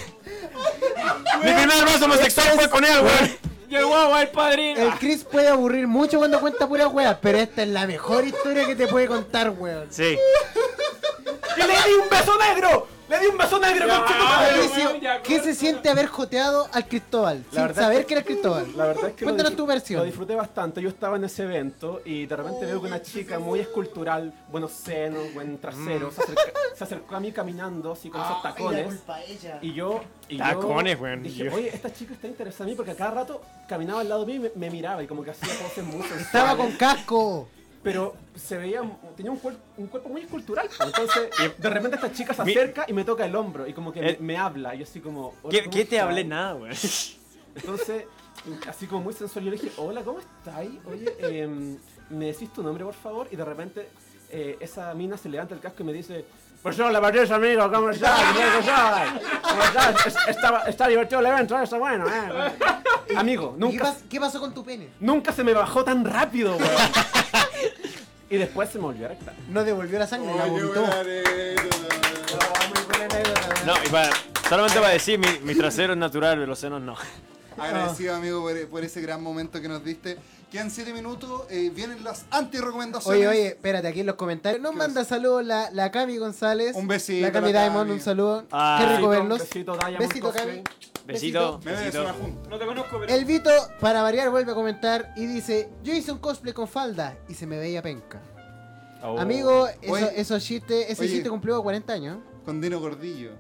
Speaker 10: Mi primer beso homosexual fue con él, weón.
Speaker 8: Llegó el padrino.
Speaker 4: El Chris puede aburrir mucho cuando cuenta pura wea, pero esta es la mejor historia que te puede contar, weón.
Speaker 10: Sí.
Speaker 3: ¡Y le di un beso negro! ¡Le di un beso negro!
Speaker 10: Ah,
Speaker 3: conchetumare!
Speaker 4: Mauricio,
Speaker 8: weón, ya,
Speaker 4: ¿Qué se siente haber joteado al Cristóbal?
Speaker 3: La
Speaker 4: Sin
Speaker 3: verdad
Speaker 4: saber
Speaker 3: es que-
Speaker 4: que era Cristóbal.
Speaker 3: La verdad es que lo
Speaker 4: Cuéntanos
Speaker 3: disfr-
Speaker 4: tu
Speaker 3: Lo
Speaker 4: versión.
Speaker 3: disfruté bastante. Yo estaba en ese evento y de repente veo que una chica muy escultural, buenos senos, buen trasero, se, acerca-
Speaker 4: Mm.
Speaker 3: se acercó a mí caminando así con
Speaker 4: Ah,
Speaker 3: esos tacones. Y yo. Y yo
Speaker 10: Tacones, weón.
Speaker 3: Dije,
Speaker 10: Yo-
Speaker 3: oye, esta chica está interesada en mí porque a cada rato caminaba al lado mío y me, me miraba y como que hacía poses muy sensuales.
Speaker 4: Estaba con casco.
Speaker 3: Pero se veía. Tenía un, cuer- un cuerpo muy escultural. pues. Entonces, de repente esta chica se
Speaker 10: Mi-
Speaker 3: acerca y me toca el hombro y como que me,
Speaker 10: Eh,
Speaker 3: me habla. Y yo así como. hola,
Speaker 10: ¿Qué,
Speaker 3: ¿cómo
Speaker 10: qué te
Speaker 3: estás?
Speaker 10: hablé? Nada, weón.
Speaker 3: Entonces, así como muy sensual, yo le dije, hola, ¿cómo estáis? Oye, em, ¿me decís tu nombre, por favor? Y de repente, eh, esa mina se levanta el casco y me dice, pues hola, Patricio, amigo, ¿cómo estás? ¿Cómo estás? ¿Cómo estás? Es- Está, está divertido el evento, está bueno, ¿eh? Amigo,
Speaker 4: ¿Qué,
Speaker 3: nunca,
Speaker 4: pas- qué pasó con tu pene?
Speaker 3: nunca se me bajó tan rápido, weón. Y después se me volvió a rectar.
Speaker 4: No devolvió la sangre, la vomitó.
Speaker 10: (laughs) No, y para, solamente para decir, mi, mi trasero es natural, los senos no.
Speaker 4: Ah.
Speaker 2: Agradecido, amigo, por, por ese gran momento que nos diste. Quedan 7 minutos, eh, vienen las anti-recomendaciones.
Speaker 4: Oye, oye, espérate, aquí en los comentarios. Nos manda saludos la, la Cami González.
Speaker 2: Un besito,
Speaker 4: La Cami
Speaker 2: la
Speaker 4: Diamond,
Speaker 2: Cami.
Speaker 4: un saludo.
Speaker 10: Ah.
Speaker 4: Qué rico
Speaker 3: Besito,
Speaker 4: verlos.
Speaker 3: besito, Diamond
Speaker 4: Besito,
Speaker 3: Cosplay.
Speaker 4: Cami.
Speaker 10: Besito.
Speaker 2: Me debes una
Speaker 10: Besito.
Speaker 2: junta.
Speaker 8: No te conozco, pero.
Speaker 4: El Vito, para variar, vuelve a comentar y dice: Yo hice un cosplay con falda y se me veía penca.
Speaker 8: Oh.
Speaker 4: Amigo, eso,
Speaker 2: Oye.
Speaker 4: esos chistes- ese
Speaker 2: Oye.
Speaker 4: chiste cumplió 40 años.
Speaker 2: Con Dino Gordillo.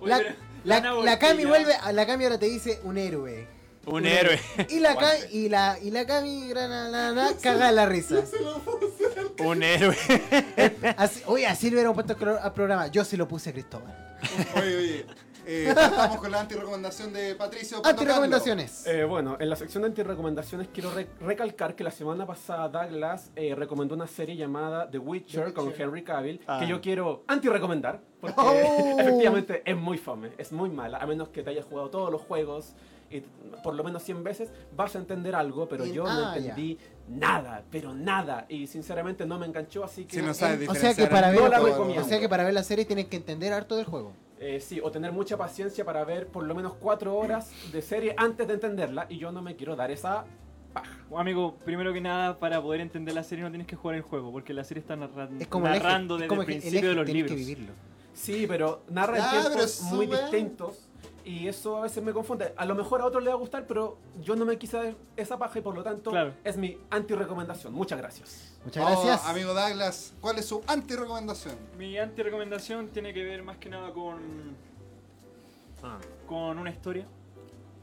Speaker 8: Oye,
Speaker 4: La,
Speaker 8: pero-
Speaker 4: la-
Speaker 8: Ana
Speaker 4: la
Speaker 8: Bolsilla.
Speaker 4: Cami vuelve, a- la Cami ahora te dice un héroe.
Speaker 10: Un héroe.
Speaker 4: Y la, Ca- y la, y la Cami grana, la, la, caga de la risa.
Speaker 10: Un héroe.
Speaker 4: Así, oye, así le hubieran puesto color al programa. Yo se lo puse a Cristóbal.
Speaker 2: Oye, oye. Eh, estamos con la anti-recomendación de Patricio.
Speaker 4: Anti recomendaciones.
Speaker 3: Eh, bueno, en la sección de antirrecomendaciones quiero re- recalcar que la semana pasada Douglas eh, recomendó una serie llamada The Witcher con Henry Cavill
Speaker 10: Ah.
Speaker 3: que yo quiero antirrecomendar porque
Speaker 4: Oh.
Speaker 3: (laughs) efectivamente es muy fome, es muy mala, a menos que te hayas jugado todos los juegos y t- por lo menos 100 veces vas a entender algo, pero
Speaker 4: Y-
Speaker 3: yo
Speaker 4: ah,
Speaker 3: no
Speaker 4: ya.
Speaker 3: entendí nada, pero nada y sinceramente no me enganchó, así que
Speaker 2: Si no sabes
Speaker 4: o sea que
Speaker 2: diferenciar
Speaker 4: para
Speaker 2: el
Speaker 4: ver,
Speaker 3: no la
Speaker 2: todo,
Speaker 3: recomiendo.
Speaker 4: o sea que para ver la serie tienes que entender harto del juego.
Speaker 3: eh, sí, o tener mucha paciencia para ver por lo menos 4 horas de serie antes de entenderla y yo no me quiero dar esa
Speaker 8: Amigo, primero que nada, para poder entender la serie no tienes que jugar el juego, porque la serie está narrando,
Speaker 4: Es como el eje,
Speaker 8: narrando
Speaker 4: es
Speaker 8: desde
Speaker 4: como
Speaker 8: el
Speaker 4: el eje,
Speaker 8: principio de los
Speaker 4: tienes
Speaker 8: libros.
Speaker 4: que vivirlo.
Speaker 3: Sí, pero narra en
Speaker 2: Ah, pero
Speaker 3: tiempos
Speaker 2: eso,
Speaker 3: muy
Speaker 2: weón.
Speaker 3: distintos. Y eso a veces me confunde. A lo mejor a otros les va a gustar, pero yo no me quise dar esa paja y por lo tanto
Speaker 8: Claro.
Speaker 3: es mi anti-recomendación. Muchas gracias.
Speaker 4: Muchas
Speaker 2: Oh,
Speaker 4: gracias.
Speaker 2: amigo Douglas, ¿cuál es su anti-recomendación?
Speaker 8: Mi anti-recomendación tiene que ver más que nada con. con una historia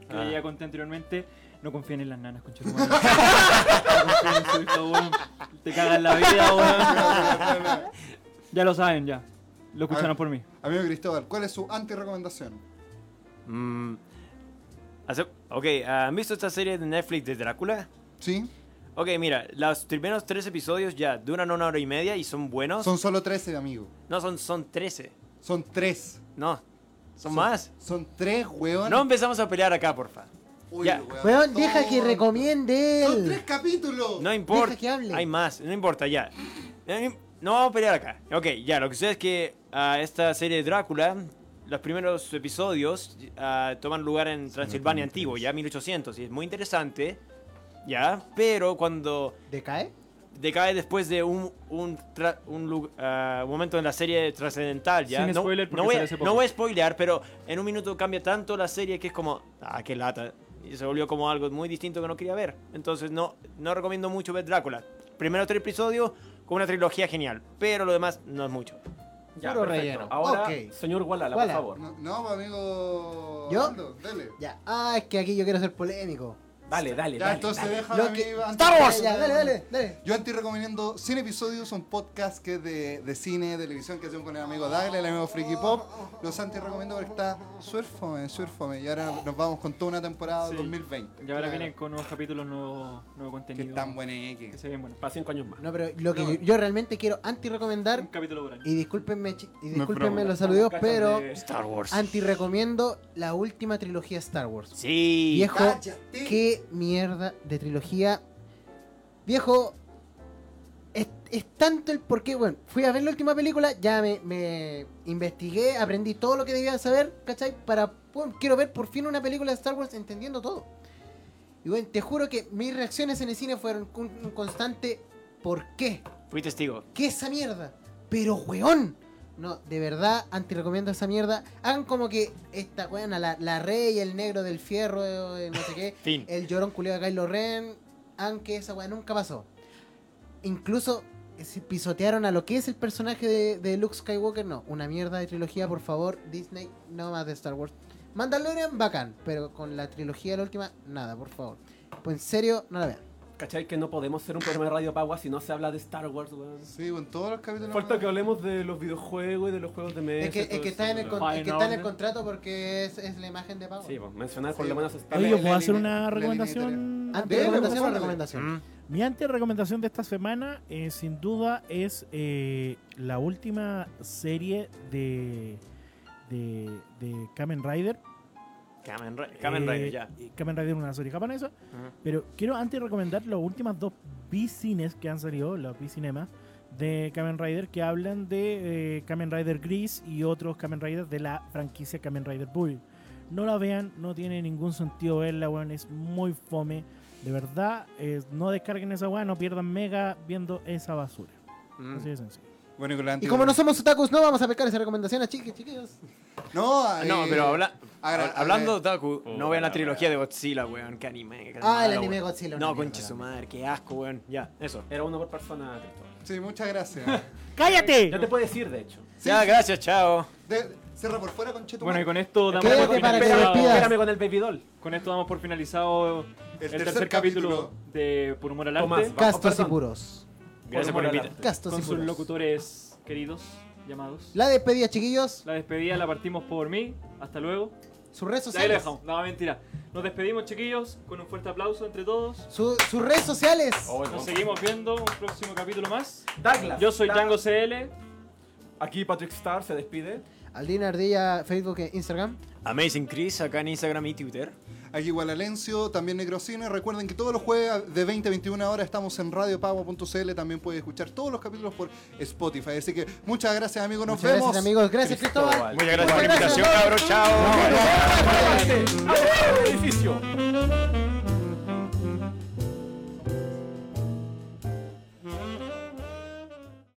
Speaker 8: que
Speaker 10: Ah.
Speaker 8: ya conté anteriormente. No confíen en las nanas, con No confíen en su hijo, weón. Te cagan la vida, weón. Ya lo saben, ya. Lo
Speaker 2: A ver.
Speaker 8: escucharon por mí.
Speaker 2: Amigo Cristóbal, ¿cuál es su anti-recomendación?
Speaker 10: Mm, hace- ok, ¿han visto esta serie de Netflix de Drácula?
Speaker 2: ¿Sí?
Speaker 10: Ok, mira, los primeros tres episodios ya duran una hora y media y son buenos.
Speaker 2: Son solo 13, amigo.
Speaker 10: No, son, son 13.
Speaker 2: Son 3.
Speaker 10: No, son, más.
Speaker 2: Son 3, weón.
Speaker 10: No empezamos a pelear acá, porfa.
Speaker 2: Uy,
Speaker 10: ya.
Speaker 4: Weón, deja que
Speaker 2: tonto.
Speaker 4: recomiende
Speaker 2: Son 3
Speaker 4: él.
Speaker 2: capítulos.
Speaker 10: No importa.
Speaker 4: Deja que hable.
Speaker 10: Hay más, no importa, ya. Eh, No vamos a pelear acá. Ok, ya, lo que sucede es que ah, esta serie de Drácula, los primeros episodios ah, toman lugar en Transilvania antiguo, ya 1800, y es muy interesante, ya, pero cuando
Speaker 4: ¿Decae?
Speaker 10: decae después de un, un, tra- un lu- ah, un momento en la serie trascendental, ya.
Speaker 8: Sin
Speaker 10: no,
Speaker 8: spoiler, porque
Speaker 10: no voy
Speaker 8: sale
Speaker 10: a,
Speaker 8: hace poco.
Speaker 10: no voy a spoilear, pero en un minuto cambia tanto la serie que es como, ah, qué lata. Y se volvió como algo muy distinto que no quería ver. Entonces no, no recomiendo mucho ver Drácula. Primero tres episodios con una trilogía genial, pero lo demás no es mucho.
Speaker 4: Puro
Speaker 3: perfecto.
Speaker 4: relleno.
Speaker 3: Ahora,
Speaker 4: Ok.
Speaker 3: señor Walala,
Speaker 4: Walala.
Speaker 3: por favor.
Speaker 2: No, no, amigo.
Speaker 4: ¿Yo?
Speaker 2: Aldo, dele.
Speaker 4: Ya. Ah, es que aquí yo quiero ser polémico.
Speaker 3: Dale, dale,
Speaker 2: Ya,
Speaker 3: dale.
Speaker 2: entonces
Speaker 3: dale.
Speaker 2: déjame
Speaker 4: Lo
Speaker 2: a mí,
Speaker 4: que-
Speaker 2: antes-
Speaker 4: ¡Star Wars! Ya, dale, dale, dale.
Speaker 2: Yo anti recomiendo 100 episodios, son podcasts que de, de cine, televisión que hacemos con el amigo Dagle, el amigo Freaky Pop. Los anti recomiendo porque está surfome, surfome. Y ahora nos vamos con toda una temporada
Speaker 8: Sí.
Speaker 2: 2020.
Speaker 8: Y ahora vienen con nuevos capítulos, nuevo, nuevo
Speaker 2: Que
Speaker 8: contenido.
Speaker 2: tan buena X.
Speaker 8: Que se ven buenos.
Speaker 3: Para cinco años más.
Speaker 4: No, pero lo que yo, yo realmente quiero
Speaker 8: Un
Speaker 4: anti-recomendar,
Speaker 8: capítulo por año.
Speaker 4: y discúlpenme, chi- y
Speaker 2: No es
Speaker 4: discúlpenme
Speaker 2: broma.
Speaker 4: los saludos,
Speaker 8: Cachas
Speaker 4: pero
Speaker 8: de-
Speaker 4: anti-recomiendo la última trilogía Star Wars.
Speaker 10: Sí.
Speaker 4: Viejo, qué mierda de trilogía. Viejo, es, es tanto el porqué. Bueno, fui a ver la última película, ya me, me investigué, aprendí todo lo que debía saber, ¿cachai? Para, bueno, quiero ver por fin una película de Star Wars entendiendo todo. Y bueno, te juro que mis reacciones en el cine fueron un, un constante ¿por qué?
Speaker 10: Fui testigo.
Speaker 4: ¿Qué es esa mierda? Pero, weón. No, de verdad, anti-recomiendo esa mierda. Hagan como que esta, weón, la, la rey, el negro del fierro, eh, no sé qué.
Speaker 10: Fin.
Speaker 4: El llorón culiado de Kylo Ren. Aunque esa weá nunca pasó. Incluso eh, si pisotearon a lo que es el personaje de, de Luke Skywalker. No, una mierda de trilogía, por favor. Disney, no más de Star Wars. Mandalorian, bacán. Pero con la trilogía, la última, nada, por favor. Pues en serio, no la vean.
Speaker 3: ¿Cachai que no podemos ser un programa de radio pagua si no se habla de Star Wars, weón?
Speaker 2: Sí, con todos los capítulos.
Speaker 3: Falta que hablemos de los videojuegos y de los juegos de mesa.
Speaker 4: Es que,
Speaker 3: y todo
Speaker 4: es que
Speaker 3: eso,
Speaker 4: está en el,
Speaker 3: weón.
Speaker 4: con- es que está en el
Speaker 8: Fine Order.
Speaker 4: contrato porque es, es la imagen de pago.
Speaker 3: Sí, pues mencionar por
Speaker 2: Sí.
Speaker 3: lo menos Star
Speaker 2: Dale,
Speaker 6: Oye, ¿yo
Speaker 3: Wars.
Speaker 2: la
Speaker 6: ¿puedo hacer
Speaker 2: línea-
Speaker 6: una
Speaker 2: la línea
Speaker 6: recomendación?
Speaker 4: Antes
Speaker 2: Dele,
Speaker 4: recomendación o
Speaker 2: pues,
Speaker 10: Mm.
Speaker 8: Mm.
Speaker 4: recomendación.
Speaker 6: Mi antes recomendación de esta semana, eh, sin duda, es eh, la última serie de, de, de Kamen Rider.
Speaker 10: Kamen, Ri- Kamen
Speaker 6: Eh,
Speaker 10: Rider, ya.
Speaker 6: Kamen Rider es una serie japonesa.
Speaker 10: Ujú.
Speaker 6: Pero quiero antes recomendar las últimas dos B-cines que han salido, los B-cinemas de Kamen Rider, que hablan de eh, Kamen Rider Gris y otros Kamen Riders de la franquicia Kamen Rider Bull. No la vean, no tiene ningún sentido verla, weón, es muy fome. De verdad, eh, no descarguen esa weá, no pierdan mega viendo esa basura.
Speaker 10: Mm.
Speaker 6: Así de sencillo.
Speaker 2: Bueno, y con la
Speaker 4: Y
Speaker 2: anti-
Speaker 4: como no somos otakus, no vamos a pecar esa recomendación a chiquillos, chiquillos.
Speaker 2: No,
Speaker 10: No,
Speaker 2: eh,
Speaker 10: pero habla-
Speaker 2: agra-
Speaker 10: hab- hablando de
Speaker 2: agra-
Speaker 10: Otaku, no vean la trilogía de Godzilla, weón. Qué anime. qué
Speaker 4: Ah, el
Speaker 10: malo,
Speaker 4: anime de
Speaker 10: weón.
Speaker 4: Godzilla, una
Speaker 10: No,
Speaker 4: mierda,
Speaker 10: conche
Speaker 4: la
Speaker 10: su madre, qué asco, weón. Ya, eso.
Speaker 3: Era uno por persona, Cristóbal.
Speaker 2: Sí, muchas
Speaker 8: (laughs)
Speaker 2: gracias.
Speaker 6: ¡Cállate!
Speaker 3: Ya te puedo decir, de hecho.
Speaker 2: Sí,
Speaker 10: ya,
Speaker 2: sí.
Speaker 10: gracias, chao.
Speaker 2: De- Cierra por fuera, conchetumare.
Speaker 8: Bueno, y con esto damos
Speaker 4: Quédate
Speaker 8: por
Speaker 4: para que
Speaker 8: finalizado-
Speaker 4: despidas.
Speaker 3: Espérame con el baby doll.
Speaker 8: Con esto damos por finalizado el, tercer, capítulo, de Por Humor al
Speaker 3: Tomás,
Speaker 8: Arte.
Speaker 3: Vamos,
Speaker 4: Castos y
Speaker 3: perdón.
Speaker 4: puros.
Speaker 10: Gracias
Speaker 3: Por
Speaker 10: por invitar.
Speaker 3: moral.
Speaker 4: Castos
Speaker 8: Con
Speaker 4: y
Speaker 8: sus
Speaker 4: puros.
Speaker 8: locutores queridos, llamados.
Speaker 4: La despedida, chiquillos.
Speaker 8: La despedida la partimos por mí. Hasta luego.
Speaker 4: Sus redes
Speaker 8: Ahí lo
Speaker 4: sociales.
Speaker 8: dejamos. No, mentira. Nos despedimos, chiquillos, con un fuerte aplauso entre todos.
Speaker 4: Su- sus redes sociales.
Speaker 8: Nos seguimos viendo un próximo capítulo más.
Speaker 3: Douglas.
Speaker 8: Yo soy
Speaker 3: Da-
Speaker 8: Django CL.
Speaker 3: Aquí Patrick Star se despide.
Speaker 4: Aldina Ardilla, Facebook e Instagram.
Speaker 10: Amazing Chris, acá en Instagram y Twitter.
Speaker 2: Aquí Gualalencio, también Negrocine. Recuerden que todos los jueves de 20 a 21 horas estamos en radiopagua.cl. También puedes escuchar todos los capítulos por Spotify. Así que muchas gracias, amigos. Nos
Speaker 4: Muchas
Speaker 2: vemos.
Speaker 4: gracias, amigos. Gracias, Cristóbal.
Speaker 10: Muchas gracias por la
Speaker 4: Muchas gracias.
Speaker 10: invitación, cabrón. Chao.
Speaker 4: Nos vemos.